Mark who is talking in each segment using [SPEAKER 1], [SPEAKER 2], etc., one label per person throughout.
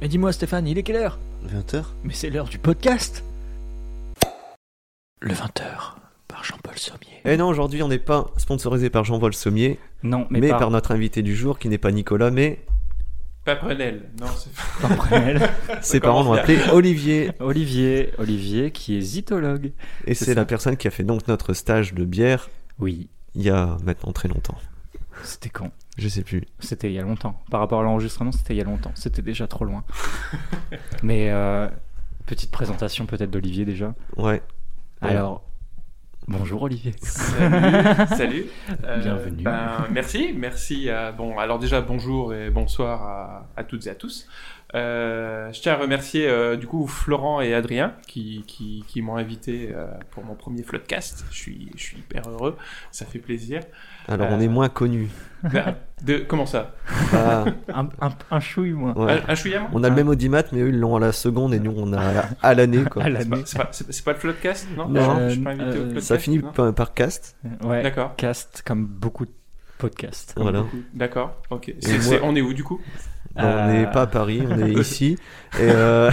[SPEAKER 1] Mais dis-moi Stéphane, il est quelle heure
[SPEAKER 2] 20h
[SPEAKER 1] Mais c'est l'heure du podcast Le 20h par Jean-Paul Sommier.
[SPEAKER 2] Eh non, aujourd'hui on n'est pas sponsorisé par Jean-Paul Sommier,
[SPEAKER 3] Non, mais,
[SPEAKER 2] mais,
[SPEAKER 3] par,
[SPEAKER 2] par notre invité du jour qui n'est pas Nicolas, mais
[SPEAKER 4] Paprenel, non, c'est
[SPEAKER 3] par Brel.
[SPEAKER 2] ses parents l'ont
[SPEAKER 4] commence
[SPEAKER 2] appelé Olivier.
[SPEAKER 3] Olivier, Olivier qui est zytologue.
[SPEAKER 2] Et
[SPEAKER 3] C'est
[SPEAKER 2] c'est
[SPEAKER 3] ça.
[SPEAKER 2] la personne qui a fait donc notre stage de bière
[SPEAKER 3] Oui,
[SPEAKER 2] il y a maintenant très longtemps.
[SPEAKER 3] c'était quand
[SPEAKER 2] Je sais plus.
[SPEAKER 3] C'était il y a longtemps. Par rapport à l'enregistrement, c'était il y a longtemps. C'était déjà trop loin. mais euh, petite présentation peut-être d'Olivier déjà.
[SPEAKER 2] Ouais.
[SPEAKER 3] Alors, bonjour Olivier.
[SPEAKER 4] Salut, salut.
[SPEAKER 3] Bienvenue.
[SPEAKER 4] ben, merci, merci. à- bon, alors déjà bonjour et bonsoir à, à toutes et à tous. Euh, je tiens à remercier euh, du coup Florent et Adrien qui, qui, qui m'ont invité euh, pour mon premier floodcast. Je suis, je suis hyper heureux, ça fait plaisir.
[SPEAKER 2] Alors on
[SPEAKER 4] Euh.
[SPEAKER 2] est moins connus.
[SPEAKER 4] Ben, de, comment ça
[SPEAKER 2] Ah,
[SPEAKER 3] Un, un, un chouille, moi.
[SPEAKER 2] ouais.
[SPEAKER 4] Un, un chouïa, moi
[SPEAKER 2] On a le même audimat, mais eux ils l'ont à la seconde et nous on a à la- à l'année quoi.
[SPEAKER 3] À
[SPEAKER 4] C'est pas,
[SPEAKER 3] l'année.
[SPEAKER 4] c'est pas- c'est- c'est pas le floodcast, non
[SPEAKER 2] Non.
[SPEAKER 4] je, je suis pas invité
[SPEAKER 3] Euh,
[SPEAKER 4] au floodcast.
[SPEAKER 2] Ça finit
[SPEAKER 4] non
[SPEAKER 2] par, par cast.
[SPEAKER 3] Ouais,
[SPEAKER 4] D'accord.
[SPEAKER 3] cast comme beaucoup de podcasts.
[SPEAKER 2] Voilà.
[SPEAKER 4] D'accord, ok. C'est-
[SPEAKER 2] moi-
[SPEAKER 4] c'est- on est où du coup
[SPEAKER 2] Non, On
[SPEAKER 3] Euh.
[SPEAKER 2] n'est pas à Paris, on est ici. Et euh,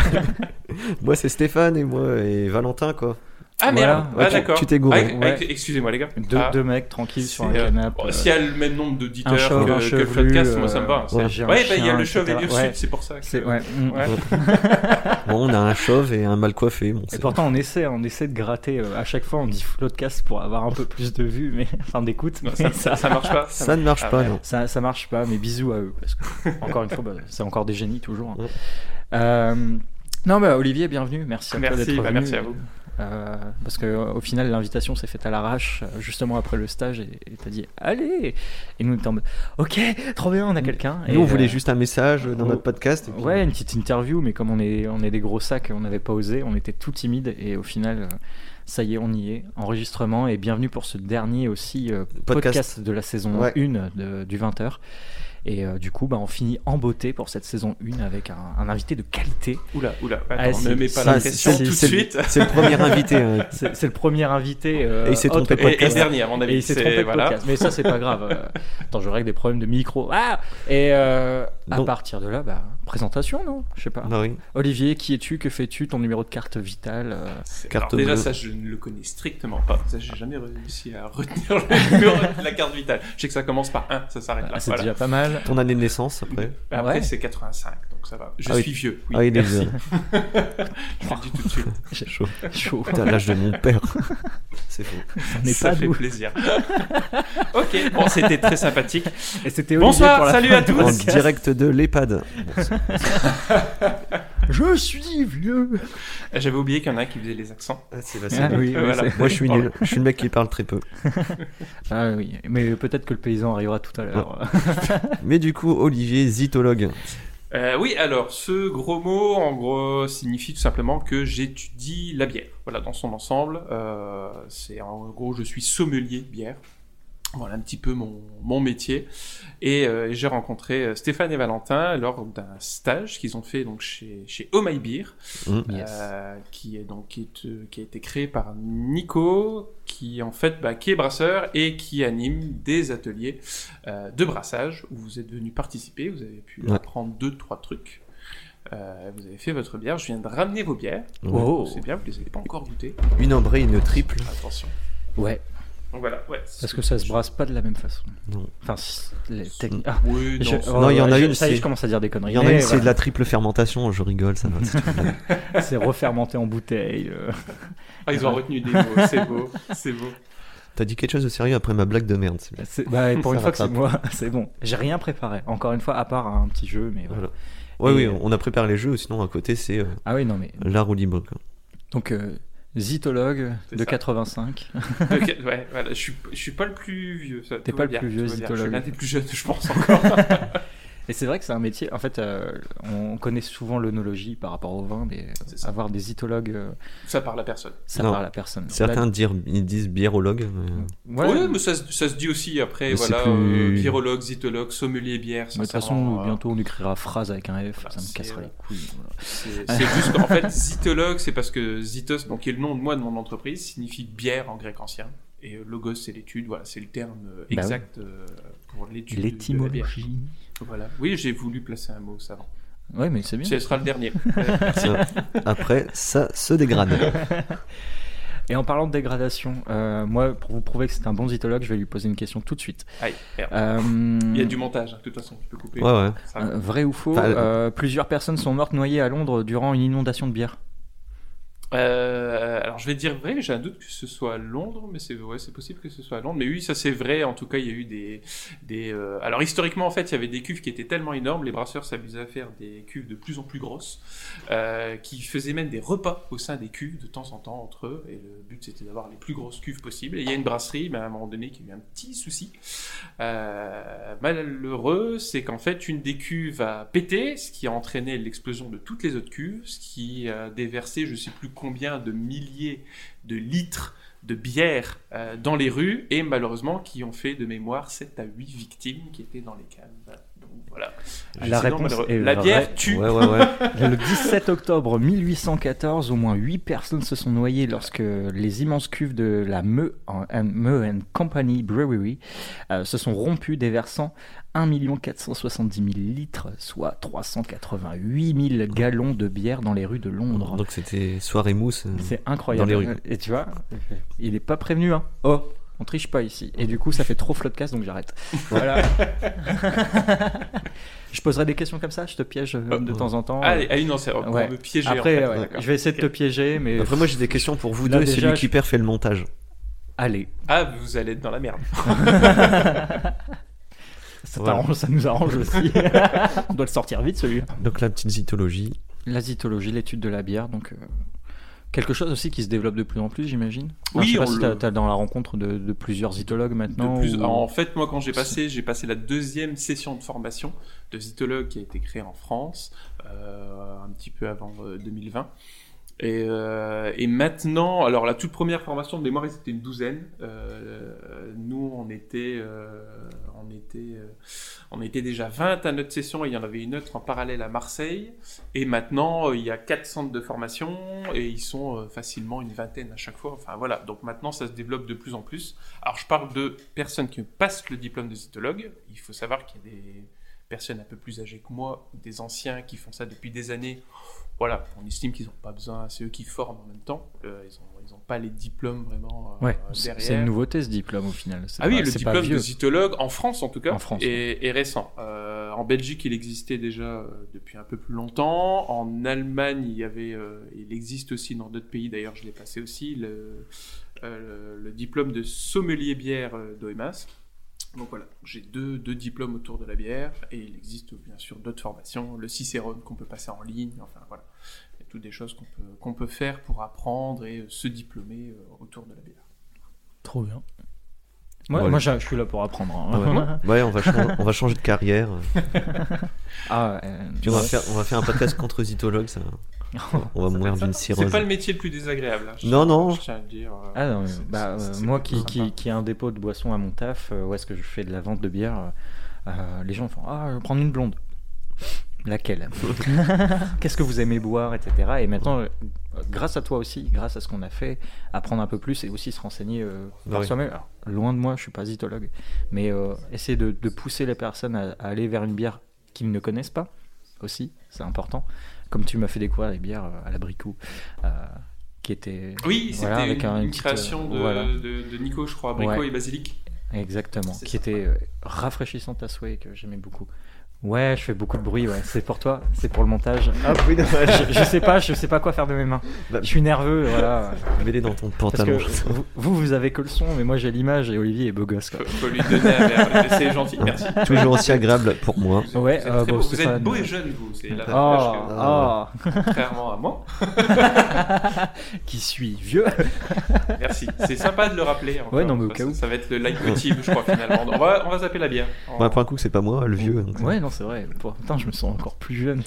[SPEAKER 2] moi c'est Stéphane et moi et Valentin quoi.
[SPEAKER 4] Ah merde,
[SPEAKER 3] Voilà.
[SPEAKER 4] ah,
[SPEAKER 2] Ouais, tu-
[SPEAKER 4] d'accord.
[SPEAKER 2] tu t'es gouré.
[SPEAKER 4] Ah, ex- Excusez-moi les gars.
[SPEAKER 3] Deux,
[SPEAKER 4] Ah.
[SPEAKER 3] deux mecs tranquilles sur un
[SPEAKER 4] C'est, euh,
[SPEAKER 3] canapé.
[SPEAKER 4] Bon,
[SPEAKER 3] euh,
[SPEAKER 4] S'il y a le même nombre
[SPEAKER 3] un
[SPEAKER 4] d'auditeurs
[SPEAKER 3] chauve,
[SPEAKER 4] que,
[SPEAKER 3] un
[SPEAKER 4] que le
[SPEAKER 3] chevelu,
[SPEAKER 4] podcast, moi
[SPEAKER 3] euh,
[SPEAKER 4] ça me va.
[SPEAKER 3] ouais,
[SPEAKER 4] Ouais,
[SPEAKER 3] j'ai un
[SPEAKER 4] bah, il y a
[SPEAKER 3] chien,
[SPEAKER 4] le chauve et
[SPEAKER 3] etc.
[SPEAKER 4] l'ursule,
[SPEAKER 3] Ouais.
[SPEAKER 4] c'est pour ça. que-
[SPEAKER 3] C'est ouais. mm.
[SPEAKER 4] Ouais.
[SPEAKER 2] Bon, on a un chauve et un mal coiffé. Bon,
[SPEAKER 3] Et
[SPEAKER 2] c'est-
[SPEAKER 3] pourtant, on essaie, on essaie de gratter. euh, À chaque fois, on dit podcast pour avoir un peu plus de vues, mais enfin d'écoute.
[SPEAKER 4] Non,
[SPEAKER 3] mais
[SPEAKER 4] ça, ça, ça marche pas. ça
[SPEAKER 2] ça ne marche
[SPEAKER 4] Ah,
[SPEAKER 2] pas,
[SPEAKER 4] merde.
[SPEAKER 2] non.
[SPEAKER 3] Ça, ça marche pas, mais bisous à eux. Parce que, encore une fois, bah, c'est encore des génies toujours. hein.
[SPEAKER 2] Ouais.
[SPEAKER 3] Euh, non, bah, Olivier, bienvenue. Merci à toi
[SPEAKER 4] Merci,
[SPEAKER 3] d'être
[SPEAKER 4] bah,
[SPEAKER 3] venu.
[SPEAKER 4] merci à vous.
[SPEAKER 3] Euh, parce que euh, au final, l'invitation s'est faite à l'arrache, euh, justement après le stage, et et t'as dit allez. Et nous, on était en mode, ok, trop bien, on a quelqu'un. Et,
[SPEAKER 2] Nous, on voulait
[SPEAKER 3] euh,
[SPEAKER 2] juste un message dans
[SPEAKER 3] oh,
[SPEAKER 2] notre podcast. et puis- euh,
[SPEAKER 3] Ouais, une petite interview, mais comme on est, on est des gros sacs, on n'avait pas osé, on était tout timide et au final, euh, ça y est, on y est. Enregistrement et bienvenue pour ce dernier aussi euh, podcast.
[SPEAKER 2] Podcast.
[SPEAKER 3] de la saison
[SPEAKER 2] Ouais.
[SPEAKER 3] 1 de- du 20h. Et euh, du coup, bah, on finit en beauté pour cette saison 1 avec un, un invité de qualité.
[SPEAKER 4] Oula, oula.
[SPEAKER 3] Ah,
[SPEAKER 4] Attends,
[SPEAKER 3] si,
[SPEAKER 4] ne mets pas
[SPEAKER 2] ça,
[SPEAKER 4] la
[SPEAKER 2] c'est-
[SPEAKER 4] question
[SPEAKER 2] c'est-
[SPEAKER 4] tout de
[SPEAKER 2] c'est-
[SPEAKER 4] suite.
[SPEAKER 2] C'est le premier invité. hein.
[SPEAKER 3] C'est c'est le premier invité. euh,
[SPEAKER 2] Et il s'est
[SPEAKER 3] autre-
[SPEAKER 2] trompé de
[SPEAKER 4] Et, et
[SPEAKER 2] podcast.
[SPEAKER 4] dernier, à mon
[SPEAKER 3] Et
[SPEAKER 4] avis.
[SPEAKER 3] il s'est
[SPEAKER 4] c'est-
[SPEAKER 3] trompé de
[SPEAKER 4] voilà.
[SPEAKER 3] podcast. Mais ça, c'est pas grave. Euh, Attends, je règle des problèmes de micro. Ah Et euh, à
[SPEAKER 2] Donc-
[SPEAKER 3] partir de là, bah, présentation, non Je sais pas.
[SPEAKER 2] Bah oui.
[SPEAKER 3] Olivier, qui es-tu Que fais-tu Ton numéro de carte vitale euh,
[SPEAKER 4] C'est-
[SPEAKER 2] Carte
[SPEAKER 4] alors, déjà,
[SPEAKER 2] bleue.
[SPEAKER 4] ça, je ne le connais strictement pas. Ça, j'ai jamais réussi à retenir le numéro de la carte vitale. Je sais que ça commence par 1, ça s'arrête là.
[SPEAKER 3] Ah, c'est
[SPEAKER 4] voilà.
[SPEAKER 3] déjà pas mal.
[SPEAKER 2] Ton année de naissance, après.
[SPEAKER 4] Après,
[SPEAKER 3] Ouais.
[SPEAKER 4] c'est 85, donc ça va. Je
[SPEAKER 2] Ah oui.
[SPEAKER 4] suis vieux.
[SPEAKER 2] ah,
[SPEAKER 4] Oui,
[SPEAKER 2] il est
[SPEAKER 3] merci.
[SPEAKER 2] vieux.
[SPEAKER 4] je te le dis tout de suite.
[SPEAKER 2] Chaud.
[SPEAKER 3] Chaud.
[SPEAKER 2] Putain, l'âge de mon père. C'est faux.
[SPEAKER 3] On n'est
[SPEAKER 4] Ça
[SPEAKER 3] pas
[SPEAKER 4] fait
[SPEAKER 3] nous.
[SPEAKER 4] plaisir. ok, bon, c'était très sympathique.
[SPEAKER 3] Et c'était Olivier pour
[SPEAKER 4] Bonsoir,
[SPEAKER 3] la
[SPEAKER 4] salut
[SPEAKER 3] fin
[SPEAKER 4] à
[SPEAKER 3] du
[SPEAKER 2] En
[SPEAKER 4] tous.
[SPEAKER 3] podcast.
[SPEAKER 2] direct de l'EHPAD. Bon, c'est-
[SPEAKER 3] Je suis vieux.
[SPEAKER 4] Ah, J'avais oublié qu'il y en a un qui faisait les accents.
[SPEAKER 2] ah, c'est
[SPEAKER 3] Ah
[SPEAKER 2] facile.
[SPEAKER 3] oui, oui,
[SPEAKER 4] Voilà.
[SPEAKER 3] c'est-
[SPEAKER 2] Moi, je suis nul. Je suis le mec qui parle très peu.
[SPEAKER 3] Ah oui, mais peut-être que le paysan arrivera tout à l'heure.
[SPEAKER 2] Mais du coup, Olivier, zytologue.
[SPEAKER 4] Euh, oui, alors ce gros mot, en gros, signifie tout simplement que j'étudie la bière. Voilà, dans son ensemble, Euh, c'est en gros, je suis sommelier bière. Voilà un petit peu mon, mon métier. Et euh, j'ai rencontré euh, Stéphane et Valentin lors d'un stage qu'ils ont fait donc chez chez Oh My Beer.
[SPEAKER 3] Yes.
[SPEAKER 4] Euh, qui est donc qui, est, euh, qui a été créé par Nico, qui en fait bah, qui est brasseur et qui anime des ateliers euh, de brassage où vous êtes venu participer, vous avez pu
[SPEAKER 2] Ouais.
[SPEAKER 4] apprendre deux trois trucs. Euh, vous avez fait votre bière, je viens de ramener vos bières.
[SPEAKER 1] Oh.
[SPEAKER 3] Wow.
[SPEAKER 4] C'est bien, vous les avez pas encore goûtées.
[SPEAKER 2] Une ambrée, une triple.
[SPEAKER 4] Attention.
[SPEAKER 3] Ouais,
[SPEAKER 4] Donc voilà, ouais.
[SPEAKER 3] parce que ça se brasse pas de la même façon.
[SPEAKER 2] Non.
[SPEAKER 3] Enfin, si- les techniques. Ah,
[SPEAKER 4] Oui, non,
[SPEAKER 3] je-
[SPEAKER 4] c'est-
[SPEAKER 3] oh,
[SPEAKER 2] Non, il y en a
[SPEAKER 3] je-
[SPEAKER 2] une,
[SPEAKER 3] Ça y est,
[SPEAKER 2] c'est-
[SPEAKER 3] je commence à dire des conneries.
[SPEAKER 2] Il y en a
[SPEAKER 3] Mais
[SPEAKER 2] une, c'est
[SPEAKER 3] Eh, voilà.
[SPEAKER 2] de la triple fermentation. Je rigole, ça va.
[SPEAKER 3] C'est refermenté en bouteille. euh.
[SPEAKER 4] ah, ils ont retenu des mots, c'est beau, c'est beau.
[SPEAKER 2] T'as dit quelque chose de sérieux après ma blague de merde. c'est bien.
[SPEAKER 3] C'est- Bah, et pour
[SPEAKER 2] Ça
[SPEAKER 3] une fois que c'est
[SPEAKER 2] rattrape.
[SPEAKER 3] moi, c'est bon. J'ai rien préparé. Encore une fois, à part un petit jeu, mais voilà.
[SPEAKER 2] Voilà. Ouais,
[SPEAKER 3] Et-
[SPEAKER 2] oui, on a préparé les jeux, sinon à côté, c'est euh,
[SPEAKER 3] Ah oui, non mais
[SPEAKER 2] la roue libre. quoi.
[SPEAKER 3] donc euh, zytologue
[SPEAKER 4] C'est
[SPEAKER 3] de
[SPEAKER 4] ça.
[SPEAKER 3] 85.
[SPEAKER 4] Ok, ouais, voilà, je suis, je suis pas le plus vieux. ça,
[SPEAKER 3] T'es
[SPEAKER 4] tout
[SPEAKER 3] pas
[SPEAKER 4] va
[SPEAKER 3] le
[SPEAKER 4] bien,
[SPEAKER 3] plus
[SPEAKER 4] tout
[SPEAKER 3] vieux
[SPEAKER 4] va bien. Je suis
[SPEAKER 3] zytologue.
[SPEAKER 4] l'un des plus jeunes, je pense encore.
[SPEAKER 3] Et c'est vrai que c'est un métier. En fait, euh, on connaît souvent l'onologie par rapport au vin, mais euh,
[SPEAKER 4] C'est ça.
[SPEAKER 3] avoir des zytologues, euh,
[SPEAKER 4] ça parle à personne.
[SPEAKER 3] ça
[SPEAKER 2] Non.
[SPEAKER 3] parle à personne.
[SPEAKER 2] Certains dire, ils disent biérologue. mais- euh,
[SPEAKER 3] Là- ouais,
[SPEAKER 4] Oui, mais ça, se- ça se dit aussi après,
[SPEAKER 2] Mais c'est
[SPEAKER 4] voilà,
[SPEAKER 2] plus-
[SPEAKER 4] euh, virologue, zytologue, sommelier, bière.
[SPEAKER 3] mais de toute
[SPEAKER 4] sincèrement,
[SPEAKER 3] façon,
[SPEAKER 4] euh,
[SPEAKER 3] bientôt on écrira phrase avec un F,
[SPEAKER 4] voilà,
[SPEAKER 3] ça me
[SPEAKER 4] c'est,
[SPEAKER 3] cassera
[SPEAKER 4] euh,
[SPEAKER 3] les couilles. voilà.
[SPEAKER 4] C'est c'est juste qu'en fait, zytologue, c'est parce que zytos, donc qui est le nom de moi de mon entreprise, signifie bière en grec ancien. Et euh, logos, c'est l'étude, voilà, c'est le terme euh,
[SPEAKER 3] Bah
[SPEAKER 4] exact euh, pour l'étude. de la bière.
[SPEAKER 3] L'étymologie.
[SPEAKER 4] Voilà. Oui, j'ai voulu placer un mot savant.
[SPEAKER 1] Ouais, mais c'est bien.
[SPEAKER 4] Ce sera le dernier. Euh,
[SPEAKER 2] Après, ça se dégrade.
[SPEAKER 1] Et en parlant de dégradation, euh, moi, pour vous prouver que c'est un bon zytologue, je vais lui poser une question tout de suite.
[SPEAKER 4] aïe, merde.
[SPEAKER 1] Euh,
[SPEAKER 4] Il y a du montage, hein, de toute façon, tu peux couper.
[SPEAKER 2] Ouais, ouais.
[SPEAKER 4] Ça-
[SPEAKER 1] euh, vrai ou faux,
[SPEAKER 2] Enfin, euh,
[SPEAKER 1] euh, plusieurs personnes sont mortes noyées à Londres durant une inondation de bière.
[SPEAKER 4] Euh, alors je vais dire vrai, j'ai un doute que ce soit à Londres, mais c'est ouais, c'est possible que ce soit à Londres. Mais oui, ça c'est vrai. En tout cas, il y a eu des des. euh, Alors historiquement, en fait, il y avait des cuves qui étaient tellement énormes, les brasseurs s'amusaient à faire des cuves de plus en plus grosses, euh, qui faisaient même des repas au sein des cuves de temps en temps entre eux. Et le but c'était d'avoir les plus grosses cuves possibles. Et il y a une brasserie, mais à un moment donné, qui a eu un petit souci. Euh, malheureux, c'est qu'en fait, une des cuves a pété, ce qui a entraîné l'explosion de toutes les autres cuves, ce qui a déversé je sais plus combien de milliers de litres de bière euh, dans les rues, et malheureusement, qui ont fait de mémoire 7 à 8 victimes qui étaient dans les caves. Donc voilà.
[SPEAKER 1] La
[SPEAKER 4] Accident
[SPEAKER 1] réponse
[SPEAKER 4] malheureux.
[SPEAKER 1] est
[SPEAKER 4] La bière
[SPEAKER 1] vraie.
[SPEAKER 4] tue.
[SPEAKER 2] Ouais, ouais, ouais.
[SPEAKER 1] Le 17 octobre 1814, au moins 8 personnes se sont noyées lorsque les immenses cuves de la Meux and Meux and Company Brewery euh, se sont rompues, déversant 1 470 000 litres, soit 388 000 gallons de bière dans les rues de Londres.
[SPEAKER 2] Donc c'était soirée mousse. euh.
[SPEAKER 1] C'est incroyable.
[SPEAKER 2] Dans les rues.
[SPEAKER 1] Et tu vois, il n'est pas prévenu. Hein. Oh, on triche pas ici. Et du coup, ça fait trop flot de casse, donc j'arrête. Voilà. je poserai des questions comme ça, je te piège euh, de
[SPEAKER 2] ouais.
[SPEAKER 1] temps en temps.
[SPEAKER 4] Ah, allez, allez, non, c'est pour
[SPEAKER 1] Ouais.
[SPEAKER 4] me piéger. en
[SPEAKER 1] Après,
[SPEAKER 4] fait.
[SPEAKER 1] ouais,
[SPEAKER 4] D'accord.
[SPEAKER 1] je vais essayer de te piéger, mais
[SPEAKER 2] Euh, Après moi j'ai des questions pour vous
[SPEAKER 1] Là,
[SPEAKER 2] deux et
[SPEAKER 1] déjà,
[SPEAKER 2] celui
[SPEAKER 1] je-
[SPEAKER 2] qui perd fait le montage.
[SPEAKER 1] allez.
[SPEAKER 4] Ah, vous allez être dans la merde.
[SPEAKER 1] Ça,
[SPEAKER 2] Voilà.
[SPEAKER 1] t'arrange, ça nous arrange aussi. On doit le sortir vite, celui-là.
[SPEAKER 2] Donc la petite zytologie.
[SPEAKER 1] La zytologie, l'étude de la bière, donc euh, quelque chose aussi qui se développe de plus en plus, j'imagine. Enfin,
[SPEAKER 4] Oui,
[SPEAKER 1] je sais pas
[SPEAKER 4] on
[SPEAKER 1] si
[SPEAKER 4] le-
[SPEAKER 1] t'as- t'as dans la rencontre de, de plusieurs zytologues
[SPEAKER 4] De
[SPEAKER 1] maintenant.
[SPEAKER 4] plus-
[SPEAKER 1] ou-
[SPEAKER 4] En fait, moi, quand j'ai passé, j'ai passé la deuxième session de formation de zytologue qui a été créée en France, euh, un petit peu avant euh, 2020. Et, euh, et maintenant, alors la toute première formation de mémoire, ils étaient une douzaine. Euh, nous, on était, euh, on était, euh, on était déjà 20 à notre session. Et il y en avait une autre en parallèle à Marseille. Et maintenant, euh, il y a quatre centres de formation et ils sont euh, facilement une vingtaine à chaque fois. Enfin voilà. Donc maintenant, ça se développe de plus en plus. Alors, je parle de personnes qui passent le diplôme de zytologue. Il faut savoir qu'il y a des personnes un peu plus âgées que moi, des anciens qui font ça depuis des années. Voilà, on estime qu'ils n'ont pas besoin, c'est eux qui forment en même temps. Euh, ils n'ont ils ont pas les diplômes vraiment euh,
[SPEAKER 1] Ouais, c'est
[SPEAKER 4] derrière.
[SPEAKER 1] c'est une nouveauté ce diplôme au final. C'est
[SPEAKER 4] Ah oui,
[SPEAKER 1] pas-
[SPEAKER 4] le
[SPEAKER 1] c'est pas
[SPEAKER 4] diplôme de
[SPEAKER 1] vieux.
[SPEAKER 4] zytologue, en France en tout cas,
[SPEAKER 1] En France,
[SPEAKER 4] est, est récent. Euh, en Belgique, il existait déjà euh, depuis un peu plus longtemps. En Allemagne, il, y avait, euh, il existe aussi dans d'autres pays, d'ailleurs je l'ai passé aussi, le, euh, le- le diplôme de sommelier bière euh, d'OEMAS. Donc voilà, j'ai deux, deux diplômes autour de la bière et il existe bien sûr d'autres formations, le Cicérone qu'on peut passer en ligne, enfin voilà, il y a toutes des choses qu'on peut, qu'on peut faire pour apprendre et euh, se diplômer euh, autour de la bière.
[SPEAKER 1] Trop bien. Moi,
[SPEAKER 2] Ouais.
[SPEAKER 1] moi, je je suis là pour apprendre. hein.
[SPEAKER 2] Ouais, Ouais, on, va changer, on va changer de carrière.
[SPEAKER 1] Ah, euh,
[SPEAKER 2] Puis on, va faire, on va faire un podcast contre zytologue. Ça. On va mourir d'une cirrhose.
[SPEAKER 4] C'est pas le métier le plus désagréable. hein, je-
[SPEAKER 2] Non, non.
[SPEAKER 4] Je tiens à le dire. euh,
[SPEAKER 1] Ah non, mais,
[SPEAKER 4] c'est-
[SPEAKER 1] bah,
[SPEAKER 4] c'est-
[SPEAKER 1] euh,
[SPEAKER 4] c'est
[SPEAKER 1] moi qui,
[SPEAKER 4] sympa.
[SPEAKER 1] qui, qui ai un dépôt de boissons à mon taf, euh, où est-ce que je fais de la vente de bière, euh, euh, les gens font Ah, je vais prendre une blonde. Laquelle Qu'est-ce que vous aimez boire, etc. Et maintenant, euh, grâce à toi aussi, grâce à ce qu'on a fait, apprendre un peu plus et aussi se renseigner euh, par
[SPEAKER 2] Oui.
[SPEAKER 1] soi-même. Alors, Loin de moi, je suis pas zytologue, mais euh, essayer de, de pousser les personnes à, à aller vers une bière qu'ils ne connaissent pas aussi, c'est important. Comme tu m'as fait découvrir les bières euh, à l'abricot, euh, qui étaient
[SPEAKER 4] Oui,
[SPEAKER 1] Voilà,
[SPEAKER 4] c'était
[SPEAKER 1] avec
[SPEAKER 4] une,
[SPEAKER 1] un- une
[SPEAKER 4] une
[SPEAKER 1] petite,
[SPEAKER 4] création
[SPEAKER 1] euh,
[SPEAKER 4] de,
[SPEAKER 1] voilà.
[SPEAKER 4] de- de Nico, je crois, Abricot
[SPEAKER 1] Ouais.
[SPEAKER 4] et Basilic.
[SPEAKER 1] Exactement,
[SPEAKER 4] C'est
[SPEAKER 1] qui
[SPEAKER 4] sympa.
[SPEAKER 1] était euh, rafraîchissante à souhait et que j'aimais beaucoup. Ouais, je fais beaucoup de bruit, ouais. c'est pour toi, c'est pour le montage.
[SPEAKER 2] Ah oui, dommage.
[SPEAKER 1] Je, je sais pas, je sais pas quoi faire de mes mains.
[SPEAKER 2] Bah,
[SPEAKER 1] Je suis nerveux, voilà.
[SPEAKER 2] Mets-les dans ton
[SPEAKER 1] Parce que
[SPEAKER 2] pantalon.
[SPEAKER 1] vous, vous, vous avez que le son, mais moi j'ai l'image et Olivier est beau gosse. Quoi.
[SPEAKER 4] Faut, faut lui donner un verre. C'est gentil, merci.
[SPEAKER 2] Toujours aussi agréable pour moi.
[SPEAKER 4] Vous êtes-
[SPEAKER 1] Ouais,
[SPEAKER 4] vous êtes,
[SPEAKER 1] euh, bon,
[SPEAKER 4] très beau. Vous
[SPEAKER 1] Stéphane.
[SPEAKER 4] êtes beau et jeune, vous. C'est la
[SPEAKER 1] Oh,
[SPEAKER 4] que,
[SPEAKER 1] oh,
[SPEAKER 4] contrairement à moi.
[SPEAKER 1] qui suis vieux.
[SPEAKER 4] Merci. C'est sympa de le rappeler. encore.
[SPEAKER 1] Ouais, non, mais au
[SPEAKER 4] Ça-
[SPEAKER 1] cas où.
[SPEAKER 4] Ça, ça va être le like team, je crois, finalement. On va, on va zapper la bière. On-
[SPEAKER 2] Bah, pour un coup, c'est pas moi, le vieux. hein. donc,
[SPEAKER 1] Ouais, non, c'est vrai. Pour- Putain, je me sens encore plus jeune.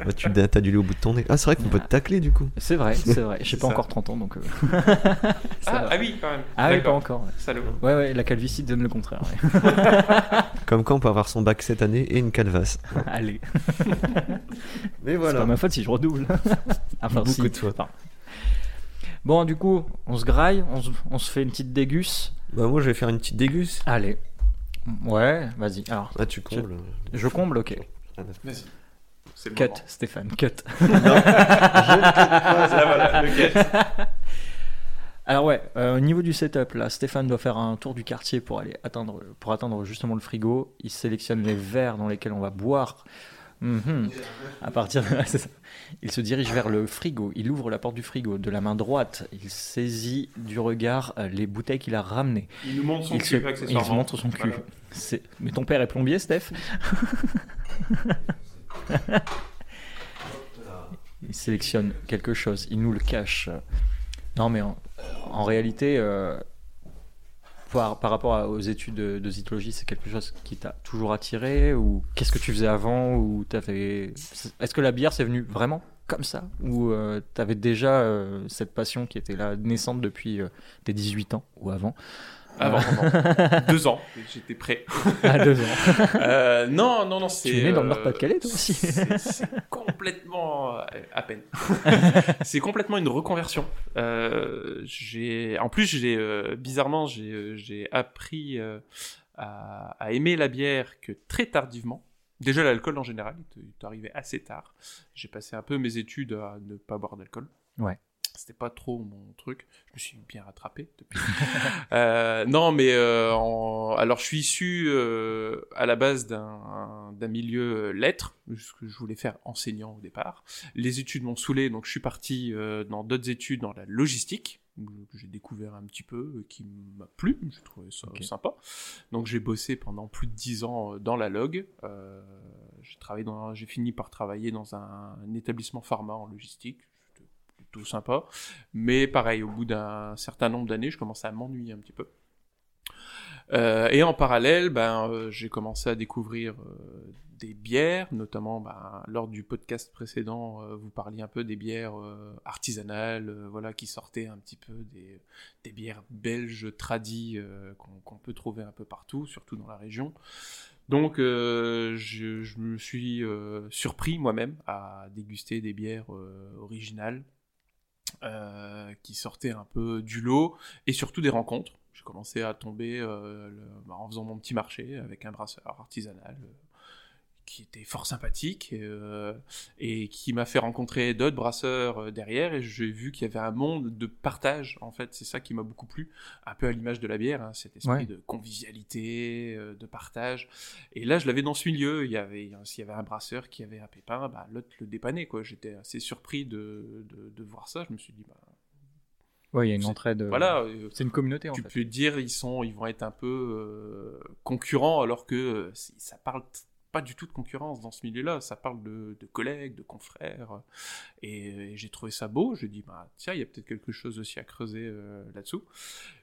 [SPEAKER 2] bah, tu t'as du lait au bout de ton nez. Ah, c'est vrai qu'on peut te tacler du coup.
[SPEAKER 1] C'est vrai, c'est vrai. J'ai
[SPEAKER 4] C'est
[SPEAKER 1] pas
[SPEAKER 4] ça.
[SPEAKER 1] encore 30 ans, donc. euh, ça
[SPEAKER 4] ah,
[SPEAKER 1] va.
[SPEAKER 4] ah oui, quand même.
[SPEAKER 1] Ah oui, pas
[SPEAKER 4] D'accord.
[SPEAKER 1] encore. ouais.
[SPEAKER 4] Salaud.
[SPEAKER 1] Ouais, ouais, la calvitie donne le contraire. ouais.
[SPEAKER 2] Comme quoi, on peut avoir son bac cette année et une calvasse.
[SPEAKER 1] Allez.
[SPEAKER 2] Mais
[SPEAKER 1] C'est
[SPEAKER 2] voilà.
[SPEAKER 1] pas ma faute si je redouble. enfin,
[SPEAKER 2] Beaucoup
[SPEAKER 1] si.
[SPEAKER 2] de fois.
[SPEAKER 1] Enfin. Bon, du coup, on se graille, on se, on se fait une petite dégusse.
[SPEAKER 2] Bah, moi, je vais faire une petite dégusse.
[SPEAKER 1] Allez. Ouais, vas-y. Alors,
[SPEAKER 2] Ah, tu combles.
[SPEAKER 1] je comble, ok.
[SPEAKER 2] Ah, d'accord.
[SPEAKER 4] Vas-y. C'est le
[SPEAKER 3] Cut,
[SPEAKER 4] moment.
[SPEAKER 3] Stéphane, cut.
[SPEAKER 4] Là, voilà, le cut.
[SPEAKER 3] Alors ouais, euh, au niveau du setup, là, Stéphane doit faire un tour du quartier pour aller atteindre, pour atteindre justement le frigo. Il sélectionne les verres dans lesquels on va boire. Mhm. À partir de- c'est ça. il se dirige vers le frigo. Il ouvre la porte du frigo de la main droite. Il saisit du regard euh, les bouteilles qu'il a ramenées.
[SPEAKER 4] Il nous montre son
[SPEAKER 3] il,
[SPEAKER 4] cul,
[SPEAKER 3] se, il
[SPEAKER 4] accessoirement.
[SPEAKER 3] se montre son cul.
[SPEAKER 4] Voilà.
[SPEAKER 3] C'est- Mais ton père est plombier, Steph Il sélectionne quelque chose, il nous le cache. Non, mais en, en réalité, euh, par, par rapport à- aux études de, de zytologie, c'est quelque chose qui t'a toujours attiré Ou qu'est-ce que tu faisais avant ou t'avais... Est-ce que la bière, c'est venu vraiment comme ça Ou euh, t'avais déjà euh, cette passion qui était là, naissante depuis euh, tes 18 ans ou avant
[SPEAKER 4] Avant, avant. deux ans, j'étais prêt.
[SPEAKER 3] À deux ans.
[SPEAKER 4] Euh, non, non, non, c'est.
[SPEAKER 3] es né dans le
[SPEAKER 4] euh,
[SPEAKER 3] Nord-Pas-de-Calais, toi aussi
[SPEAKER 4] c'est- C'est complètement. euh, à peine. c'est complètement une reconversion. Euh, j'ai- en plus, j'ai euh, bizarrement, j'ai euh, j'ai appris euh, à, à aimer la bière que très tardivement. Déjà, l'alcool en général, il te- il t'est arrivé assez tard. J'ai passé un peu mes études à ne pas boire d'alcool.
[SPEAKER 3] Ouais.
[SPEAKER 4] C'était pas trop mon truc. Je me suis bien rattrapé depuis. Euh, non, mais euh, en- alors je suis issu euh, à la base d'un d'un milieu euh, lettres, ce que je voulais faire enseignant au départ. Les études m'ont saoulé, donc je suis parti euh, dans d'autres études dans la logistique où- que j'ai découvert un petit peu, euh, qui m'a plu, j'ai trouvé ça
[SPEAKER 3] Ok.
[SPEAKER 4] sympa. Donc j'ai bossé pendant plus de 10 ans euh, dans la log. Euh, j'ai travaillé dans- j'ai fini par travailler dans un, un établissement pharma en logistique, c'était plutôt sympa. Mais pareil, au bout d'un certain nombre d'années, je commençais à m'ennuyer un petit peu. Euh, et en parallèle, ben, euh, j'ai commencé à découvrir euh, des bières, notamment ben, lors du podcast précédent, euh, vous parliez un peu des bières euh, artisanales, euh, voilà, qui sortaient un petit peu des, des bières belges tradis euh, qu'on qu'on peut trouver un peu partout, surtout dans la région. Donc, euh, je, je me suis euh, surpris moi-même à déguster des bières euh, originales euh, qui sortaient un peu du lot et surtout des rencontres. J'ai commencé à tomber euh, le- bah, en faisant mon petit marché avec un brasseur artisanal euh, qui était fort sympathique euh, et qui m'a fait rencontrer d'autres brasseurs euh, derrière et j'ai vu qu'il y avait un monde de partage en fait. C'est ça qui m'a beaucoup plu, un peu à l'image de la bière, hein, cet esprit
[SPEAKER 3] Ouais.
[SPEAKER 4] de convivialité, euh, de partage. Et là, je l'avais dans ce milieu. Il y avait, s'il y avait un brasseur qui avait un pépin, bah, l'autre le dépannait quoi. J'étais assez surpris de, de, de voir ça. Je me suis dit bah,
[SPEAKER 3] Ouais, il y a une
[SPEAKER 4] C'est-
[SPEAKER 3] entraide. euh,
[SPEAKER 4] voilà, euh,
[SPEAKER 3] C'est une communauté en
[SPEAKER 4] tu
[SPEAKER 3] fait.
[SPEAKER 4] peux te dire ils sont, ils vont être un peu euh, concurrents alors que euh, c'est- ça parle t- pas du tout de concurrence dans ce milieu-là. Ça parle de, de collègues, de confrères. Et, et j'ai trouvé ça beau. Je dis bah tiens, il y a peut-être quelque chose aussi à creuser euh, là-dessous.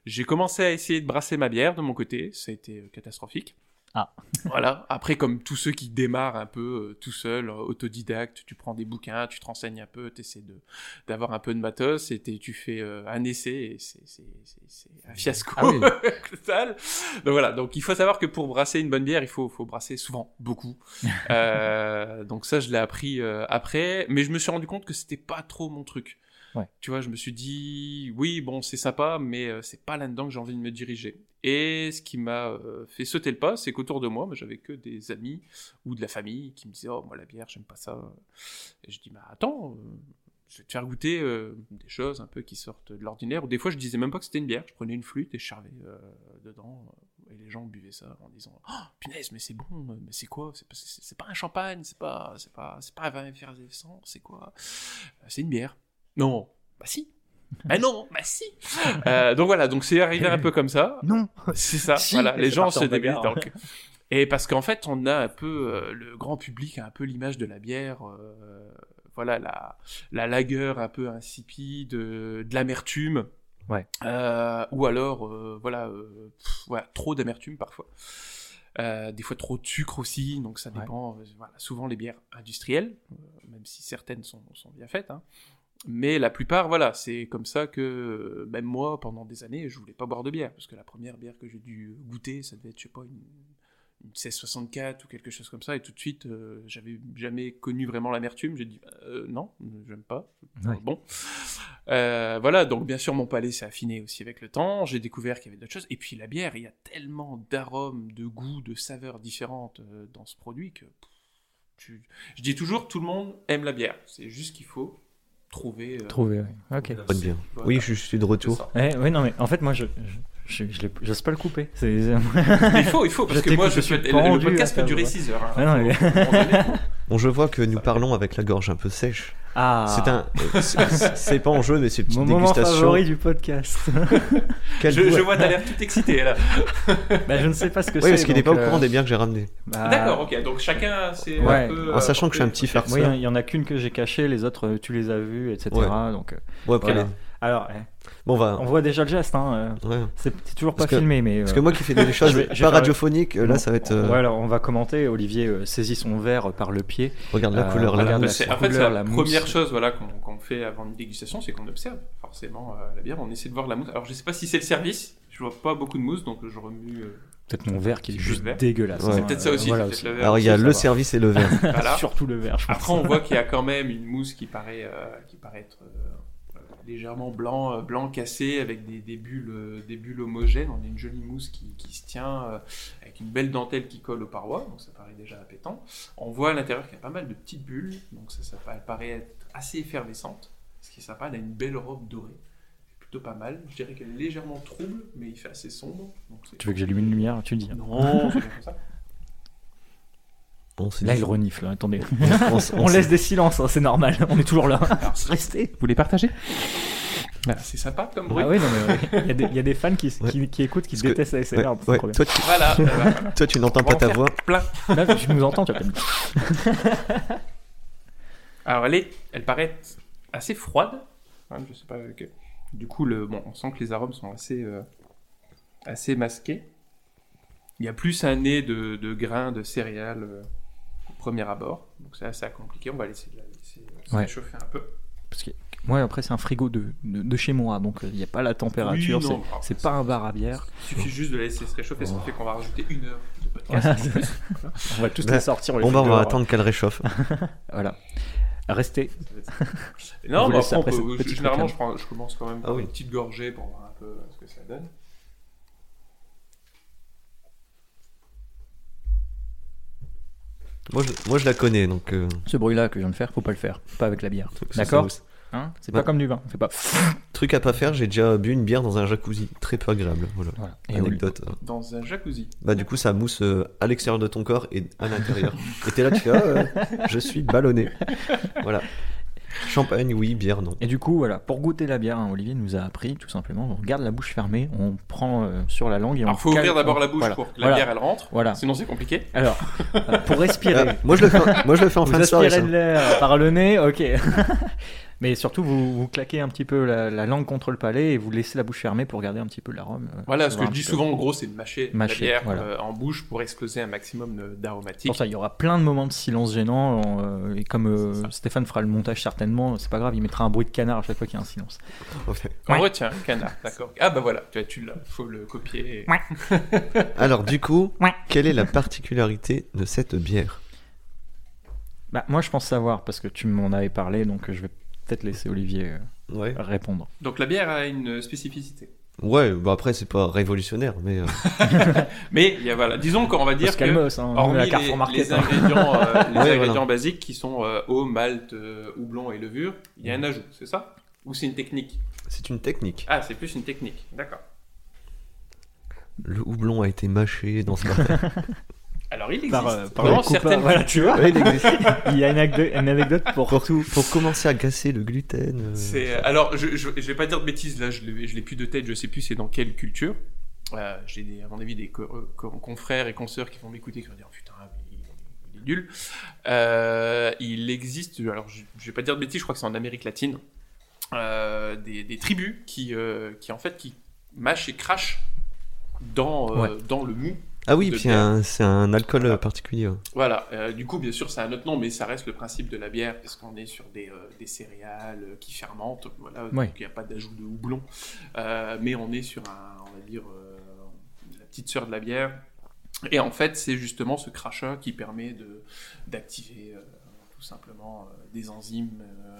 [SPEAKER 4] J'ai commencé à essayer de brasser ma bière de mon côté. Ça a été euh, catastrophique.
[SPEAKER 3] Ah.
[SPEAKER 4] voilà. Après, comme tous ceux qui démarrent un peu euh, tout seul, euh, autodidacte, tu prends des bouquins, tu te renseignes un peu, tu essaies de d'avoir un peu de matos et t'es- tu fais euh, un essai et c'est c'est- c'est- c'est un fiasco
[SPEAKER 3] Ah oui.
[SPEAKER 4] total. Donc voilà, donc il faut savoir que pour brasser une bonne bière, il faut, faut brasser souvent, beaucoup. Euh, donc ça, je l'ai appris euh, après, mais je me suis rendu compte que c'était pas trop mon truc.
[SPEAKER 3] Ouais.
[SPEAKER 4] Tu vois, je me suis dit, oui, bon, c'est sympa, mais euh, c'est pas là-dedans que j'ai envie de me diriger. Et ce qui m'a euh, fait sauter le pas, c'est qu'autour de moi, moi, j'avais que des amis ou de la famille qui me disaient, oh, moi, la bière, j'aime pas ça. Et je dis, bah attends, euh, je vais te faire goûter euh, des choses un peu qui sortent de l'ordinaire. Ou des fois, je disais même pas que c'était une bière. Je prenais une flûte et je charvais euh, dedans. euh, Et les gens buvaient ça en disant Oh, punaise, mais c'est bon, euh, mais c'est quoi C'est pas, c'est- c'est pas un champagne, c'est pas, c'est pas, c'est pas un vin effervescent, c'est quoi Euh, C'est une bière. Non, bah si Bah non, bah si Euh, Donc voilà, donc c'est arrivé un peu comme ça.
[SPEAKER 3] Non
[SPEAKER 4] C'est ça,
[SPEAKER 3] Si,
[SPEAKER 4] voilà,
[SPEAKER 3] et
[SPEAKER 4] les
[SPEAKER 3] ça
[SPEAKER 4] gens
[SPEAKER 3] partait
[SPEAKER 4] se
[SPEAKER 3] en
[SPEAKER 4] déguisent.
[SPEAKER 3] bagarre. hein.
[SPEAKER 4] donc. Et parce qu'en fait, on a un peu, euh, le grand public a un peu l'image de la bière, euh, voilà, la, la lagueur un peu insipide, euh, de l'amertume.
[SPEAKER 3] Ouais.
[SPEAKER 4] Euh, ou alors, euh, voilà, euh, pff, voilà, trop d'amertume parfois. Euh, des fois trop de sucre aussi, donc ça
[SPEAKER 3] Ouais.
[SPEAKER 4] dépend. euh, voilà, souvent les bières industrielles, euh, même si certaines sont, sont bien faites, hein. Mais la plupart, voilà, c'est comme ça que euh, même moi, pendant des années, je voulais pas boire de bière, parce que la première bière que j'ai dû goûter, ça devait être, je sais pas, une, une 1664 ou quelque chose comme ça, et tout de suite, euh, j'avais jamais connu vraiment l'amertume. J'ai dit Euh, non, j'aime pas.
[SPEAKER 3] Ouais.
[SPEAKER 4] Bon, Euh, voilà. Donc bien sûr, mon palais s'est affiné aussi avec le temps. J'ai découvert qu'il y avait d'autres choses. Et puis la bière, il y a tellement d'arômes, de goûts, de saveurs différentes euh, dans ce produit que pff, tu- Je dis toujours, tout le monde aime la bière. C'est juste qu'il faut trouver. euh,
[SPEAKER 3] Trouvé, ouais. Ok.
[SPEAKER 4] la-
[SPEAKER 2] Bonne bière.
[SPEAKER 4] voilà,
[SPEAKER 2] Oui, je, je suis de
[SPEAKER 4] c'est
[SPEAKER 2] retour.
[SPEAKER 4] ça.
[SPEAKER 3] Ouais, ouais, Eh, non, mais en fait, moi, je. je... je- je l'ai- J'ose pas le couper. C'est-
[SPEAKER 4] Mais il faut, il faut, parce
[SPEAKER 3] Je
[SPEAKER 4] que moi,
[SPEAKER 3] t'écoute,
[SPEAKER 4] je suis
[SPEAKER 3] je suis
[SPEAKER 4] le
[SPEAKER 3] pendu
[SPEAKER 4] podcast
[SPEAKER 3] à
[SPEAKER 4] peut
[SPEAKER 3] ta
[SPEAKER 4] durer
[SPEAKER 3] voix.
[SPEAKER 4] 6 heures. hein.
[SPEAKER 3] Ouais, Ah non, mais-
[SPEAKER 4] Faut- faut- faut-
[SPEAKER 2] Bon, je vois que nous parlons avec la gorge un peu sèche.
[SPEAKER 3] Ah,
[SPEAKER 2] C'est un, euh, c'est- c'est pas en jeu, mais c'est une petite
[SPEAKER 3] mon moment
[SPEAKER 2] dégustation.
[SPEAKER 3] favori du podcast.
[SPEAKER 2] Quel
[SPEAKER 4] je,
[SPEAKER 2] goût-
[SPEAKER 4] je vois, t'as l'air tout excité là.
[SPEAKER 3] bah, je ne sais pas ce que c'est.
[SPEAKER 2] Oui, parce qu'il n'est
[SPEAKER 3] donc,
[SPEAKER 2] pas au courant
[SPEAKER 3] euh,
[SPEAKER 2] des biens que j'ai ramenés.
[SPEAKER 3] bah,
[SPEAKER 4] D'accord, ok. Donc chacun, c'est
[SPEAKER 3] Ouais.
[SPEAKER 4] un peu.
[SPEAKER 2] Ah. En
[SPEAKER 4] euh,
[SPEAKER 2] sachant que je suis un petit farceur.
[SPEAKER 3] Moi, il y en- il y en a qu'une que j'ai cachée, les autres, euh, tu les as vues, etc.
[SPEAKER 2] Ouais.
[SPEAKER 3] Donc, euh,
[SPEAKER 2] Ouais,
[SPEAKER 3] Voilà.
[SPEAKER 2] après,
[SPEAKER 3] alors, eh,
[SPEAKER 2] Bon, on va.
[SPEAKER 3] on voit déjà le geste. Hein, euh,
[SPEAKER 2] ouais.
[SPEAKER 3] c'est c'est toujours pas
[SPEAKER 2] Parce que-
[SPEAKER 3] filmé, mais. euh,
[SPEAKER 2] Parce que moi qui fais des choses
[SPEAKER 3] Je vais- je vais
[SPEAKER 2] pas
[SPEAKER 3] faire-
[SPEAKER 2] radiophoniques, euh, là
[SPEAKER 3] on-
[SPEAKER 2] ça va être. euh,
[SPEAKER 3] Ouais, alors, on va commenter. Olivier euh, saisit son verre par le pied.
[SPEAKER 2] Regarde la
[SPEAKER 3] Euh,
[SPEAKER 2] couleur là.
[SPEAKER 3] regarde.
[SPEAKER 4] Bah,
[SPEAKER 3] la
[SPEAKER 4] c'est- en
[SPEAKER 3] couleur,
[SPEAKER 4] fait, c'est la,
[SPEAKER 3] la mousse.
[SPEAKER 4] première chose voilà, qu'on qu'on fait avant une dégustation, c'est qu'on observe forcément euh, la bière. On essaie de voir la mousse. Alors, je sais pas si c'est le service. Je vois pas beaucoup de mousse, donc je remue. euh,
[SPEAKER 3] Peut-être mon verre qui est
[SPEAKER 4] C'est
[SPEAKER 3] juste
[SPEAKER 4] le verre.
[SPEAKER 3] dégueulasse.
[SPEAKER 2] Ouais.
[SPEAKER 3] hein,
[SPEAKER 4] C'est peut-être ça
[SPEAKER 3] euh,
[SPEAKER 4] aussi,
[SPEAKER 3] voilà
[SPEAKER 4] c'est peut-être le verre.
[SPEAKER 2] Alors il y a
[SPEAKER 3] ça
[SPEAKER 2] Ah, le
[SPEAKER 3] va.
[SPEAKER 2] service et le verre.
[SPEAKER 4] voilà.
[SPEAKER 3] Surtout le verre, je pense.
[SPEAKER 4] Après, on voit qu'il y a quand même une mousse qui paraît, euh, qui paraît être euh, euh, légèrement blanc, euh, blanc cassé, avec des, des bulles, euh, des bulles homogènes. On a une jolie mousse qui, qui se tient, euh, avec une belle dentelle qui colle aux parois, donc ça paraît déjà appétant. On voit à l'intérieur qu'il y a pas mal de petites bulles, donc ça, ça pa- elle paraît être assez effervescente. Ce qui est sympa, elle a une belle robe dorée. C'est plutôt pas mal. Je dirais qu'elle est légèrement trouble, mais il fait assez sombre. donc c'est-
[SPEAKER 3] Tu veux que j'allume une lumière Tu dis.
[SPEAKER 4] Non, c'est pas comme ça.
[SPEAKER 2] On se
[SPEAKER 3] Là,
[SPEAKER 2] dit-
[SPEAKER 3] il renifle. hein, Attendez.
[SPEAKER 2] on s-
[SPEAKER 3] On
[SPEAKER 2] s-
[SPEAKER 3] laisse des silences, hein, c'est normal. On est toujours là.
[SPEAKER 2] Ah,
[SPEAKER 4] Alors, c'est-
[SPEAKER 3] Restez.
[SPEAKER 4] vous voulez partager Voilà, C'est sympa comme bruit.
[SPEAKER 3] Ah oui, non, mais il y, a des- il y a des fans qui, qui, qui écoutent, qui
[SPEAKER 2] Parce que-
[SPEAKER 3] détestent la SMR.
[SPEAKER 2] Ouais,
[SPEAKER 3] c'est
[SPEAKER 2] ouais.
[SPEAKER 3] trop bien.
[SPEAKER 2] Toi, tu,
[SPEAKER 4] Voilà, voilà.
[SPEAKER 2] toi, tu n'entends
[SPEAKER 4] On va
[SPEAKER 2] pas
[SPEAKER 4] en
[SPEAKER 2] ta
[SPEAKER 4] faire
[SPEAKER 2] voix.
[SPEAKER 4] plein.
[SPEAKER 3] Là, tu nous entends, tu vois. comme-
[SPEAKER 4] Alors elle, est- elle paraît assez froide. Hein, je sais pas. ok. Du coup, le, bon, on sent que les arômes sont assez, euh, assez masqués. Il y a plus un nez de, de grains de céréales euh, au premier abord. Donc c'est assez compliqué. On va laisser la laisser euh, se
[SPEAKER 3] Ouais.
[SPEAKER 4] réchauffer un peu.
[SPEAKER 3] Parce que moi, après, c'est un frigo de, de, de chez moi, donc euh, il n'y a pas la température.
[SPEAKER 4] Oui,
[SPEAKER 3] c'est-
[SPEAKER 4] non, bah,
[SPEAKER 3] c'est pas un bar à bière.
[SPEAKER 4] Il suffit juste de la laisser se réchauffer. Ça
[SPEAKER 3] Oh.
[SPEAKER 4] fait qu'on va rajouter une heure de podcast.
[SPEAKER 3] Voilà. on va tous
[SPEAKER 2] Bah,
[SPEAKER 3] les sortir. les
[SPEAKER 2] Bon bah on
[SPEAKER 3] frigo,
[SPEAKER 2] va
[SPEAKER 3] alors.
[SPEAKER 2] attendre qu'elle réchauffe.
[SPEAKER 3] Voilà. Restez.
[SPEAKER 4] Non,
[SPEAKER 3] Vous
[SPEAKER 4] mais
[SPEAKER 3] laissez
[SPEAKER 4] après, on
[SPEAKER 3] après
[SPEAKER 4] peut-
[SPEAKER 3] cette
[SPEAKER 4] je-
[SPEAKER 3] petite
[SPEAKER 4] généralement,
[SPEAKER 3] réclame.
[SPEAKER 4] je, prends- je commence quand même par
[SPEAKER 2] Ah oui.
[SPEAKER 4] une petite gorgée pour voir un peu euh, ce que ça donne.
[SPEAKER 2] Moi je, moi je la connais donc. euh,
[SPEAKER 3] Ce bruit-là que je viens de faire, faut pas le faire. Pas avec la bière.
[SPEAKER 2] ça,
[SPEAKER 3] D'accord
[SPEAKER 2] ça-
[SPEAKER 3] Hein C'est
[SPEAKER 2] Bah-
[SPEAKER 3] pas comme du vin. Fait pas.
[SPEAKER 2] Truc à pas faire, j'ai déjà bu une bière dans un jacuzzi, très peu agréable. Voilà.
[SPEAKER 3] Voilà. Eh Et au-
[SPEAKER 2] Anecdote. hein.
[SPEAKER 4] Dans un jacuzzi.
[SPEAKER 2] Bah du coup ça mousse euh, à l'extérieur de ton corps et à l'intérieur. et t'es là tu fais ah, euh, je suis ballonné. Voilà. Champagne oui, bière non.
[SPEAKER 3] Et du coup, voilà, pour goûter la bière, hein, Olivier nous a appris tout simplement. On garde la bouche fermée, on prend euh, sur la langue et
[SPEAKER 4] Alors,
[SPEAKER 3] on.
[SPEAKER 4] faut
[SPEAKER 3] cale-
[SPEAKER 4] ouvrir d'abord la bouche
[SPEAKER 3] Voilà.
[SPEAKER 4] pour que la
[SPEAKER 3] Voilà.
[SPEAKER 4] bière elle rentre.
[SPEAKER 3] Voilà.
[SPEAKER 4] Sinon, c'est compliqué.
[SPEAKER 3] Alors, euh, pour respirer,
[SPEAKER 2] Ah, moi je le fais, en- moi je le fais en
[SPEAKER 3] vous
[SPEAKER 2] fin de soirée.
[SPEAKER 3] aspirez
[SPEAKER 2] ça.
[SPEAKER 3] de l'air par le nez, ok. Mais surtout, vous, vous claquez un petit peu la, la langue contre le palais et vous laissez la bouche fermée pour garder un petit peu l'arôme. euh,
[SPEAKER 4] Voilà, ce que
[SPEAKER 3] voir
[SPEAKER 4] je
[SPEAKER 3] un
[SPEAKER 4] dis
[SPEAKER 3] petit peu.
[SPEAKER 4] souvent, en gros, c'est de mâcher,
[SPEAKER 3] Mâcher,
[SPEAKER 4] la bière
[SPEAKER 3] voilà.
[SPEAKER 4] euh, en bouche pour exploser un maximum de-
[SPEAKER 3] C'est Pour
[SPEAKER 4] d'aromatiques.
[SPEAKER 3] ça, il y aura plein de moments de silence gênant. euh, et comme euh,
[SPEAKER 4] C'est ça.
[SPEAKER 3] Stéphane fera le montage certainement, c'est pas grave, il mettra un bruit de canard à chaque fois qu'il y a un silence.
[SPEAKER 4] On retient, canard, d'accord. Ah bah voilà, tu, as- tu l'as, faut le copier. et-
[SPEAKER 2] Alors du coup,
[SPEAKER 3] Ouais.
[SPEAKER 2] quelle est la particularité de cette bière
[SPEAKER 3] Bah, moi, je pense savoir parce que tu m'en avais parlé, donc euh, je vais peut-être laisser Olivier euh,
[SPEAKER 2] Ouais.
[SPEAKER 3] répondre.
[SPEAKER 4] Donc la bière a une spécificité.
[SPEAKER 2] Ouais, bah après c'est pas révolutionnaire, mais euh,
[SPEAKER 4] Mais il y a, voilà, disons qu'on va dire
[SPEAKER 3] Parce qu'elle
[SPEAKER 4] que,
[SPEAKER 3] meuse, hein, on est à
[SPEAKER 4] hormis les,
[SPEAKER 3] Carrefour Market.
[SPEAKER 4] les
[SPEAKER 3] hein.
[SPEAKER 4] ingrédients, euh, les
[SPEAKER 2] Ouais,
[SPEAKER 4] ingrédients
[SPEAKER 2] voilà.
[SPEAKER 4] basiques qui sont euh, eau, malt, euh, houblon et levure, il y
[SPEAKER 3] Mm.
[SPEAKER 4] a un ajout, c'est ça Ou c'est une technique
[SPEAKER 2] c'est une technique.
[SPEAKER 4] Ah, c'est plus une technique, d'accord.
[SPEAKER 2] Le houblon a été mâché dans ce
[SPEAKER 4] Alors il existe
[SPEAKER 3] Par, euh, par
[SPEAKER 4] dans
[SPEAKER 3] le coupa-
[SPEAKER 4] certaines
[SPEAKER 3] voilà, tu vois.
[SPEAKER 2] Ouais, il existe.
[SPEAKER 3] il y a une, anecdo- une anecdote pour
[SPEAKER 2] Pour, pour commencer à casser le gluten. euh,
[SPEAKER 4] C'est euh, alors je, je, je vais pas dire de bêtises là, je l'ai je l'ai plus de tête, je sais plus c'est dans quelle culture. Euh, J'ai des- à mon avis des co- euh, co- confrères et consoeurs qui vont m'écouter qui vont dire putain mais il, il est nul. Euh, il existe alors je, je vais pas dire de bêtises, je crois que c'est en Amérique latine euh, des, des tribus qui euh, qui en fait qui mâchent et crachent dans euh, dans le mou.
[SPEAKER 2] Ah oui,
[SPEAKER 4] de
[SPEAKER 2] puis
[SPEAKER 4] bière.
[SPEAKER 2] un- c'est un alcool
[SPEAKER 4] Voilà.
[SPEAKER 2] euh, particulier. ouais.
[SPEAKER 4] Voilà, euh, du coup, bien sûr, c'est un autre nom, mais ça reste le principe de la bière, parce qu'on est sur des, euh, des céréales euh, qui fermentent, voilà,
[SPEAKER 3] Ouais.
[SPEAKER 4] donc il n'y a pas d'ajout de houblon, Euh, mais on est sur, un, on va dire, euh, la petite sœur de la bière, et en fait, c'est justement ce crachat qui permet de d'activer euh, tout simplement euh, des enzymes. euh,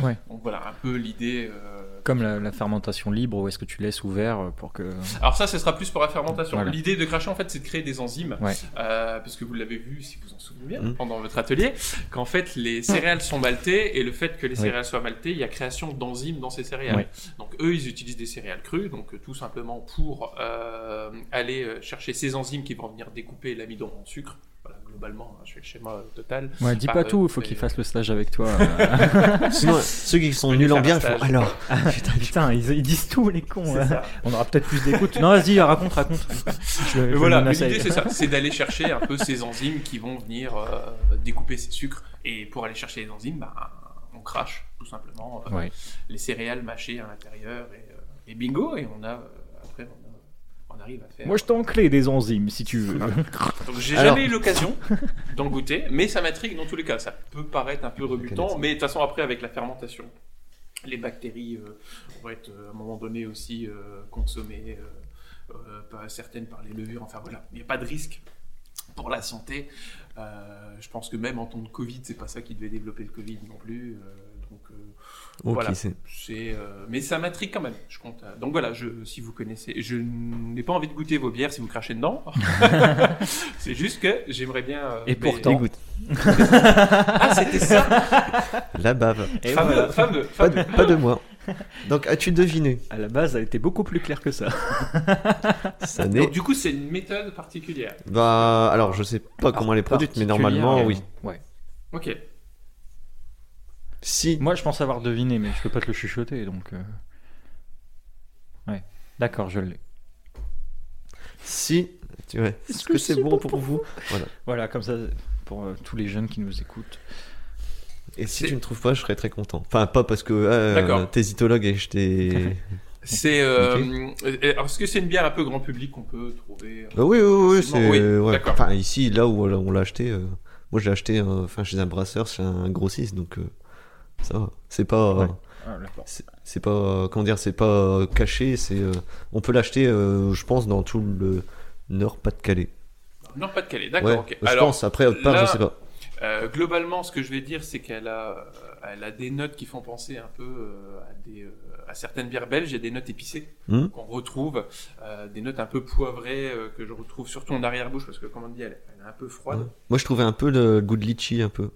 [SPEAKER 3] Ouais.
[SPEAKER 4] Donc voilà, un peu l'idée. euh,
[SPEAKER 3] Comme la, la fermentation libre, où est-ce que tu laisses ouvert euh, pour que.
[SPEAKER 4] Alors ça, ce sera plus pour la fermentation.
[SPEAKER 3] Voilà.
[SPEAKER 4] L'idée de Crachat, en fait, c'est de créer des enzymes.
[SPEAKER 3] Ouais.
[SPEAKER 4] Euh, parce que vous l'avez vu, si vous en souvenez bien,
[SPEAKER 2] Mhm.
[SPEAKER 4] pendant votre atelier, qu'en fait, les céréales sont maltées. Et le fait que les
[SPEAKER 3] Oui.
[SPEAKER 4] céréales soient maltées, il y a création d'enzymes dans ces céréales.
[SPEAKER 3] Oui.
[SPEAKER 4] Donc eux, ils utilisent des céréales crues. Donc euh, tout simplement pour euh, aller euh, chercher ces enzymes qui vont venir découper l'amidon en sucre. Voilà, globalement, hein, je fais le schéma euh, total.
[SPEAKER 3] Ouais, dis
[SPEAKER 4] Bah,
[SPEAKER 3] pas
[SPEAKER 4] euh,
[SPEAKER 3] tout, faut
[SPEAKER 4] c'est-
[SPEAKER 3] qu'il fasse le stage avec toi. euh,
[SPEAKER 2] Sinon, ceux qui sont
[SPEAKER 4] Je vais
[SPEAKER 2] nuls en
[SPEAKER 4] faire
[SPEAKER 2] bière,
[SPEAKER 4] un
[SPEAKER 2] ils font "Oh
[SPEAKER 4] stage.
[SPEAKER 2] alors.
[SPEAKER 3] Putain, ils, ils disent tout, les cons.
[SPEAKER 4] C'est
[SPEAKER 3] hein.
[SPEAKER 4] ça.
[SPEAKER 3] On aura peut-être plus d'écoute. non, vas-y, raconte, raconte. Je le- euh, je
[SPEAKER 4] Mais
[SPEAKER 3] le
[SPEAKER 4] voilà, mais
[SPEAKER 3] menace
[SPEAKER 4] l'idée
[SPEAKER 3] avec-
[SPEAKER 4] c'est ça, c'est d'aller chercher un peu ces enzymes qui vont venir euh, découper ces sucres. Et pour aller chercher les enzymes, bah, on crache tout simplement euh,
[SPEAKER 3] Ouais.
[SPEAKER 4] les céréales mâchées à l'intérieur et, euh, et bingo. Et on a euh, après on, a- on arrive à faire.
[SPEAKER 3] Moi, je t'ai enclé des enzymes, si tu veux.
[SPEAKER 4] Donc j'ai
[SPEAKER 2] Alors-
[SPEAKER 4] jamais eu l'occasion d'en goûter, mais ça m'intrigue dans tous les cas. Ça peut paraître un peu rebutant, mais de toute façon après avec la fermentation, les bactéries euh, vont être euh, à un moment donné aussi euh, consommées, euh, euh, par- certaines par les levures. Enfin voilà, il n'y a pas de risque pour la santé. Euh, je pense que même en temps de Covid, c'est pas ça qui devait développer le Covid non plus. euh, donc euh,
[SPEAKER 2] Ok,
[SPEAKER 4] Voilà.
[SPEAKER 2] c'est-
[SPEAKER 4] c'est, euh, mais ça m'intrigue quand même. Je compte. euh, donc voilà, je, si vous connaissez, je n'ai pas envie de goûter vos bières si vous crachez dedans. c'est juste que j'aimerais bien. euh,
[SPEAKER 3] Et
[SPEAKER 4] mais-
[SPEAKER 3] pourtant.
[SPEAKER 4] ah c'était ça.
[SPEAKER 2] la bave.
[SPEAKER 3] Et
[SPEAKER 4] fameux,
[SPEAKER 3] voilà.
[SPEAKER 4] fameux,
[SPEAKER 2] Pas
[SPEAKER 4] fameux.
[SPEAKER 2] de, pas de moi. Donc, as-tu deviné
[SPEAKER 3] À la base, elle était beaucoup plus claire que ça.
[SPEAKER 2] Ça
[SPEAKER 4] Donc
[SPEAKER 2] n'est.
[SPEAKER 4] du coup, c'est une méthode particulière.
[SPEAKER 2] Bah, alors, je sais pas comment elle est produite, mais normalement, oui.
[SPEAKER 3] Ouais.
[SPEAKER 4] Ok.
[SPEAKER 2] Si.
[SPEAKER 3] Moi, je pense avoir deviné, mais je peux pas te le chuchoter, donc. euh. Ouais. D'accord, je l'ai.
[SPEAKER 2] Si. Tu vois, Est-ce que c'est bon pour vous
[SPEAKER 3] Voilà, comme ça, pour euh, tous les jeunes qui nous écoutent.
[SPEAKER 2] Et si
[SPEAKER 4] C'est-
[SPEAKER 2] tu ne trouves pas, je serais très content. Enfin, pas parce que euh,
[SPEAKER 4] D'accord.
[SPEAKER 2] t'es itologue et je t'ai.
[SPEAKER 4] C'est. euh, euh, alors, Est-ce que c'est une bière un peu grand public qu'on peut trouver euh,
[SPEAKER 2] Bah oui, oui, oui,
[SPEAKER 4] Facilement,
[SPEAKER 2] c'est.
[SPEAKER 4] oui,
[SPEAKER 2] ouais.
[SPEAKER 4] d'accord.
[SPEAKER 2] Enfin, ici, là où on l'a acheté, euh, moi je l'ai acheté euh, enfin, chez un brasseur, chez un grossiste, donc euh, ça va. C'est pas. euh,
[SPEAKER 3] Ouais. Ah, d'accord.
[SPEAKER 2] c'est- C'est pas. euh, Comment dire C'est pas euh, caché, c'est. euh, on peut l'acheter, euh, je pense, dans tout le Nord Pas-de-Calais.
[SPEAKER 4] Non, pas de Calais. D'accord.
[SPEAKER 2] Ouais,
[SPEAKER 4] ok.
[SPEAKER 2] Je
[SPEAKER 4] Alors,
[SPEAKER 2] pense, après, autre part,
[SPEAKER 4] là-
[SPEAKER 2] je sais pas.
[SPEAKER 4] Euh, globalement, ce que je vais dire, c'est qu'elle a, euh, elle a des notes qui font penser un peu euh, à, des, euh, à certaines bières belges. Il y a des notes épicées
[SPEAKER 2] Hmm.
[SPEAKER 4] qu'on retrouve, euh, des notes un peu poivrées euh, que je retrouve surtout en arrière-bouche parce que, comme on dit, elle, elle est un peu froide.
[SPEAKER 2] Ouais. Moi je trouvais un peu le goût de litchi, un peu.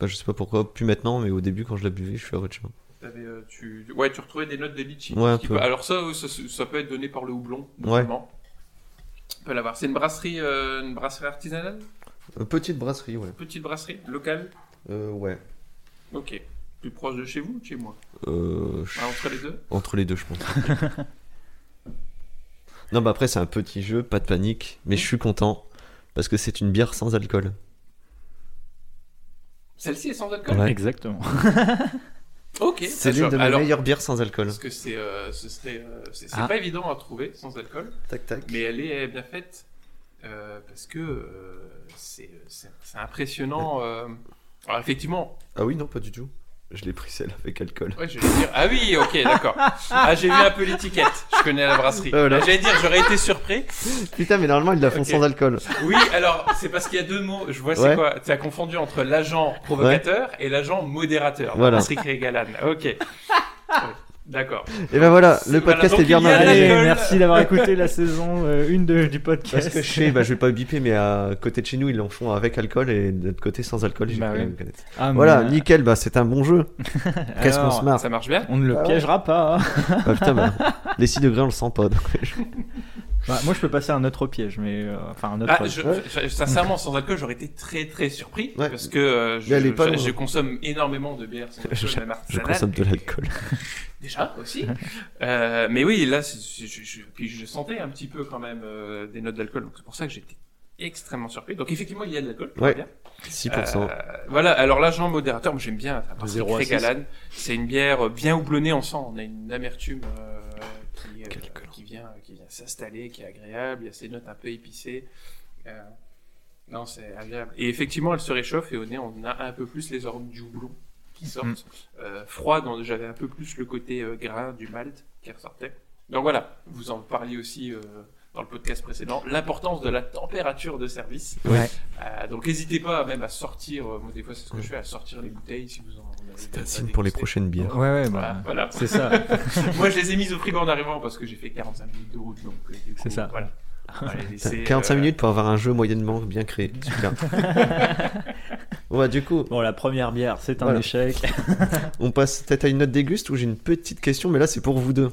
[SPEAKER 2] Bah, je sais pas pourquoi, plus maintenant, mais au début quand je la buvais, je suis heureux de chien.
[SPEAKER 4] T'avais, euh, tu... Ouais, tu retrouvais des notes de litchi.
[SPEAKER 2] Ouais, un
[SPEAKER 4] Qui
[SPEAKER 2] peu.
[SPEAKER 4] peut- Alors ça, euh, ça, ça peut être donné par le houblon, notamment. On peut l'avoir. C'est une brasserie, euh, une brasserie artisanale,
[SPEAKER 2] Euh, Petite brasserie, ouais.
[SPEAKER 4] petite brasserie locale.
[SPEAKER 2] Euh, ouais.
[SPEAKER 4] Ok. Plus proche de chez vous ou de chez moi
[SPEAKER 2] Euh, je-
[SPEAKER 4] Ah, Entre les deux
[SPEAKER 2] Entre les deux, je pense. non, bah après, c'est un petit jeu, pas de panique, mais je suis content parce que c'est une bière sans alcool.
[SPEAKER 4] Celle-ci est sans alcool
[SPEAKER 2] Ouais.
[SPEAKER 3] Exactement.
[SPEAKER 4] Ok.
[SPEAKER 2] C'est l'une
[SPEAKER 4] d'accord.
[SPEAKER 2] de mes
[SPEAKER 4] Alors,
[SPEAKER 2] meilleures bières sans alcool.
[SPEAKER 4] Parce que c'est, euh, ce serait, euh, c'est c'est
[SPEAKER 3] Ah.
[SPEAKER 4] pas évident à trouver sans alcool,
[SPEAKER 2] Tac, tac.
[SPEAKER 4] mais elle est bien faite euh, parce que euh, c'est c'est- c'est impressionnant. euh. Alors effectivement,
[SPEAKER 2] Ah oui, non, pas du tout. Je l'ai pris celle avec alcool.
[SPEAKER 4] ouais, j'allais dire. Ah oui, ok, d'accord. Ah, j'ai vu un peu l'étiquette. Je connais la brasserie.
[SPEAKER 2] Oh là.
[SPEAKER 4] Ah, J'allais dire, j'aurais été surpris.
[SPEAKER 2] Putain, mais normalement, ils la font
[SPEAKER 4] Ok.
[SPEAKER 2] sans alcool.
[SPEAKER 4] Oui, alors c'est parce qu'il y a deux mots. Je vois
[SPEAKER 2] Ouais.
[SPEAKER 4] c'est quoi. Tu as confondu entre l'agent provocateur et l'agent modérateur.
[SPEAKER 2] Voilà.
[SPEAKER 4] Brasserie Régalane. Ok. Ouais, D'accord.
[SPEAKER 2] Et ben voilà,
[SPEAKER 4] C'est-
[SPEAKER 2] le
[SPEAKER 4] voilà,
[SPEAKER 2] podcast
[SPEAKER 4] donc
[SPEAKER 2] est bien
[SPEAKER 4] il y a
[SPEAKER 2] arrivé.
[SPEAKER 3] Allez,
[SPEAKER 4] l'alcool.
[SPEAKER 3] merci d'avoir écouté la saison 1 du
[SPEAKER 2] Parce
[SPEAKER 3] podcast.
[SPEAKER 2] que chez, bah, je vais pas biper, mais à côté de chez nous, ils en font avec alcool et de l'autre côté sans alcool. j'ai
[SPEAKER 3] Bah
[SPEAKER 2] pris
[SPEAKER 3] ouais.
[SPEAKER 2] la canette.
[SPEAKER 3] Ah, mais,
[SPEAKER 2] Voilà,
[SPEAKER 3] euh,
[SPEAKER 2] nickel, bah, c'est un bon jeu. Qu'est-ce qu'on
[SPEAKER 3] alors,
[SPEAKER 2] se marre
[SPEAKER 4] Ça marche bien.
[SPEAKER 3] euh, On ne le
[SPEAKER 2] Ah ouais.
[SPEAKER 3] piégera pas.
[SPEAKER 2] Bah, putain, bah, les 6 degrés, on le sent pas. donc, je-
[SPEAKER 3] Bah, moi, je peux passer à un autre piège, mais. euh, Enfin, un autre.
[SPEAKER 4] Ah, je- je- je- sincèrement, sans alcool, j'aurais été très très surpris
[SPEAKER 2] Ouais.
[SPEAKER 4] parce que euh, je,
[SPEAKER 2] Mais elle est pas
[SPEAKER 4] je-
[SPEAKER 2] loin.
[SPEAKER 4] je consomme énormément de bière sans alcool,
[SPEAKER 2] Je-
[SPEAKER 4] même
[SPEAKER 2] Je
[SPEAKER 4] artisanale.
[SPEAKER 2] consomme de l'alcool.
[SPEAKER 4] Déjà aussi. Euh, mais oui, là, c'est- c'est- je, je- puis je sentais un petit peu quand même euh, des notes d'alcool, donc c'est pour ça que j'étais extrêmement surpris. Donc effectivement, il y a de l'alcool. tout va
[SPEAKER 2] Ouais.
[SPEAKER 4] bien.
[SPEAKER 2] 6%.
[SPEAKER 4] Euh, voilà. Alors là, Jean modérateur, moi, j'aime bien. ça, parce que
[SPEAKER 3] zéro à
[SPEAKER 4] très
[SPEAKER 3] six.
[SPEAKER 4] galane. C'est une bière bien houblonnée en sang. On a une amertume. euh, qui, euh, qui vient, qui vient s'installer, qui est agréable. Il y a ces notes un peu épicées. Euh, non, c'est agréable. Et effectivement, elle se réchauffe et au nez, on a un peu plus les arômes du houblon qui sortent.
[SPEAKER 3] Mm.
[SPEAKER 4] Euh, froid, donc j'avais un peu plus le côté euh, grain du malt qui ressortait. Donc voilà, vous en parliez aussi euh, dans le podcast précédent, l'importance de la température de service.
[SPEAKER 3] Ouais.
[SPEAKER 4] Euh, donc n'hésitez pas même à sortir, euh, moi des fois c'est ce que je fais, à sortir les bouteilles si vous en avez.
[SPEAKER 2] C'est
[SPEAKER 4] pas
[SPEAKER 2] un signe pour les
[SPEAKER 4] dégusté.
[SPEAKER 2] prochaines bières.
[SPEAKER 3] Ouais, ouais,
[SPEAKER 4] Voilà,
[SPEAKER 3] bah,
[SPEAKER 4] voilà.
[SPEAKER 3] c'est ça.
[SPEAKER 4] moi je les ai mises au frigo en arrivant parce que j'ai fait 45 minutes de route, donc euh, du coup,
[SPEAKER 3] C'est ça.
[SPEAKER 4] Voilà. On va les
[SPEAKER 2] Putain,
[SPEAKER 4] laisser,
[SPEAKER 2] 45
[SPEAKER 4] euh,
[SPEAKER 2] minutes pour avoir un jeu moyennement bien créé. Super. ouais, du coup,
[SPEAKER 3] Bon, la première bière, c'est un
[SPEAKER 2] Voilà.
[SPEAKER 3] échec.
[SPEAKER 2] on passe peut-être à une note déguste où j'ai une petite question, mais là c'est pour vous deux.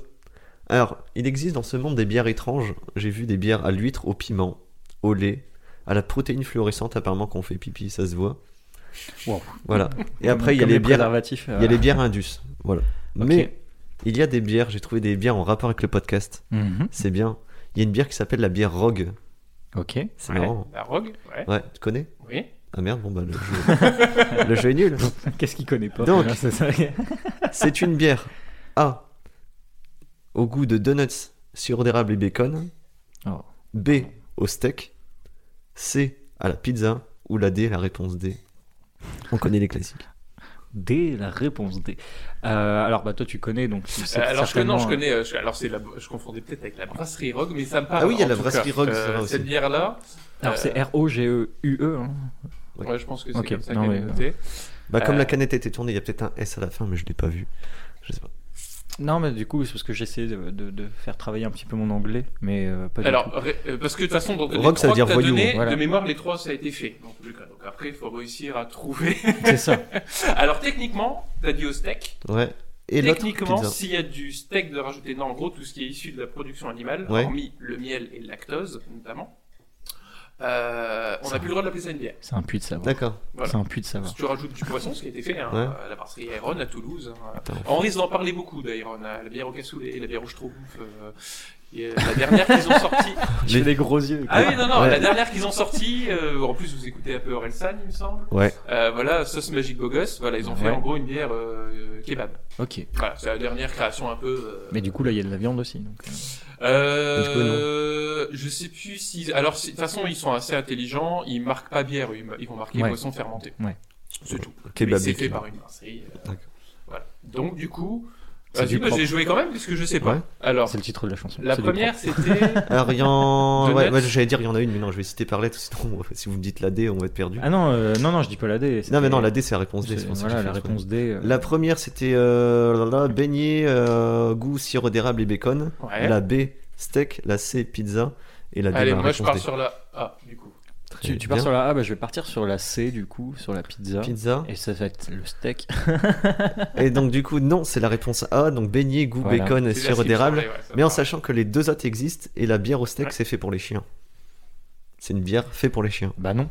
[SPEAKER 2] Alors, il existe dans ce monde des bières étranges. J'ai vu des bières à l'huître, au piment, au lait, à la protéine fluorescente apparemment qu'on fait pipi, ça se voit.
[SPEAKER 3] Wow.
[SPEAKER 2] Voilà. Et après, il y a
[SPEAKER 3] Comme
[SPEAKER 2] les bières
[SPEAKER 3] préservatifs. euh.
[SPEAKER 2] Il y a les bières Indus, voilà.
[SPEAKER 3] Ok.
[SPEAKER 2] Mais il y a des bières, j'ai trouvé des bières en rapport avec le podcast,
[SPEAKER 3] Mhm.
[SPEAKER 2] c'est bien. Il y a une bière qui s'appelle la bière Rogue,
[SPEAKER 3] Ok.
[SPEAKER 2] c'est
[SPEAKER 4] Ouais,
[SPEAKER 2] marrant.
[SPEAKER 4] la Rogue, ouais.
[SPEAKER 2] Ouais, tu connais
[SPEAKER 4] Oui.
[SPEAKER 2] Ah merde, bon bah le jeu, le jeu est nul.
[SPEAKER 3] Qu'est-ce qu'il connaît pas
[SPEAKER 2] Donc.
[SPEAKER 3] déjà, c'est ça.
[SPEAKER 2] C'est une bière A, au goût de donuts, sirop d'érable et bacon.
[SPEAKER 3] Oh.
[SPEAKER 2] B, au steak. C, à la pizza. Ou la D, la réponse D. On connaît les classiques.
[SPEAKER 3] D, la réponse D. Euh, alors, bah, toi, tu connais, donc tu sais
[SPEAKER 4] Euh, alors je connais,
[SPEAKER 3] certainement-
[SPEAKER 4] non, je connais, euh, je- alors c'est la, je confondais peut-être avec la brasserie Rogue, mais ça me parle.
[SPEAKER 2] Ah oui, il y a
[SPEAKER 4] en
[SPEAKER 2] la
[SPEAKER 4] tout
[SPEAKER 2] brasserie
[SPEAKER 4] cas. Euh,
[SPEAKER 2] Rogue, c'est vrai aussi.
[SPEAKER 4] Cette bière là,
[SPEAKER 3] Alors, c'est R-O-G-E-U-E. hein.
[SPEAKER 4] ouais. je pense que c'est
[SPEAKER 3] Ok,
[SPEAKER 4] comme ça
[SPEAKER 3] non,
[SPEAKER 4] qu'elle
[SPEAKER 3] mais-
[SPEAKER 4] est notée.
[SPEAKER 2] Bah comme
[SPEAKER 4] Euh.
[SPEAKER 2] la canette était tournée, il y a peut-être un S à la fin, mais je l'ai pas vu. Je sais pas.
[SPEAKER 3] Non, mais du coup, c'est parce que j'essayais de, de- de faire travailler un petit peu mon anglais, mais euh, pas du
[SPEAKER 4] Alors,
[SPEAKER 3] tout.
[SPEAKER 4] ré- euh, parce que de toute façon, donc, les
[SPEAKER 2] Rogue, ça veut
[SPEAKER 4] trois
[SPEAKER 2] dire
[SPEAKER 4] que t'as
[SPEAKER 2] voyou,
[SPEAKER 4] donné,
[SPEAKER 3] voilà.
[SPEAKER 4] de mémoire, les trois, ça a été fait. dans tous les cas. Donc après, il faut réussir à trouver.
[SPEAKER 3] C'est ça.
[SPEAKER 4] alors techniquement, t'as dit au steak.
[SPEAKER 2] Ouais. Et l'autre
[SPEAKER 4] techniquement,
[SPEAKER 2] pizza.
[SPEAKER 4] s'il y a du steak de rajouter, non, en gros, tout ce qui est issu de la production animale,
[SPEAKER 2] Ouais.
[SPEAKER 4] hormis le miel et le lactose, notamment, euh, on n'a plus le droit de l'appeler ça une bière.
[SPEAKER 3] C'est un puits de savoir.
[SPEAKER 2] D'accord.
[SPEAKER 4] Voilà.
[SPEAKER 3] C'est un puits de savoir.
[SPEAKER 4] Si tu rajoutes du poisson, ce qui a été fait hein,
[SPEAKER 2] Ouais.
[SPEAKER 4] à la brasserie Iron à Toulouse. hein.
[SPEAKER 2] Putain.
[SPEAKER 4] On risque d'en parler beaucoup d'Iron, hein, la bière au cassoulet, la bière au schtroumpf, euh, qui est la dernière qu'ils ont sortie.
[SPEAKER 3] J'ai
[SPEAKER 2] Les-
[SPEAKER 3] des gros yeux.
[SPEAKER 4] Ah oui, non, non,
[SPEAKER 2] Ouais.
[SPEAKER 4] la dernière qu'ils ont sortie, euh, en plus vous écoutez un peu Orelsan, il me semble.
[SPEAKER 2] Ouais.
[SPEAKER 4] Euh, voilà, Sauce Magic Bogus, voilà, ils ont fait
[SPEAKER 3] Ouais.
[SPEAKER 4] en gros une bière euh, kebab.
[SPEAKER 3] Ok.
[SPEAKER 4] Voilà, c'est la dernière création un peu. euh,
[SPEAKER 3] Mais du coup, là, il y a de la viande aussi. donc, euh,
[SPEAKER 4] euh, je sais plus si. Alors, c'est- de toute façon, ils sont assez intelligents. Ils marquent pas bière, ils ils vont marquer
[SPEAKER 3] Ouais.
[SPEAKER 4] poisson fermenté.
[SPEAKER 3] Ouais.
[SPEAKER 4] C'est tout.
[SPEAKER 2] Kebab
[SPEAKER 4] Mais c'est
[SPEAKER 2] et
[SPEAKER 4] fait
[SPEAKER 2] kebab.
[SPEAKER 4] par une brasserie. euh,
[SPEAKER 2] D'accord.
[SPEAKER 4] voilà. Donc, du coup,
[SPEAKER 3] C'est
[SPEAKER 4] vas-y,
[SPEAKER 3] du
[SPEAKER 4] bah,
[SPEAKER 3] propre.
[SPEAKER 4] j'ai joué quand même, puisque je sais pas.
[SPEAKER 2] Ouais.
[SPEAKER 4] Alors,
[SPEAKER 3] C'est le titre de la chanson.
[SPEAKER 4] la
[SPEAKER 3] C'est du
[SPEAKER 4] première, c'était.
[SPEAKER 2] Alors, il y en...
[SPEAKER 4] Donuts.
[SPEAKER 2] ouais, ouais, j'allais dire, il y en a une, mais non, je vais citer par lettre, sinon, si vous me dites la D, on va être perdu.
[SPEAKER 3] propre. Ah non, euh, non, non, je dis pas la D.
[SPEAKER 2] non, mais non, la
[SPEAKER 3] D.
[SPEAKER 2] D, c'est la réponse D. c'est pour ça que
[SPEAKER 3] Voilà,
[SPEAKER 2] j'ai
[SPEAKER 3] la
[SPEAKER 2] fait
[SPEAKER 3] réponse D. euh,
[SPEAKER 2] La première, c'était euh, là, là, beignet, euh, goût, sirop d'érable et bacon.
[SPEAKER 4] Ouais.
[SPEAKER 2] La B, steak. La C, pizza. Et la D,
[SPEAKER 4] Allez,
[SPEAKER 2] la
[SPEAKER 4] moi, je
[SPEAKER 2] réponse
[SPEAKER 4] pars
[SPEAKER 2] D.
[SPEAKER 4] sur la A, du coup.
[SPEAKER 2] Très
[SPEAKER 3] Tu, tu pars
[SPEAKER 2] bien.
[SPEAKER 3] sur la A, bah, je vais partir sur la C du coup, sur la pizza.
[SPEAKER 2] pizza.
[SPEAKER 3] Et ça va être le steak.
[SPEAKER 2] Et donc, du coup, non, c'est la réponse A. Donc, beignet, goût,
[SPEAKER 3] Voilà.
[SPEAKER 2] bacon et
[SPEAKER 4] C'est la
[SPEAKER 2] sirop
[SPEAKER 4] cible,
[SPEAKER 2] d'érable.
[SPEAKER 4] ouais, ouais, ça
[SPEAKER 2] Mais en
[SPEAKER 4] part.
[SPEAKER 2] sachant que les deux autres existent et la bière au steak,
[SPEAKER 4] Ouais.
[SPEAKER 2] c'est fait pour les chiens. C'est une bière faite pour les chiens.
[SPEAKER 3] Bah non.